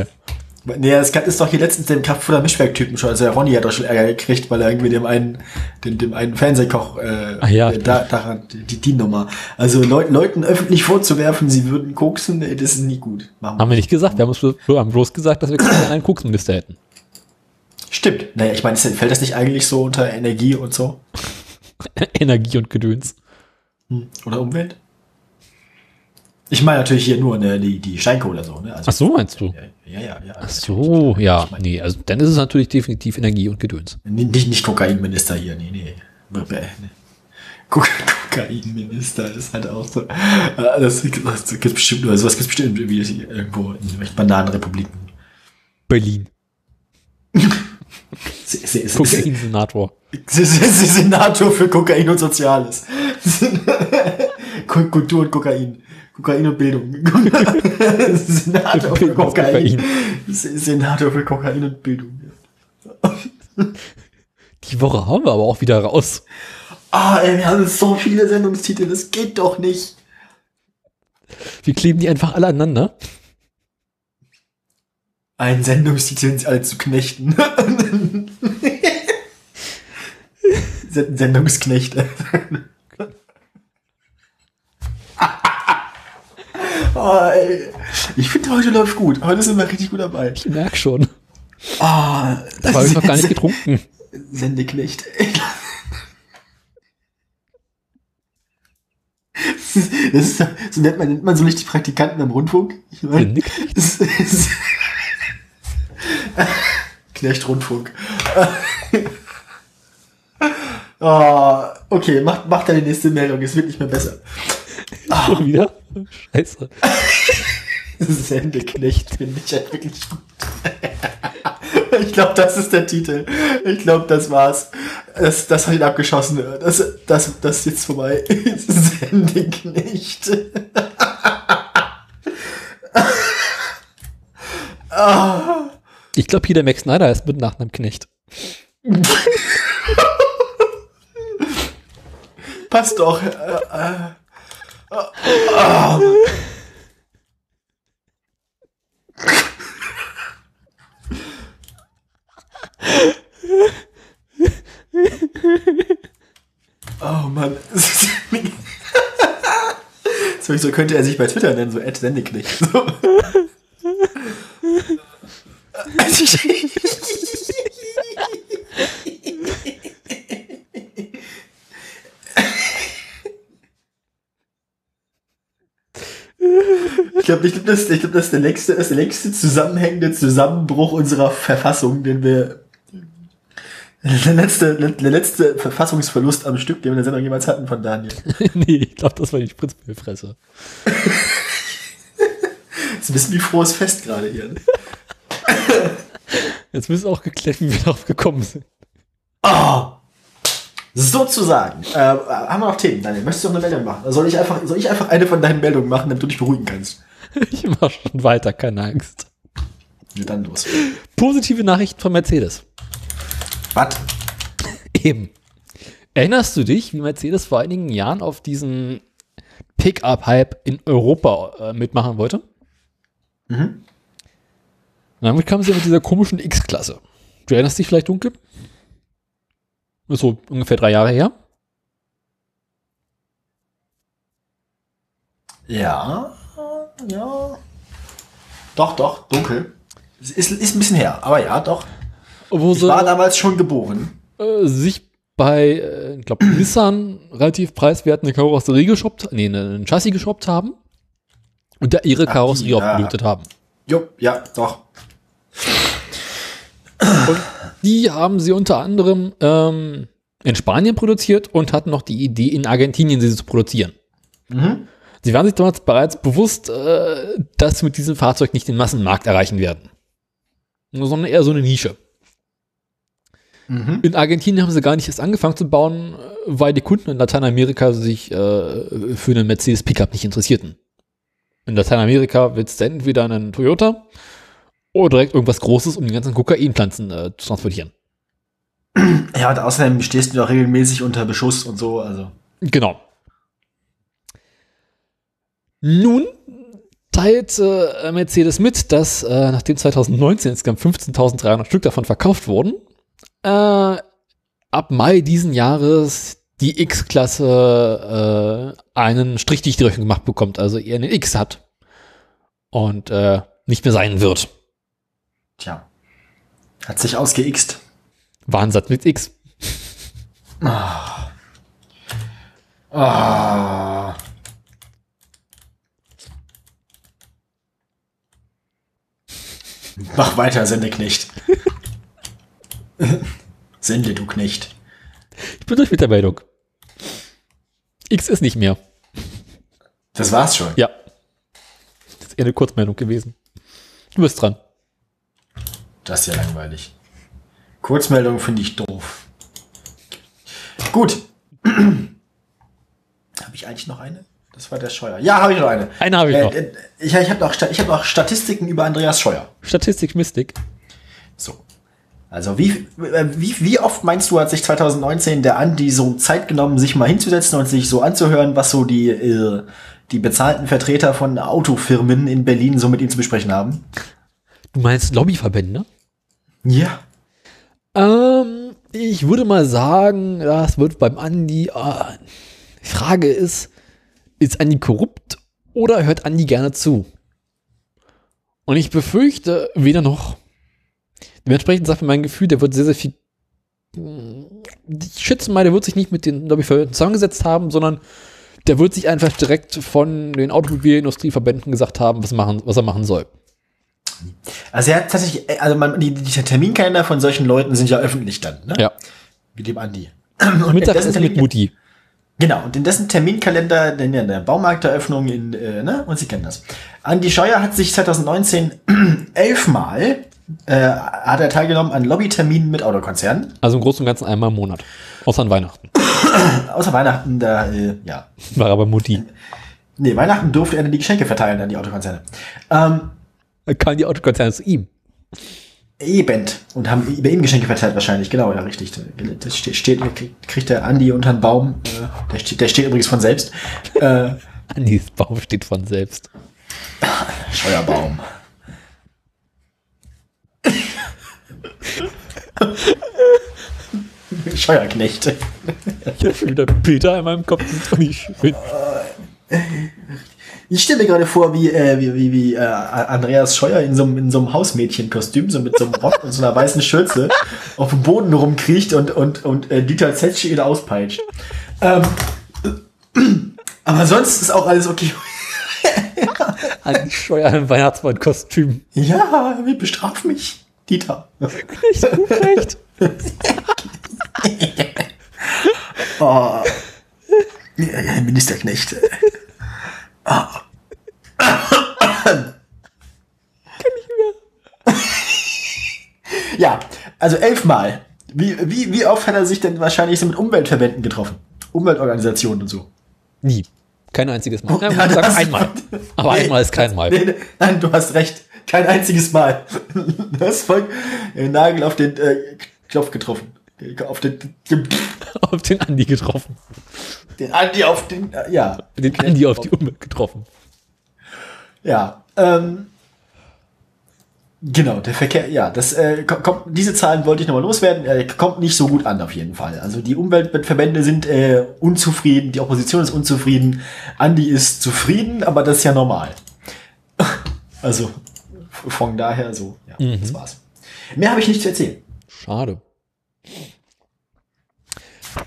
Speaker 2: nee, das gab- ist doch hier letztens dem Kraftfutter Mischwerk-Typen schon. Also der Ronny hat doch schon Ärger gekriegt, weil er irgendwie dem einen, dem, dem einen Fernsehkoch, äh,
Speaker 1: Ach ja.
Speaker 2: äh, da, daran, die, die Nummer. Also Leut, Leuten öffentlich vorzuwerfen, sie würden koksen, äh, das ist nie gut. Machen wir.
Speaker 1: haben wir nicht gesagt. Wir haben, uns bloß, wir haben bloß gesagt, dass wir gerne einen Koksminister hätten. [LAUGHS]
Speaker 2: Stimmt. Naja, ich meine, es- fällt das nicht eigentlich so unter Energie und so?
Speaker 1: Energie und Gedöns.
Speaker 2: Hm. Oder Umwelt? Ich meine natürlich hier nur ne, die, die Steinkohle so, ne? Also,
Speaker 1: Ach so, meinst du?
Speaker 2: Ja, ja, ja. ja.
Speaker 1: Ach so, ja. Nee, also dann ist es natürlich definitiv Energie und Gedöns.
Speaker 2: N- Nicht, nicht Kokainminister hier, nee, nee. B- b- nee. Kok [LAUGHS] Kokainminister ist halt auch so. äh, Das, das gibt bestimmt, oder sowas gibt bestimmt irgendwie irgendwo in irgendwelchen Bananenrepubliken.
Speaker 1: Berlin.
Speaker 2: Se- se- se- se-
Speaker 1: Kokainsenator.
Speaker 2: se- se- Senator für Kokain und Soziales. [LAUGHS] Ku- Kultur und Kokain. Kokain und Bildung. [LAUGHS] Senator für
Speaker 1: Bildung und
Speaker 2: Kokain.
Speaker 1: Kokain.
Speaker 2: Se- Senator für Kokain und Bildung.
Speaker 1: Die Woche haben wir aber auch wieder raus.
Speaker 2: Ah, ey, wir haben so viele Sendungstitel, das geht doch nicht.
Speaker 1: Wir kleben die einfach alle aneinander.
Speaker 2: Ein Sendungstitel sind sie alle zu [LAUGHS] knechten. Sen- Sendungsknechte. oh, Ah, ey. Ich finde, heute läuft gut. Heute sind wir richtig gut dabei.
Speaker 1: Ich merke schon.
Speaker 2: Ah,
Speaker 1: Das habe ich noch gar nicht getrunken. [LAUGHS]
Speaker 2: Sendeknecht. Das ist, doch- so nennt man, nennt man so nicht die Praktikanten im Rundfunk. Ich mein-
Speaker 1: Sendeknecht?
Speaker 2: Es ist- [LAUGHS] Knecht Rundfunk. Ah, okay, macht, macht deine nächste Meldung, es wird nicht mehr besser.
Speaker 1: Schon wieder? Scheiße.
Speaker 2: Sendeknecht finde ich halt wirklich gut. [LAUGHS] Ich glaube, das ist der Titel. Ich glaube, das war's. Das, das hat ihn abgeschossen. Das, das, das ist jetzt vorbei. [LAUGHS] Sendeknecht.
Speaker 1: Ich glaube, hier der Max Snyder ist mit Nachnamen Knecht. [LAUGHS]
Speaker 2: Passt doch. Äh, Oh Mann. [LAUGHS] so, so könnte er sich bei Twitter nennen, so Ed Sendeknecht. So. glaube, ich glaube, das, ich glaub, das ist der längste, das ist der längste zusammenhängende Zusammenbruch unserer Verfassung, den wir der letzte, der letzte Verfassungsverlust am Stück, den wir in der Sendung jemals hatten von Daniel.
Speaker 1: nee, ich glaube, das war die Spritzmüllfresse.
Speaker 2: Ist ein bisschen wie frohes Fest gerade hier. ne?
Speaker 1: Jetzt müssen auch geklärt, wie wir darauf gekommen sind. [LAUGHS]
Speaker 2: Oh! Sozusagen. Äh, haben wir noch Themen, Daniel? Möchtest du noch eine Meldung machen? Soll ich einfach, soll ich einfach eine von deinen Meldungen machen, damit du dich beruhigen kannst?
Speaker 1: Ich mach schon weiter, keine Angst.
Speaker 2: Ja, dann los.
Speaker 1: Positive Nachrichten von Mercedes.
Speaker 2: Was?
Speaker 1: Eben. Erinnerst du dich, wie Mercedes vor einigen Jahren auf diesen Pickup-Hype in Europa äh, mitmachen wollte?
Speaker 2: Mhm.
Speaker 1: Und damit kam sie mit dieser komischen X-Klasse. Du erinnerst dich vielleicht dunkel? Ist so ungefähr drei Jahre her.
Speaker 2: Ja, ja. Doch, doch, dunkel. Es Ist, ist ein bisschen her, aber ja, doch.
Speaker 1: Wo
Speaker 2: Ich war damals schon geboren.
Speaker 1: äh, sich bei, äh, ich glaube, Nissan relativ preiswert eine Karosserie geshoppt, nee, ne- ein Chassis geshoppt haben und da ihre Karosserie
Speaker 2: ja.
Speaker 1: aufgelötet haben.
Speaker 2: Jo, ja, doch.
Speaker 1: Die haben sie unter anderem ähm, in Spanien produziert und hatten noch die Idee, in Argentinien sie zu produzieren.
Speaker 2: Mhm.
Speaker 1: Sie waren sich damals bereits bewusst, äh, dass sie mit diesem Fahrzeug nicht den Massenmarkt erreichen werden. Nur, Sondern eher so eine Nische.
Speaker 2: Mhm.
Speaker 1: In Argentinien haben sie gar nicht erst angefangen zu bauen, äh, weil die Kunden in Lateinamerika sich äh, für einen Mercedes Pickup nicht interessierten. In Lateinamerika willst du entweder einen Toyota oder direkt irgendwas Großes, um die ganzen Kokainpflanzen äh, zu transportieren.
Speaker 2: Ja, und außerdem stehst du doch regelmäßig unter Beschuss und so, also.
Speaker 1: Genau. Nun teilt äh, Mercedes mit, dass äh, nachdem 2019 insgesamt 15.300 Stück davon verkauft wurden, äh, ab Mai diesen Jahres die X-Klasse äh, einen Strich durch die Rechnung gemacht bekommt, also eher einen X hat und äh, nicht mehr sein wird.
Speaker 2: Tja. Hat sich ausgeixt.
Speaker 1: Wahnsinn mit X.
Speaker 2: Ah. Mach weiter, [LAUGHS] Sendeknecht. Sende, du Knecht.
Speaker 1: Ich bin durch mit der Meldung. X ist nicht mehr.
Speaker 2: Das war's schon.
Speaker 1: Ja. Das ist eher eine Kurzmeldung gewesen. Du bist dran.
Speaker 2: Das ist ja langweilig. Kurzmeldung finde ich doof. Gut. [CLEARS THROAT] habe ich eigentlich noch eine? Das war der Scheuer. Ja, habe ich noch eine.
Speaker 1: Eine habe ich noch.
Speaker 2: Äh, äh, ich ich habe noch, Sta- ich hab noch Statistiken über Andreas Scheuer.
Speaker 1: Statistik Mystik.
Speaker 2: So. Also wie, äh, wie, wie oft meinst du, hat sich 2019 der Andi so Zeit genommen, sich mal hinzusetzen und sich so anzuhören, was so die, äh, die bezahlten Vertreter von Autofirmen in Berlin so mit ihm zu besprechen haben?
Speaker 1: Du meinst Lobbyverbände?
Speaker 2: Ja.
Speaker 1: Ähm, ich würde mal sagen, das wird beim Andi. Äh, die Frage ist, ist Andi korrupt oder hört Andi gerne zu? Und ich befürchte, weder noch. Dementsprechend sagt mir mein Gefühl, der wird sehr, sehr viel. Ich schätze mal, der wird sich nicht mit den Lobbyverbänden zusammengesetzt haben, sondern der wird sich einfach direkt von den Automobilindustrieverbänden gesagt haben, was, machen, was er machen soll.
Speaker 2: Also er hat tatsächlich, äh, also man, die, die Terminkalender von solchen Leuten sind ja öffentlich dann, ne?
Speaker 1: Ja.
Speaker 2: Wie dem Andi. das
Speaker 1: Mittagessen
Speaker 2: ist
Speaker 1: mit
Speaker 2: ja-
Speaker 1: Mutti.
Speaker 2: Genau, und in dessen Terminkalender, denn ja, der Baumarkteröffnung in, äh, ne, und Sie kennen das. Andi Scheuer hat sich 2019 [CLEARS THROAT] elfmal, äh, hat er teilgenommen an Lobbyterminen mit Autokonzernen.
Speaker 1: Also im Großen und Ganzen einmal im Monat. Außer an Weihnachten.
Speaker 2: Außer Weihnachten, da, äh, ja.
Speaker 1: War aber Mutti.
Speaker 2: Nee, Weihnachten durfte er dann die Geschenke verteilen an die Autokonzerne. Ähm,
Speaker 1: Da kamen die Autokonzerne zu ihm.
Speaker 2: eben. Und haben über ihm Geschenke verteilt wahrscheinlich, genau, ja, richtig. Das steht, steht kriegt- kriegt der Andi unter den Baum, äh, der, steht, der steht übrigens von selbst. Äh,
Speaker 1: Andis Baum steht von selbst.
Speaker 2: Scheuerbaum. [LAUGHS] Scheuerknechte.
Speaker 1: Ich habe schon wieder Peter in meinem Kopf. Das ist doch nicht schön.
Speaker 2: Ich stelle mir gerade vor, wie, äh, wie, wie, wie äh, Andreas Scheuer in so einem in so einem Hausmädchenkostüm, so mit so einem Rock und so einer weißen Schürze, auf dem Boden rumkriecht und, und, und äh, Dieter Zetsche ihn auspeitscht. [CLEARS THROAT] Ähm, aber sonst ist auch alles okay.
Speaker 1: Ein Scheuer im Weihnachtsmannkostüm.
Speaker 2: [LAUGHS] Ja, wie bestraf mich, Dieter.
Speaker 1: Recht, gut, recht.
Speaker 2: Oh. Ja, Ministerknecht. Ah. Ja, also elfmal. Wie, wie, wie oft hat er sich denn wahrscheinlich so mit Umweltverbänden getroffen? Umweltorganisationen und so.
Speaker 1: Nie. Kein einziges Mal. Na,
Speaker 2: Ja,
Speaker 1: man sagt
Speaker 2: das-
Speaker 1: einmal. Aber
Speaker 2: Nee,
Speaker 1: einmal ist kein Mal.
Speaker 2: Nee, nee, nein, du hast recht. Kein einziges Mal. Das Volk den Nagel auf den äh, Knopf getroffen. Auf den,
Speaker 1: Auf den Andi getroffen.
Speaker 2: den Andi auf den, äh, ja.
Speaker 1: Den Andi auf die Umwelt getroffen.
Speaker 2: Ja, ähm, genau, der Verkehr, ja, das, äh, ko- kommt, diese Zahlen wollte ich nochmal loswerden, äh, kommt nicht so gut an auf jeden Fall. Also die Umweltverbände sind äh, unzufrieden, die Opposition ist unzufrieden, Andi ist zufrieden, aber das ist ja normal. [LAUGHS] also von daher so, ja, das war's. Mehr habe ich nicht zu erzählen.
Speaker 1: Schade.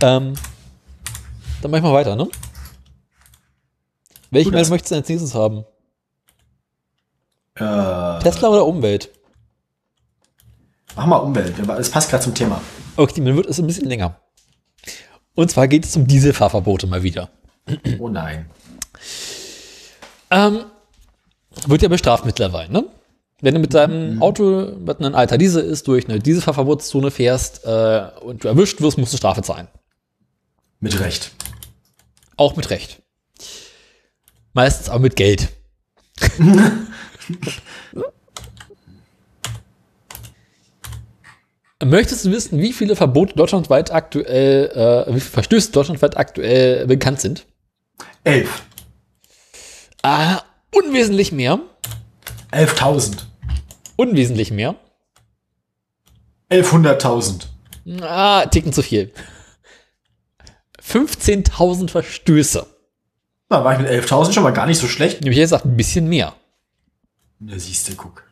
Speaker 1: Ähm, dann mach ich mal weiter, ne? Welche Meldung
Speaker 2: Gut, das-
Speaker 1: möchtest du denn als nächstes haben?
Speaker 2: Äh, mach
Speaker 1: Tesla oder Umwelt?
Speaker 2: mal Umwelt, aber das passt gerade zum Thema.
Speaker 1: Okay, dann wird es ein bisschen länger. Und zwar geht es um Dieselfahrverbote mal wieder.
Speaker 2: Oh nein.
Speaker 1: Ähm, wird ja bestraft mittlerweile, ne? Wenn du mit deinem Auto, mit einem alter Diesel ist, durch eine Dieselfahrverbotszone fährst äh, und du erwischt wirst, musst du Strafe zahlen.
Speaker 2: Mit Recht.
Speaker 1: Auch mit Recht. Meistens auch mit Geld. [LAUGHS] Möchtest du wissen, wie viele Verbote deutschlandweit aktuell, äh, wie viele Verstöße deutschlandweit aktuell bekannt sind?
Speaker 2: Elf.
Speaker 1: Ah, unwesentlich mehr.
Speaker 2: 11.000.
Speaker 1: Unwesentlich mehr.
Speaker 2: 1100.000.
Speaker 1: Ah, ticken zu viel. 15.000 Verstöße.
Speaker 2: Da war ich mit 11.000 schon mal gar nicht so schlecht.
Speaker 1: Nämlich jetzt gesagt, ein bisschen mehr.
Speaker 2: Da siehst du, guck.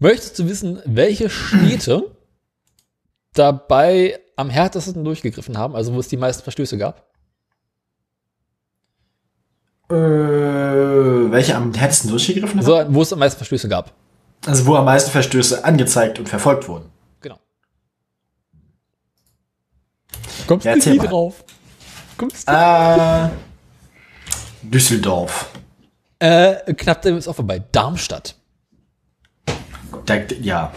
Speaker 1: Möchtest du wissen, welche Städte dabei am härtesten durchgegriffen haben, also wo es die meisten Verstöße gab?
Speaker 2: Äh, welche am härtesten durchgegriffen haben?
Speaker 1: So, wo es am meisten Verstöße gab.
Speaker 2: Also wo am meisten Verstöße angezeigt und verfolgt wurden.
Speaker 1: Genau. Kommst
Speaker 2: Ja,
Speaker 1: du
Speaker 2: erzähl
Speaker 1: nie
Speaker 2: mal.
Speaker 1: drauf? Kommst du?
Speaker 2: Äh, Düsseldorf.
Speaker 1: Äh, knapp dem ist auch vorbei. Darmstadt.
Speaker 2: Da, ja,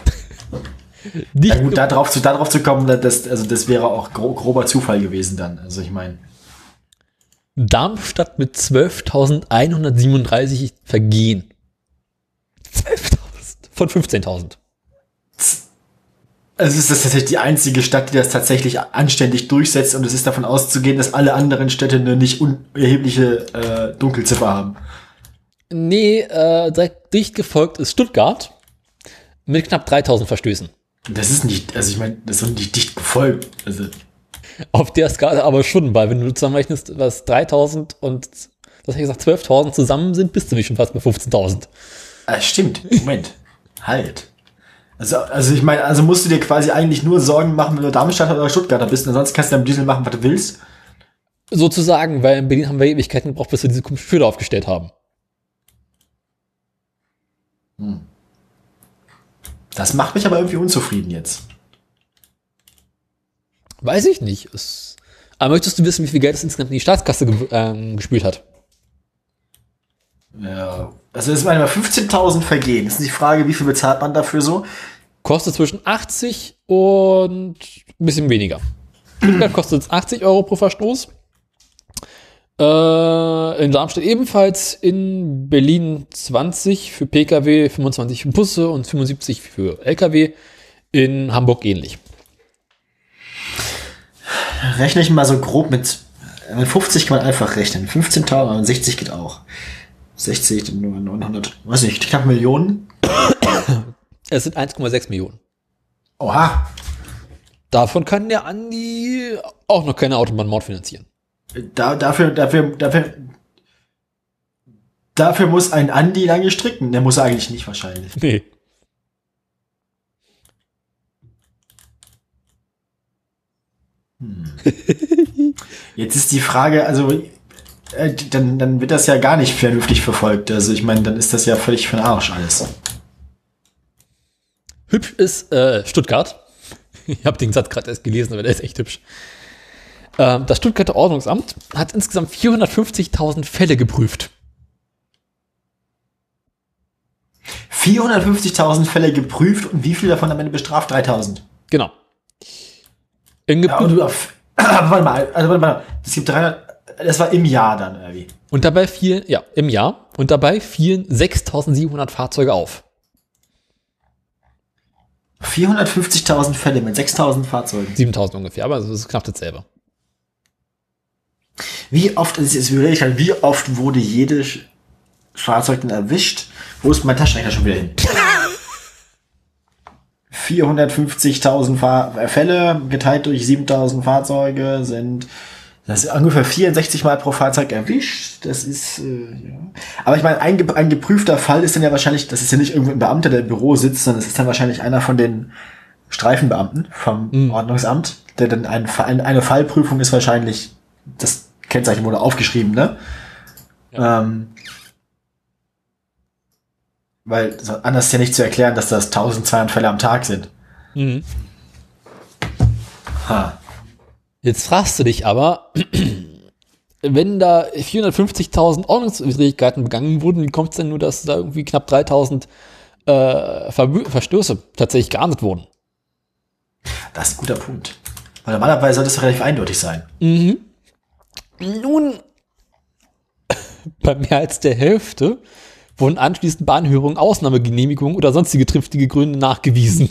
Speaker 1: Nicht
Speaker 2: ja gut, da drauf zu, da drauf zu kommen, das, also das wäre auch gro grober Zufall gewesen dann. Also ich meine,
Speaker 1: Darmstadt mit 12.137 Vergehen. 12.000 von 15.000.
Speaker 2: also ist das tatsächlich die einzige Stadt, die das tatsächlich anständig durchsetzt und es ist davon auszugehen, dass alle anderen Städte eine nicht unerhebliche äh, Dunkelziffer haben.
Speaker 1: Nee, äh, direkt dicht gefolgt ist Stuttgart mit knapp 3.000 Verstößen.
Speaker 2: Das ist nicht, also ich meine, das ist nicht dicht gefolgt. Also
Speaker 1: Auf der Skala aber schon, weil wenn du zusammenrechnest, was 3000 und das hätte ich gesagt 12.000 zusammen sind, bist du nämlich schon fast bei 15.000.
Speaker 2: Ah, stimmt. Moment. halt. Also, also ich meine, also musst du dir quasi eigentlich nur Sorgen machen, wenn du Darmstadt oder Stuttgarter bist. Ansonsten kannst du am Diesel machen, was du willst.
Speaker 1: Sozusagen, weil in Berlin haben wir Ewigkeiten gebraucht, bis wir diese komischen Schilder aufgestellt haben.
Speaker 2: Das macht mich aber irgendwie unzufrieden jetzt.
Speaker 1: Weiß ich nicht. Es, aber möchtest du wissen, wie viel Geld es insgesamt in die Staatskasse ge ähm, gespült hat?
Speaker 2: Ja. Also es sind einmal 15.000 Vergehen. Das ist die Frage, wie viel bezahlt man dafür so?
Speaker 1: Kostet zwischen 80 und ein bisschen weniger. Stuttgart kostet es 80 Euro pro Verstoß. Äh, in Darmstadt ebenfalls, in Berlin 20 für Pkw, 25 für Busse und 75 für Lkw. In Hamburg ähnlich.
Speaker 2: Rechne ich mal so grob mit, mit 50 kann man einfach rechnen. 15.000, aber 60 geht auch. 60, nur 900, weiß nicht, knapp Millionen.
Speaker 1: Es sind 1,6 Millionen.
Speaker 2: Oha.
Speaker 1: Davon kann der Andi auch noch keine Autobahnmord finanzieren.
Speaker 2: Da, dafür, dafür, dafür, dafür muss ein Andi lange stricken. Der muss er eigentlich nicht wahrscheinlich.
Speaker 1: Nee.
Speaker 2: Jetzt ist die Frage, also äh, dann, dann wird das ja gar nicht vernünftig verfolgt. Also ich meine, dann ist das ja völlig für den Arsch alles.
Speaker 1: Hübsch ist äh, Stuttgart. [LAUGHS] Ich habe den Satz gerade erst gelesen, aber der ist echt hübsch. Ähm, das Stuttgarter Ordnungsamt hat insgesamt 450.000 Fälle geprüft.
Speaker 2: 450.000 Fälle geprüft und wie viel davon am Ende bestraft? 3.000.
Speaker 1: Genau. In
Speaker 2: Ja,
Speaker 1: Gep-
Speaker 2: und, aber [CLEARS THROAT] warte mal, also warte mal, es gibt 300, das war im Jahr dann irgendwie.
Speaker 1: und dabei fielen, ja, im Jahr, und dabei fielen 6.700 Fahrzeuge auf.
Speaker 2: 450.000 Fälle mit 6.000 Fahrzeugen.
Speaker 1: 7.000 ungefähr, aber es ist knapp dasselbe.
Speaker 2: Wie oft, das ist überlege ich halt, wie oft wurde jedes Fahrzeug denn erwischt? Wo ist mein Taschenrechner schon wieder [LAUGHS] hin? 450.000 Fahr- äh, Fälle geteilt durch 7.000 Fahrzeuge sind das ist ungefähr 64 Mal pro Fahrzeug erwischt. Das ist, äh, ja. Aber ich meine, ein, ge- ein geprüfter Fall ist dann ja wahrscheinlich, das ist ja nicht irgendein Beamter, der im Büro sitzt, sondern es ist dann wahrscheinlich einer von den Streifenbeamten vom Ordnungsamt, der dann ein, Fa- ein, eine Fallprüfung ist wahrscheinlich, das Kennzeichen wurde aufgeschrieben, ne? Ähm, weil so- anders ist ja nicht zu erklären, dass das 1200 Fälle am Tag sind. Ha.
Speaker 1: Jetzt fragst du dich aber, [CLEARS THROAT] wenn da 450.000 Ordnungswidrigkeiten begangen wurden, wie kommt es denn nur, dass da irgendwie knapp 3.000 äh, Verbü- Verstöße tatsächlich geahndet wurden?
Speaker 2: Das ist ein guter Punkt. Weil normalerweise sollte es doch relativ eindeutig sein.
Speaker 1: Nun, [LAUGHS] bei mehr als der Hälfte wurden anschließend Bahnhörungen, Ausnahmegenehmigungen oder sonstige triftige Gründe nachgewiesen.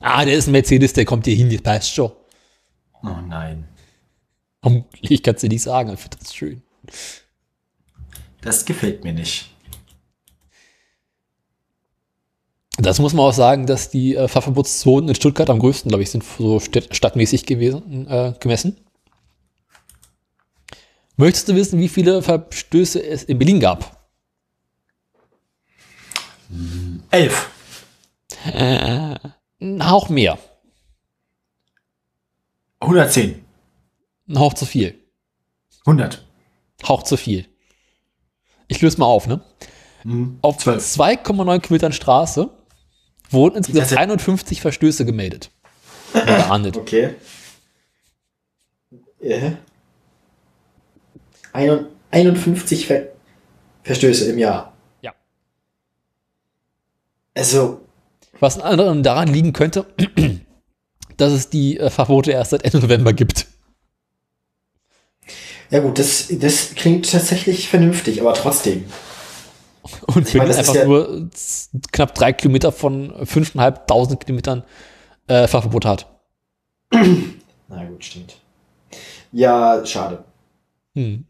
Speaker 1: Ah, der ist ein Mercedes, der kommt hier hin, das passt schon.
Speaker 2: Oh nein.
Speaker 1: Ich kann es dir nicht sagen, ich finde das schön.
Speaker 2: Das gefällt mir nicht.
Speaker 1: Das muss man auch sagen, dass die äh, Fahrverbotszonen in Stuttgart am größten, glaube ich, sind so städt- stadtmäßig gewesen, äh, gemessen. Möchtest du wissen, wie viele Verstöße es in Berlin gab?
Speaker 2: Elf.
Speaker 1: Ein Hauch mehr,
Speaker 2: 110.
Speaker 1: ein Hauch zu viel.
Speaker 2: 100.
Speaker 1: Hauch zu viel. Ich löse mal auf, ne? Auf
Speaker 2: Mhm. zwölf.
Speaker 1: 2,9 Kilometern Straße wurden insgesamt
Speaker 2: Das ist-
Speaker 1: 51 Verstöße gemeldet. Oder Geahndet.
Speaker 2: Okay. Ja. 51 Ver Verstöße im Jahr.
Speaker 1: Ja.
Speaker 2: Also,
Speaker 1: Was unter anderem daran liegen könnte, [CLEARS THROAT] dass es die äh, Verbote erst seit Ende November gibt.
Speaker 2: ja gut, das, das klingt tatsächlich vernünftig, aber trotzdem.
Speaker 1: Und Berlin
Speaker 2: meine, das ist
Speaker 1: einfach
Speaker 2: ja-
Speaker 1: nur z- knapp drei Kilometer von 5.500 Kilometern äh, Fahrverbot hat.
Speaker 2: Na gut, stimmt. Ja, schade.
Speaker 1: Hm.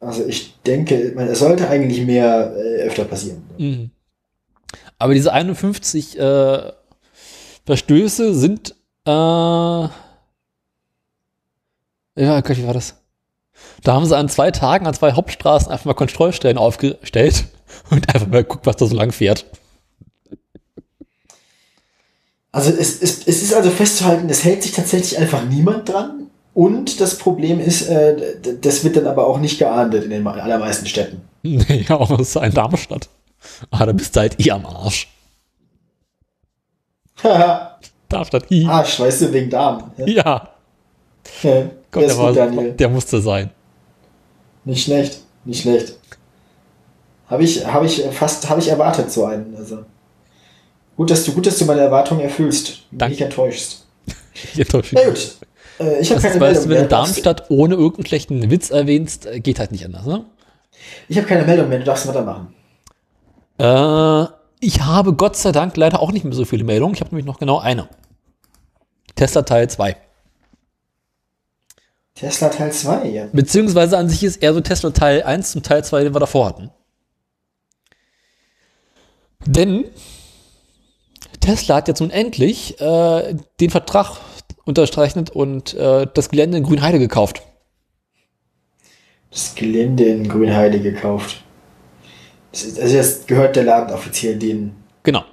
Speaker 2: Also ich denke, man- es sollte eigentlich mehr äh, öfter passieren.
Speaker 1: Mhm. Aber diese 51 äh, Verstöße sind. Äh, ja, oh Gott, wie war das? Da haben sie an zwei Tagen an zwei Hauptstraßen einfach mal Kontrollstellen aufgestellt [LAUGHS] und einfach mal guckt, was da so lang fährt. [LAUGHS]
Speaker 2: Also es, es, es ist also festzuhalten, es hält sich tatsächlich einfach niemand dran. Und das Problem ist, äh, d- das wird dann aber auch nicht geahndet in den me- allermeisten Städten. [LAUGHS]
Speaker 1: Ja, außer in Darmstadt. Ah, da bist du halt eh am Arsch.
Speaker 2: Haha,
Speaker 1: Darmstadt, hi.
Speaker 2: Arsch, weißt du, wegen Darm.
Speaker 1: [LAUGHS] Ja.
Speaker 2: Ja,
Speaker 1: Komm,
Speaker 2: das
Speaker 1: der,
Speaker 2: ist
Speaker 1: war,
Speaker 2: gut, Daniel.
Speaker 1: der musste sein.
Speaker 2: Nicht schlecht, nicht schlecht. Habe ich, habe ich äh, fast, habe ich erwartet so einen. Also gut, dass du, gut, dass du meine Erwartungen erfüllst. Mich
Speaker 1: Danke.
Speaker 2: Nicht enttäuschst.
Speaker 1: Ich enttäusche
Speaker 2: Na
Speaker 1: dich.
Speaker 2: gut. Äh, ich habe
Speaker 1: Das
Speaker 2: keine
Speaker 1: ist, weißt du, wenn
Speaker 2: Meldung [LAUGHS] mehr.
Speaker 1: du Darmstadt ohne irgendeinen schlechten Witz erwähnst, äh, geht halt nicht anders, ne?
Speaker 2: Ich habe keine Meldung mehr. Du darfst weitermachen.
Speaker 1: Äh, ich habe Gott sei Dank leider auch nicht mehr so viele Meldungen. Ich habe nämlich noch genau eine. Tesla Teil 2.
Speaker 2: Tesla Teil 2, ja.
Speaker 1: Beziehungsweise an sich ist eher so Tesla Teil 1 zum Teil 2, den wir davor hatten. Denn Tesla hat jetzt nun endlich äh, den Vertrag unterzeichnet und äh, das Gelände in Grünheide gekauft.
Speaker 2: das Gelände in Grünheide gekauft. Das ist, also jetzt gehört der Laden offiziell denen.
Speaker 1: Genau.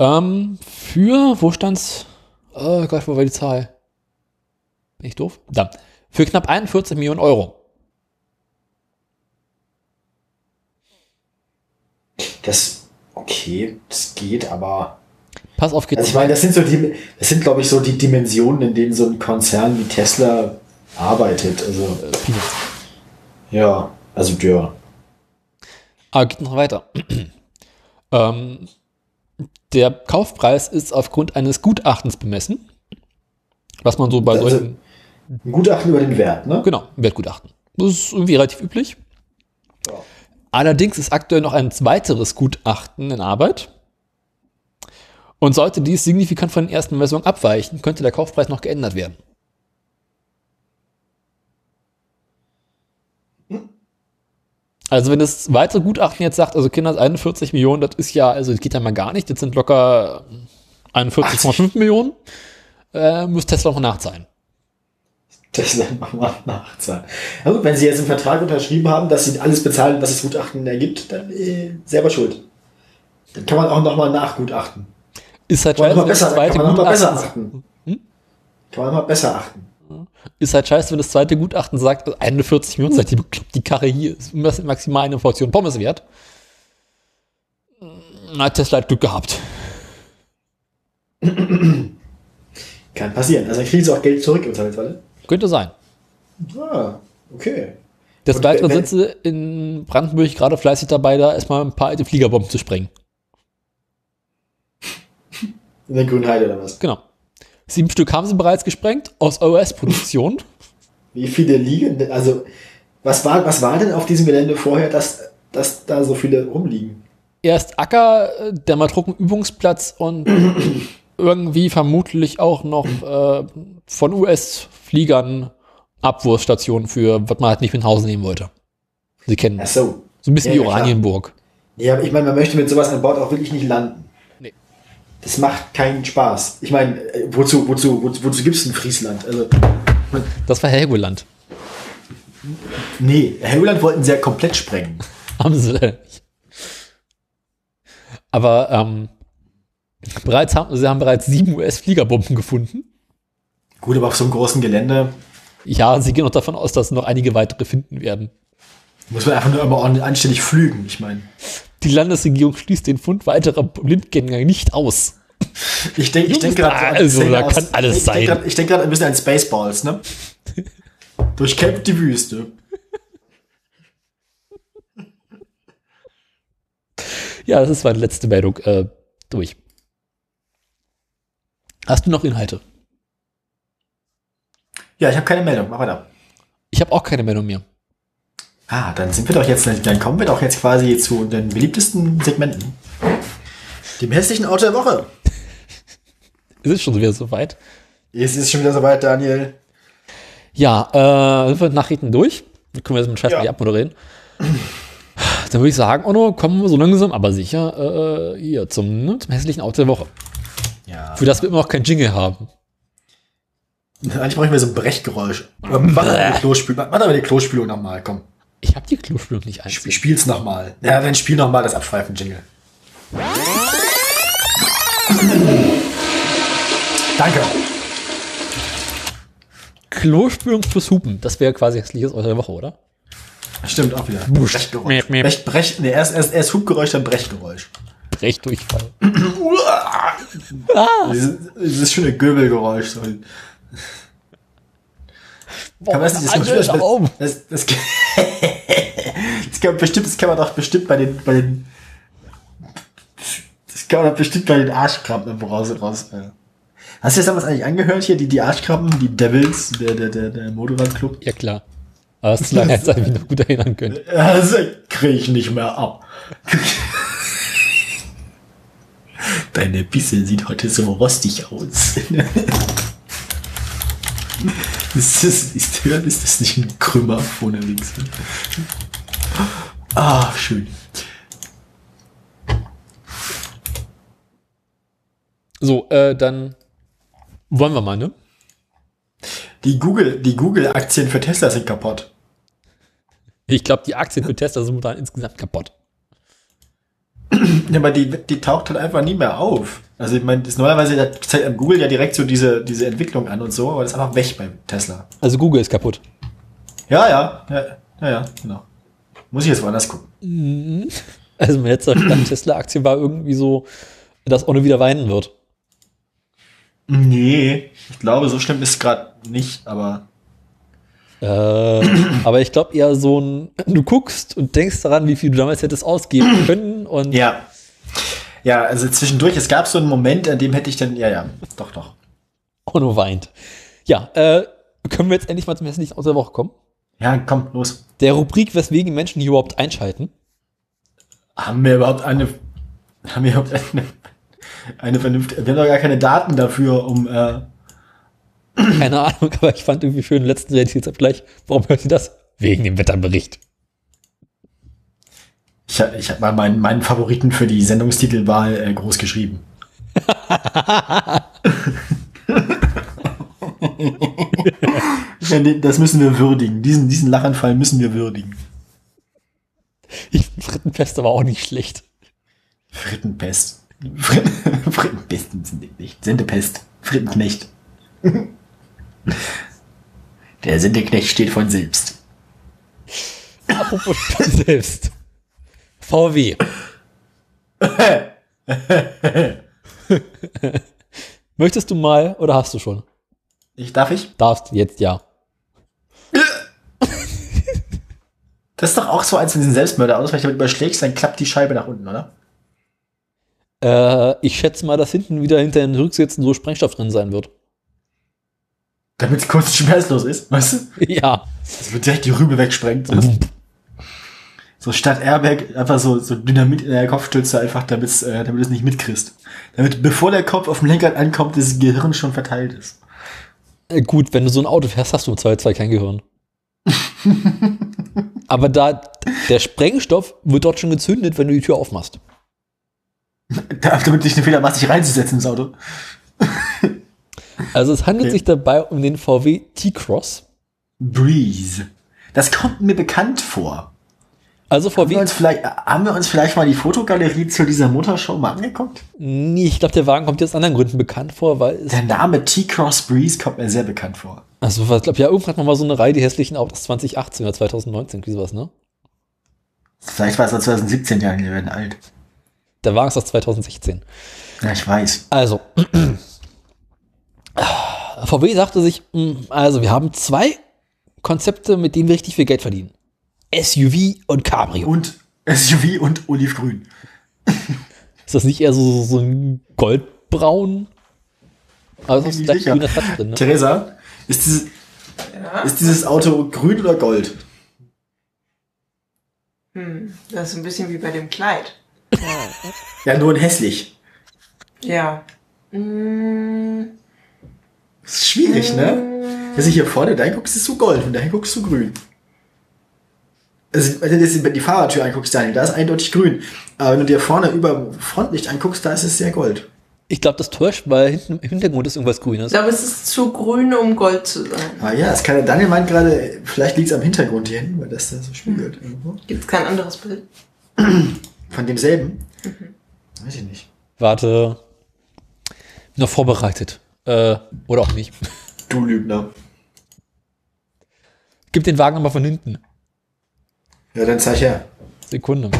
Speaker 1: Ähm,
Speaker 2: Äh,
Speaker 1: für, wo stand's? Oh Gott, wo war die Zahl? Bin ich doof? Da. Für knapp 41 Millionen Euro.
Speaker 2: Das, okay, das geht, aber.
Speaker 1: Pass auf,
Speaker 2: Also
Speaker 1: geht's.
Speaker 2: ich meine, das sind so die, das sind, glaube ich, so die Dimensionen, in denen so ein Konzern wie Tesla arbeitet. Also,
Speaker 1: Peanuts.
Speaker 2: ja, also ja.
Speaker 1: Aber Ah, geht noch weiter. [CLEARS THROAT] ähm, der Kaufpreis ist aufgrund eines Gutachtens bemessen, was man so bei
Speaker 2: Also-
Speaker 1: solchen,
Speaker 2: Ein Gutachten über den Wert, ne?
Speaker 1: genau, Wertgutachten. Das ist irgendwie relativ üblich.
Speaker 2: Ja.
Speaker 1: Allerdings ist aktuell noch ein weiteres Gutachten in Arbeit. Und sollte dies signifikant von den ersten Messungen abweichen, könnte der Kaufpreis noch geändert werden. Also wenn das weitere Gutachten jetzt sagt, also Kinder, 41 Millionen, das ist ja, also das geht ja mal gar nicht, das sind locker 41,5 Millionen, äh, muss Tesla noch nachzahlen.
Speaker 2: Tesla nochmal nachzahlen. Na gut, wenn sie jetzt einen Vertrag unterschrieben haben, dass sie alles bezahlen, was das Gutachten ergibt, dann äh, selber schuld. Dann kann man auch nochmal nachgutachten.
Speaker 1: Ist halt
Speaker 2: Kann
Speaker 1: scheiße,
Speaker 2: man
Speaker 1: wenn
Speaker 2: nochmal
Speaker 1: das
Speaker 2: besser, kann
Speaker 1: zweite
Speaker 2: man noch mal besser
Speaker 1: Gutachten
Speaker 2: achten. Kann man nochmal besser achten.
Speaker 1: ist halt scheiße, wenn das zweite Gutachten sagt, also 41 Millionen, sagt die, bekloppt, die Karre hier ist max- maximal eine Portion Pommes wert. Na, Tesla hat Glück gehabt.
Speaker 2: Kann passieren. Also dann kriegen sie auch Geld zurück im Zweifelsfalle.
Speaker 1: Könnte sein.
Speaker 2: Ah, okay.
Speaker 1: Des
Speaker 2: Und
Speaker 1: Weiteren
Speaker 2: wenn-
Speaker 1: sind sie in Brandenburg gerade fleißig dabei, da erstmal ein paar alte Fliegerbomben zu sprengen.
Speaker 2: In der grünen Heide oder was?
Speaker 1: Genau. Sieben Stück haben sie bereits gesprengt aus US-Produktion.
Speaker 2: Wie viele liegen denn? Also, was war, was war denn auf diesem Gelände vorher, dass, dass da so viele rumliegen?
Speaker 1: Erst Acker, äh, der Matroken-Übungsplatz
Speaker 2: [CLEARS THROAT]
Speaker 1: und irgendwie vermutlich auch noch äh, von US-Fliegern Abwurfstationen für, was man halt nicht mit nach Hause nehmen wollte. Sie kennen
Speaker 2: Ach
Speaker 1: das.
Speaker 2: so.
Speaker 1: So ein bisschen
Speaker 2: Ja,
Speaker 1: wie
Speaker 2: ja, klar.
Speaker 1: Oranienburg.
Speaker 2: Nee, aber ich meine, man möchte mit sowas an Bord auch wirklich nicht landen.
Speaker 1: Nee.
Speaker 2: Das macht keinen Spaß. Ich meine, äh, wozu, wozu, wozu, wozu gibt's denn Friesland? Also,
Speaker 1: Das war Helgoland. [LAUGHS]
Speaker 2: nee, Helgoland wollten sie ja komplett sprengen.
Speaker 1: Haben sie leider nicht. Aber ähm, bereits haben, sie haben bereits sieben US-Fliegerbomben gefunden.
Speaker 2: Gut, aber auf so einem großen Gelände
Speaker 1: Ja, sie gehen auch davon aus, dass noch einige weitere finden werden.
Speaker 2: muss man einfach nur immer ordentlich anständig flügen. Ich meine,
Speaker 1: Die Landesregierung schließt den Fund weiterer Blindgänger nicht aus.
Speaker 2: ich, denk, ich denke
Speaker 1: Ah,
Speaker 2: gerade.
Speaker 1: also, da kann alles
Speaker 2: ich denk
Speaker 1: sein.
Speaker 2: grad- Ich denke gerade ein bisschen an Spaceballs, ne? Durchkämpft die Wüste.
Speaker 1: Ja, das ist meine letzte Meldung. Äh, durch. Hast du noch Inhalte?
Speaker 2: Ja, ich habe keine Meldung. Mach weiter.
Speaker 1: Ich habe auch keine Meldung mehr.
Speaker 2: Ah, dann sind wir doch jetzt, dann kommen wir doch jetzt quasi zu den beliebtesten Segmenten. Dem hässlichen Auto der Woche.
Speaker 1: Es ist schon wieder soweit.
Speaker 2: Es ist schon wieder soweit, Daniel.
Speaker 1: Ja, äh, sind wir mit Nachrichten durch? Dann können wir das mit dem Scheiß
Speaker 2: Ja.
Speaker 1: nicht abmoderieren. Dann würde ich sagen, Ono, kommen wir so langsam, aber sicher äh, hier zum, ne, zum hässlichen Auto der Woche.
Speaker 2: Ja.
Speaker 1: Für das wir immer noch kein Jingle haben.
Speaker 2: Eigentlich brauche ich mir so ein Brechgeräusch. Ähm, Mach doch mal die Klospülung, mach doch mal die Klospülung nochmal, komm.
Speaker 1: Ich habe die Klospülung nicht ein.
Speaker 2: Spiel, spiel's nochmal. Ja, dann spiel nochmal das Abschweifen-Jingle. Danke.
Speaker 1: Klospülung plus Hupen, das wäre quasi hässliches Auto der Woche, oder?
Speaker 2: Stimmt, auch wieder.
Speaker 1: Wusch.
Speaker 2: Brechgeräusch.
Speaker 1: Miep, miep.
Speaker 2: Brech, Brech, nee, erst, erst, erst Hubgeräusch, dann Brechgeräusch.
Speaker 1: Brechdurchfall. Ah.
Speaker 2: Dieses, dieses schöne Göbelgeräusch. So.
Speaker 1: Boah,
Speaker 2: Kann man das nicht,
Speaker 1: Alter,
Speaker 2: das,
Speaker 1: Raum.
Speaker 2: das, das, das, das, kann, bestimmt, das kann man doch bestimmt bei den, bei den das kann man doch bestimmt bei den Arschkrabben im Browser raus. Äh. Hast du das damals eigentlich angehört hier, die, die Arschkrabben, die Devils, der, der, der, der Motorradclub?
Speaker 1: Ja, klar. Aber das ist
Speaker 2: [LAUGHS]
Speaker 1: lange, als ich mich noch gut erinnern könnte.
Speaker 2: Ja, Das kriege Also, ich nicht mehr ab. Deine Bisse sieht heute so rostig aus. Ist das, ist, ist das nicht ein Krümmer vorne links? Ah, schön.
Speaker 1: So, äh, dann wollen wir mal, ne?
Speaker 2: Die Google, die Google-Aktien für Tesla sind kaputt.
Speaker 1: Ich glaube, die Aktien für Tesla sind momentan insgesamt kaputt.
Speaker 2: Ja, aber die, die taucht halt einfach nie mehr auf. Also ich meine, das normalerweise da zeigt einem Google ja direkt so diese, diese Entwicklung an und so, aber das ist einfach weg beim Tesla.
Speaker 1: Also Google ist kaputt.
Speaker 2: Ja, ja, ja, ja, ja genau. Muss ich jetzt woanders gucken.
Speaker 1: Also mein letzter [LAUGHS] Stand Tesla-Aktien war irgendwie so, dass Onno wieder weinen wird.
Speaker 2: Nee, ich glaube, so schlimm ist es gerade nicht, aber
Speaker 1: Äh, aber ich glaube eher so ein, du guckst und denkst daran, wie viel du damals hättest [CLEARS THROAT] ausgeben können und
Speaker 2: ja. Ja, also zwischendurch, es gab so einen Moment, an dem hätte ich dann, ja, ja, doch, doch.
Speaker 1: Onno weint. Ja, äh, können wir jetzt endlich mal zum hässlichen aus der Woche kommen?
Speaker 2: Ja, komm, los.
Speaker 1: Der Rubrik, weswegen Menschen hier überhaupt einschalten.
Speaker 2: Haben wir überhaupt eine, haben wir überhaupt eine, eine vernünftige, wir haben doch gar keine Daten dafür, um, äh,
Speaker 1: Keine Ahnung, aber ich fand irgendwie für den letzten Realitätsabgleich, warum hört ihr das? Wegen dem Wetterbericht.
Speaker 2: ich, hab- ich habe mal meinen, meinen Favoriten für die Sendungstitelwahl äh, groß geschrieben. [LAUGHS] Ja, nee, das müssen wir würdigen. Diesen, diesen Lachanfall müssen wir würdigen.
Speaker 1: Ich Frittenfest aber auch nicht schlecht.
Speaker 2: Frittenpest. Frit [LAUGHS] Frittenpesten sind nicht. Sendepest. Frittenknecht. Der Sendeknecht steht von selbst.
Speaker 1: Apropos selbst. VW. Möchtest du mal oder hast du schon?
Speaker 2: [LAUGHS] Ich darf ich?
Speaker 1: Darfst jetzt ja.
Speaker 2: Das ist doch auch so eins von diesen Selbstmörder aus, wenn du damit überschlägst, dann klappt die Scheibe nach unten, oder?
Speaker 1: Äh, ich schätze mal, dass hinten wieder hinter den Rücksitzen so Sprengstoff drin sein wird. [LAUGHS]
Speaker 2: Damit es kurz schmerzlos ist, weißt du?
Speaker 1: Ja.
Speaker 2: Das wird direkt die Rübe wegsprengt. So, so statt Airbag einfach so, so Dynamit in der Kopfstütze, einfach damit's, äh, damit du es nicht mitkriegst. Damit, bevor der Kopf auf dem Lenkrad ankommt, das Gehirn schon verteilt ist.
Speaker 1: Äh, Gut, wenn du so ein Auto fährst, hast du zwei, zwei kein Gehirn. Aber da der Sprengstoff wird dort schon gezündet, wenn du die Tür aufmachst.
Speaker 2: Da- Damit du nicht den Fehler machst, dich reinzusetzen ins Auto.
Speaker 1: Also es handelt sich dabei um den VW T-Cross.
Speaker 2: Breeze. Das kommt mir bekannt vor.
Speaker 1: Also
Speaker 2: Haben
Speaker 1: VW,
Speaker 2: wir, uns vielleicht, haben wir uns vielleicht mal die Fotogalerie zu dieser Motorshow mal angeguckt?
Speaker 1: nee, ich glaube, der Wagen kommt dir aus anderen Gründen bekannt vor, weil es,
Speaker 2: Der Name T-Cross Breeze kommt mir sehr bekannt vor.
Speaker 1: also was- ich glaube, ja, irgendwann hat man mal so eine Reihe die hässlichen Autos 2018 oder 2019, irgendwie sowas, ne?
Speaker 2: Vielleicht war es aus 2017 Jahren, wir werden alt.
Speaker 1: Der Wagen ist aus 2016.
Speaker 2: Ja, ich weiß.
Speaker 1: Also, [CLEARS THROAT] VW sagte sich, "Hm, also wir haben zwei Konzepte, mit denen wir richtig viel Geld verdienen. SUV und Cabrio.
Speaker 2: Und SUV und Olivgrün.
Speaker 1: Ist das nicht eher so, so ein goldbraun? Also, Aber es ist
Speaker 2: Bin
Speaker 1: gleich
Speaker 2: nicht sicher.
Speaker 1: grüner Touch drin, ne?
Speaker 2: Theresa, ist dieses, ist dieses Auto grün oder gold?
Speaker 3: Hm, das ist ein bisschen wie bei dem Kleid.
Speaker 2: Ja, nur in hässlich.
Speaker 3: Ja. Hm,
Speaker 2: Das ist schwierig, ne? Wenn du hier vorne dahin guckst, ist du gold und dahin guckst du grün. Also, wenn du dir jetzt die Fahrertür anguckst, Daniel, da ist eindeutig grün. Aber wenn du dir vorne über dem Frontlicht anguckst, da ist es sehr gold.
Speaker 1: Ich glaube, das täuscht, weil hinten im Hintergrund ist irgendwas Grünes.
Speaker 3: ich glaube, es ist zu grün, um Gold zu sein.
Speaker 2: Ah ja, das kann, Daniel meint gerade, vielleicht liegt es am Hintergrund hier hinten, weil das da so spiegelt. Irgendwo.
Speaker 3: Gibt es kein anderes Bild?
Speaker 2: Von demselben? Weiß ich nicht.
Speaker 1: Warte. Noch vorbereitet. Äh, oder auch nicht. [LAUGHS]
Speaker 2: Du Lügner.
Speaker 1: Gib den Wagen nochmal von hinten.
Speaker 2: Ja, dann zeig her.
Speaker 1: Sekunde.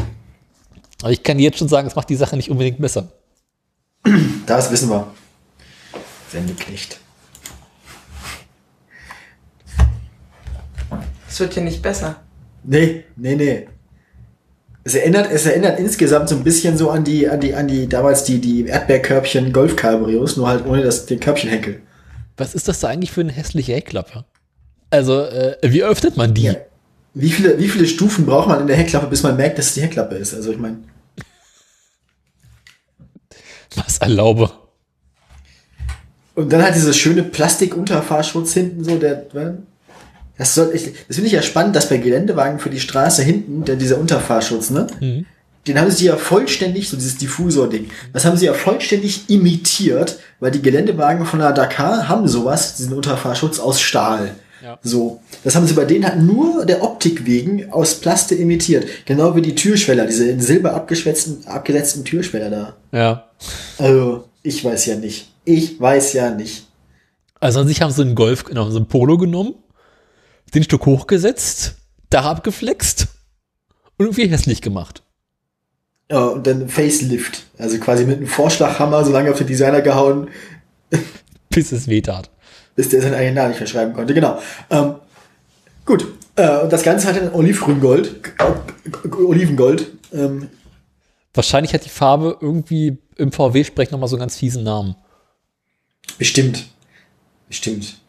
Speaker 1: Aber ich kann dir jetzt schon sagen, es macht die Sache nicht unbedingt besser.
Speaker 2: Das wissen wir. Sendeknecht.
Speaker 3: Es wird ja nicht besser.
Speaker 2: Nee, nee, nee. Es erinnert, es erinnert insgesamt so ein bisschen so an die, an die, an die, damals die, die Erdbeerkörbchen Golf Cabrios, nur halt ohne das, den Körbchenhenkel.
Speaker 1: Was ist das da eigentlich für eine hässliche Heckklappe? Also, äh, wie öffnet man die?
Speaker 2: Ja. Wie viele, wie viele Stufen braucht man in der Heckklappe, bis man merkt, dass es die Heckklappe ist? Also ich meine,
Speaker 1: Was erlaube?
Speaker 2: und dann halt dieser schöne Plastikunterfahrschutz hinten so, der, ne? das soll, ich, das finde ich ja spannend, dass bei Geländewagen für die Straße hinten, der, dieser Unterfahrschutz, ne? Den haben sie ja vollständig, so dieses Diffusor-Ding, das haben sie ja vollständig imitiert, weil die Geländewagen von der Dakar haben sowas, diesen Unterfahrschutz aus Stahl.
Speaker 1: Ja.
Speaker 2: So. Das haben sie bei denen halt nur der Optik wegen aus Plaste imitiert. Genau wie die Türschweller, diese in Silber abgeschwätzten, abgesetzten Türschweller da.
Speaker 1: Ja.
Speaker 2: Also, Ich weiß ja nicht. Ich weiß ja nicht.
Speaker 1: Also an sich haben sie einen Golf, genau, so einen Polo genommen, den Stück hochgesetzt, da abgeflext und irgendwie hässlich gemacht.
Speaker 2: Ja, und dann Facelift. Also quasi mit einem Vorschlaghammer so lange auf den Designer gehauen,
Speaker 1: Bis es weh tat.
Speaker 2: bis der seinen eigenen Namen nicht mehr schreiben konnte. Genau. Ähm, gut. Äh, und das Ganze hat dann Olivgrüngold. Olivengold. Ähm,
Speaker 1: Wahrscheinlich hat die Farbe irgendwie im VW-Sprech nochmal so einen ganz fiesen Namen.
Speaker 2: bestimmt. Bestimmt.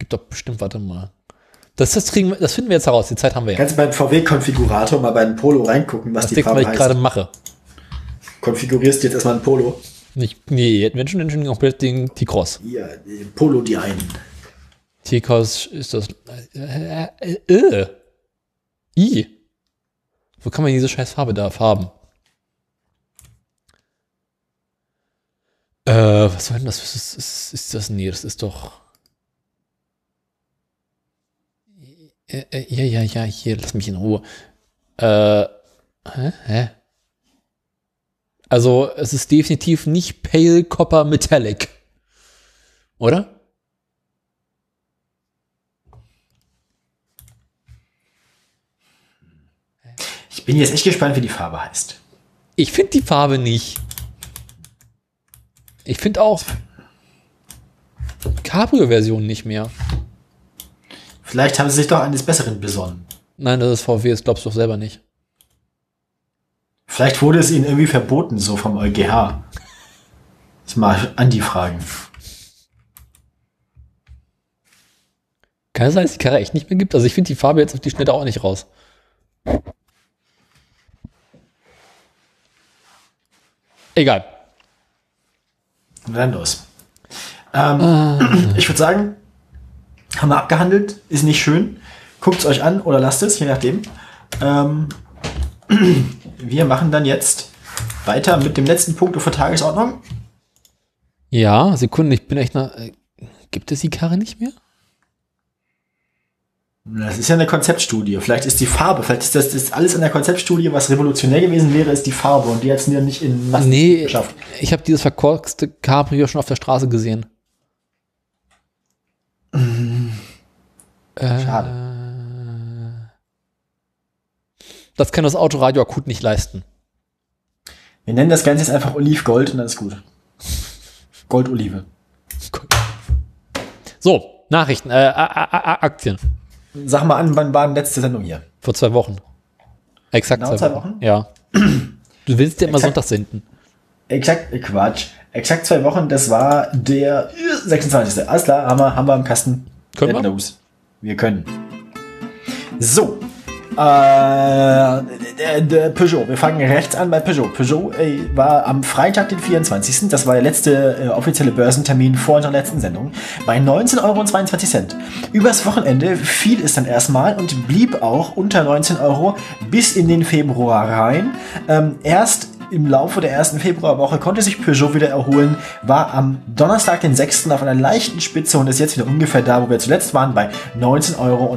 Speaker 1: Gibt doch bestimmt, warte mal. Das, das, kriegen, wir- das finden wir jetzt heraus, die Zeit haben wir ja.
Speaker 2: Kannst du beim VW-Konfigurator mal bei einem Polo reingucken, was
Speaker 1: Das
Speaker 2: die
Speaker 1: denkt was
Speaker 2: Farbe
Speaker 1: ich gerade
Speaker 2: heißt.
Speaker 1: mache.
Speaker 2: Konfigurierst jetzt erstmal ein Polo.
Speaker 1: Ich, nee, hätten wir schon, hätten wir schon komplett den T-Cross.
Speaker 2: Ja, äh, Polo die einen.
Speaker 1: T-Cross ist das. Äh, äh, äh, I. Wo kann man diese scheiß Farbe da haben? Äh, was soll denn das? Ist, ist, ist das? Nee, das ist doch. Äh, äh, ja, ja, ja, hier, lass mich in Ruhe. Äh, hä, hä? Also, es ist definitiv nicht Pale Copper Metallic. Oder?
Speaker 2: Ich bin jetzt echt gespannt, wie die Farbe heißt.
Speaker 1: Ich finde die Farbe nicht. Ich finde auch Cabrio-Version nicht mehr.
Speaker 2: Vielleicht haben sie sich doch eines Besseren besonnen.
Speaker 1: Nein, das ist VW, das glaubst du doch selber nicht.
Speaker 2: Vielleicht wurde es ihnen irgendwie verboten, so vom E EuGH. Jetzt mal an die Fragen.
Speaker 1: Kann es sein, dass die Karre echt nicht mehr gibt? Also ich finde die Farbe jetzt auf die Schnelle auch nicht raus. Egal.
Speaker 2: Na dann los. Ähm, Ich würde sagen, haben wir abgehandelt, ist nicht schön. Guckt es euch an oder lasst es, je nachdem. Ähm, wir machen dann jetzt weiter mit dem letzten Punkt auf der Tagesordnung.
Speaker 1: Ja, Sekunde, ich bin echt nach. Äh, gibt es die Karre nicht mehr?
Speaker 2: Das ist ja eine Konzeptstudie. Vielleicht ist die Farbe, vielleicht ist das, das ist alles in der Konzeptstudie, was revolutionär gewesen wäre, ist die Farbe. Und die hat es nicht in Massen
Speaker 1: Nee,
Speaker 2: geschafft.
Speaker 1: ich habe dieses verkorkste Cabrio schon auf der Straße gesehen.
Speaker 2: Äh, Schade.
Speaker 1: Das kann das Autoradio akut nicht leisten.
Speaker 2: Wir nennen das Ganze jetzt einfach Olivgold und dann ist gut. Goldolive.
Speaker 1: So, Nachrichten, äh, A- A- A- A- Aktien.
Speaker 2: Sag mal an, wann war die letzte Sendung hier?
Speaker 1: Vor zwei Wochen. Exakt
Speaker 2: Genau, zwei Wochen?
Speaker 1: Ja. Du willst ja immer
Speaker 2: Exakt.
Speaker 1: Sonntag senden.
Speaker 2: Exakt, äh, Quatsch. Exakt zwei Wochen, das war der 26. Alles klar, haben wir, haben wir im Kasten.
Speaker 1: Können wir?
Speaker 2: Los. Wir können. So. Äh, der, der Peugeot. Wir fangen rechts an bei Peugeot. Peugeot äh, war am Freitag, den 24. Das war der letzte äh, offizielle Börsentermin vor unserer letzten Sendung. Bei 19,22 Euro. Übers Wochenende fiel es dann erstmal und blieb auch unter 19 Euro bis in den Februar rein. Ähm, erst im Laufe der ersten Februarwoche konnte sich Peugeot wieder erholen, war am Donnerstag, den 6. auf einer leichten Spitze und ist jetzt wieder ungefähr da, wo wir zuletzt waren, bei 19,35 Euro.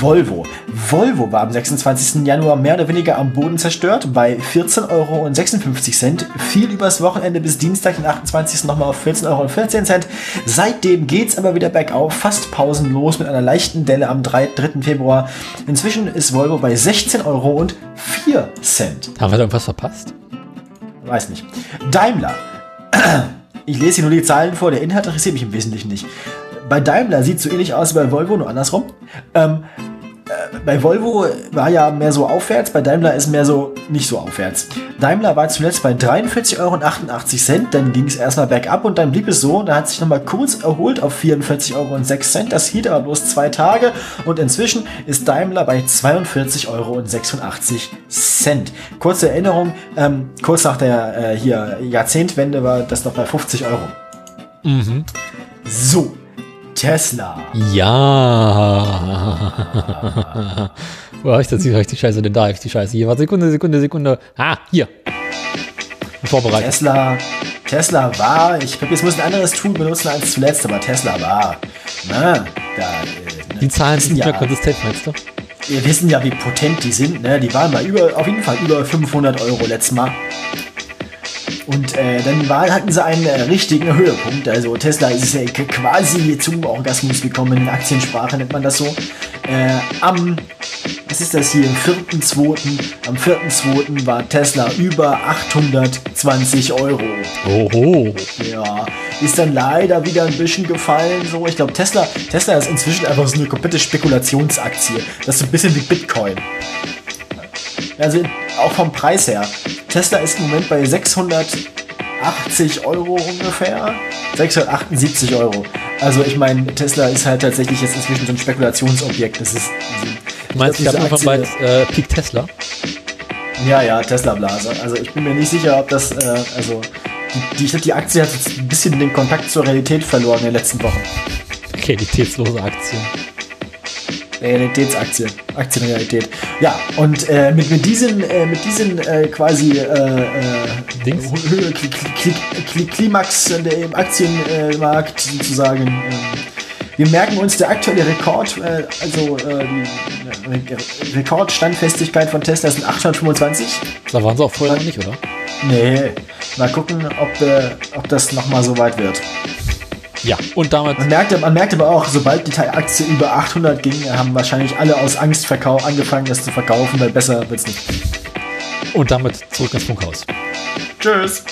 Speaker 2: Volvo. Volvo war am 26. Januar mehr oder weniger am Boden zerstört, bei 14,56 Euro. Fiel übers Wochenende bis Dienstag, den 28. nochmal auf 14,14 Euro. Seitdem geht's aber wieder bergauf, fast pausenlos mit einer leichten Delle am 3. 3. Februar. Inzwischen ist Volvo bei 16,04 Euro.
Speaker 1: Haben wir da irgendwas verpasst?
Speaker 2: Weiß nicht. Daimler. [CLEARS THROAT] Ich lese hier nur die Zahlen vor, der Inhalt interessiert mich im Wesentlichen nicht. Bei Daimler sieht es so ähnlich aus wie bei Volvo, nur andersrum. Ähm, äh, bei Volvo war ja mehr so aufwärts, bei Daimler ist mehr so nicht so aufwärts. Daimler war zuletzt bei 43,88 Euro, dann ging es erstmal bergab und dann blieb es so, da hat sich nochmal kurz erholt auf 44,06 Euro, das hielt aber bloß zwei Tage und inzwischen ist Daimler bei 42,86 Euro. Kurze Erinnerung, ähm, kurz nach der äh, hier Jahrzehntwende war das noch bei 50 Euro. So, Tesla.
Speaker 1: Ja. [LAUGHS] Wo habe ich das? Hier habe ich die Scheiße, denn da habe ich die Scheiße. Hier, warte, Sekunde, Sekunde, Sekunde. Ah, hier. Vorbereitet.
Speaker 2: Tesla, Tesla war, ich glaube, jetzt muss ein anderes Tool benutzen als zuletzt, aber Tesla war. Na, da, äh, ne,
Speaker 1: Die Zahlen sind nicht
Speaker 2: ja.
Speaker 1: mehr konsistent, meinst du?
Speaker 2: wir wissen ja, wie potent die sind. Ne? Die waren bei über, auf jeden Fall über 500 Euro letztes Mal. Und äh, dann war, hatten sie einen äh, richtigen Höhepunkt. Also Tesla ist ja k- quasi zum Orgasmus gekommen. In Aktiensprache nennt man das so. Äh, am, was ist das hier, am 4.2. Am 4.2. war Tesla über 820 Euro.
Speaker 1: Oho.
Speaker 2: Ja, ist dann leider wieder ein bisschen gefallen. So, ich glaube, Tesla, Tesla ist inzwischen einfach so eine komplette Spekulationsaktie. Das ist so ein bisschen wie Bitcoin. Also auch vom Preis her. Tesla ist im Moment bei 680 Euro ungefähr. 678 Euro. Also ich meine, Tesla ist halt tatsächlich jetzt inzwischen so ein Spekulationsobjekt. Das ist also,
Speaker 1: Du meinst, ich
Speaker 2: glaub,
Speaker 1: habe
Speaker 2: diese
Speaker 1: einfach bei äh, Peak Tesla.
Speaker 2: ja, ja, Tesla-Blase. Also ich bin mir nicht sicher, ob das, äh, also die, die, ich glaube, die Aktie hat jetzt ein bisschen den Kontakt zur Realität verloren in den letzten Wochen.
Speaker 1: Realitätslose Aktien.
Speaker 2: Realitätsaktie, Aktienrealität. Ja, und äh, mit, mit diesen, äh, mit diesen äh, quasi äh, äh,
Speaker 1: Dings?
Speaker 2: Höhe- Kli- Kli- Kli- Klimax in der- im Aktienmarkt sozusagen. ähm, wir merken uns, der aktuelle Rekord, äh, also äh, die Re Rekordstandfestigkeit von Tesla sind 825.
Speaker 1: Da waren sie auch vorher noch nicht, oder?
Speaker 2: Nee, mal gucken, ob, äh, ob das nochmal so weit wird.
Speaker 1: Ja. Und damit
Speaker 2: Man merkte, man merkte aber auch, sobald die Aktie über 800 ging, haben wahrscheinlich alle aus Angst verkau angefangen, das zu verkaufen, weil besser wird's nicht.
Speaker 1: und damit zurück ins Funkhaus.
Speaker 2: Tschüss.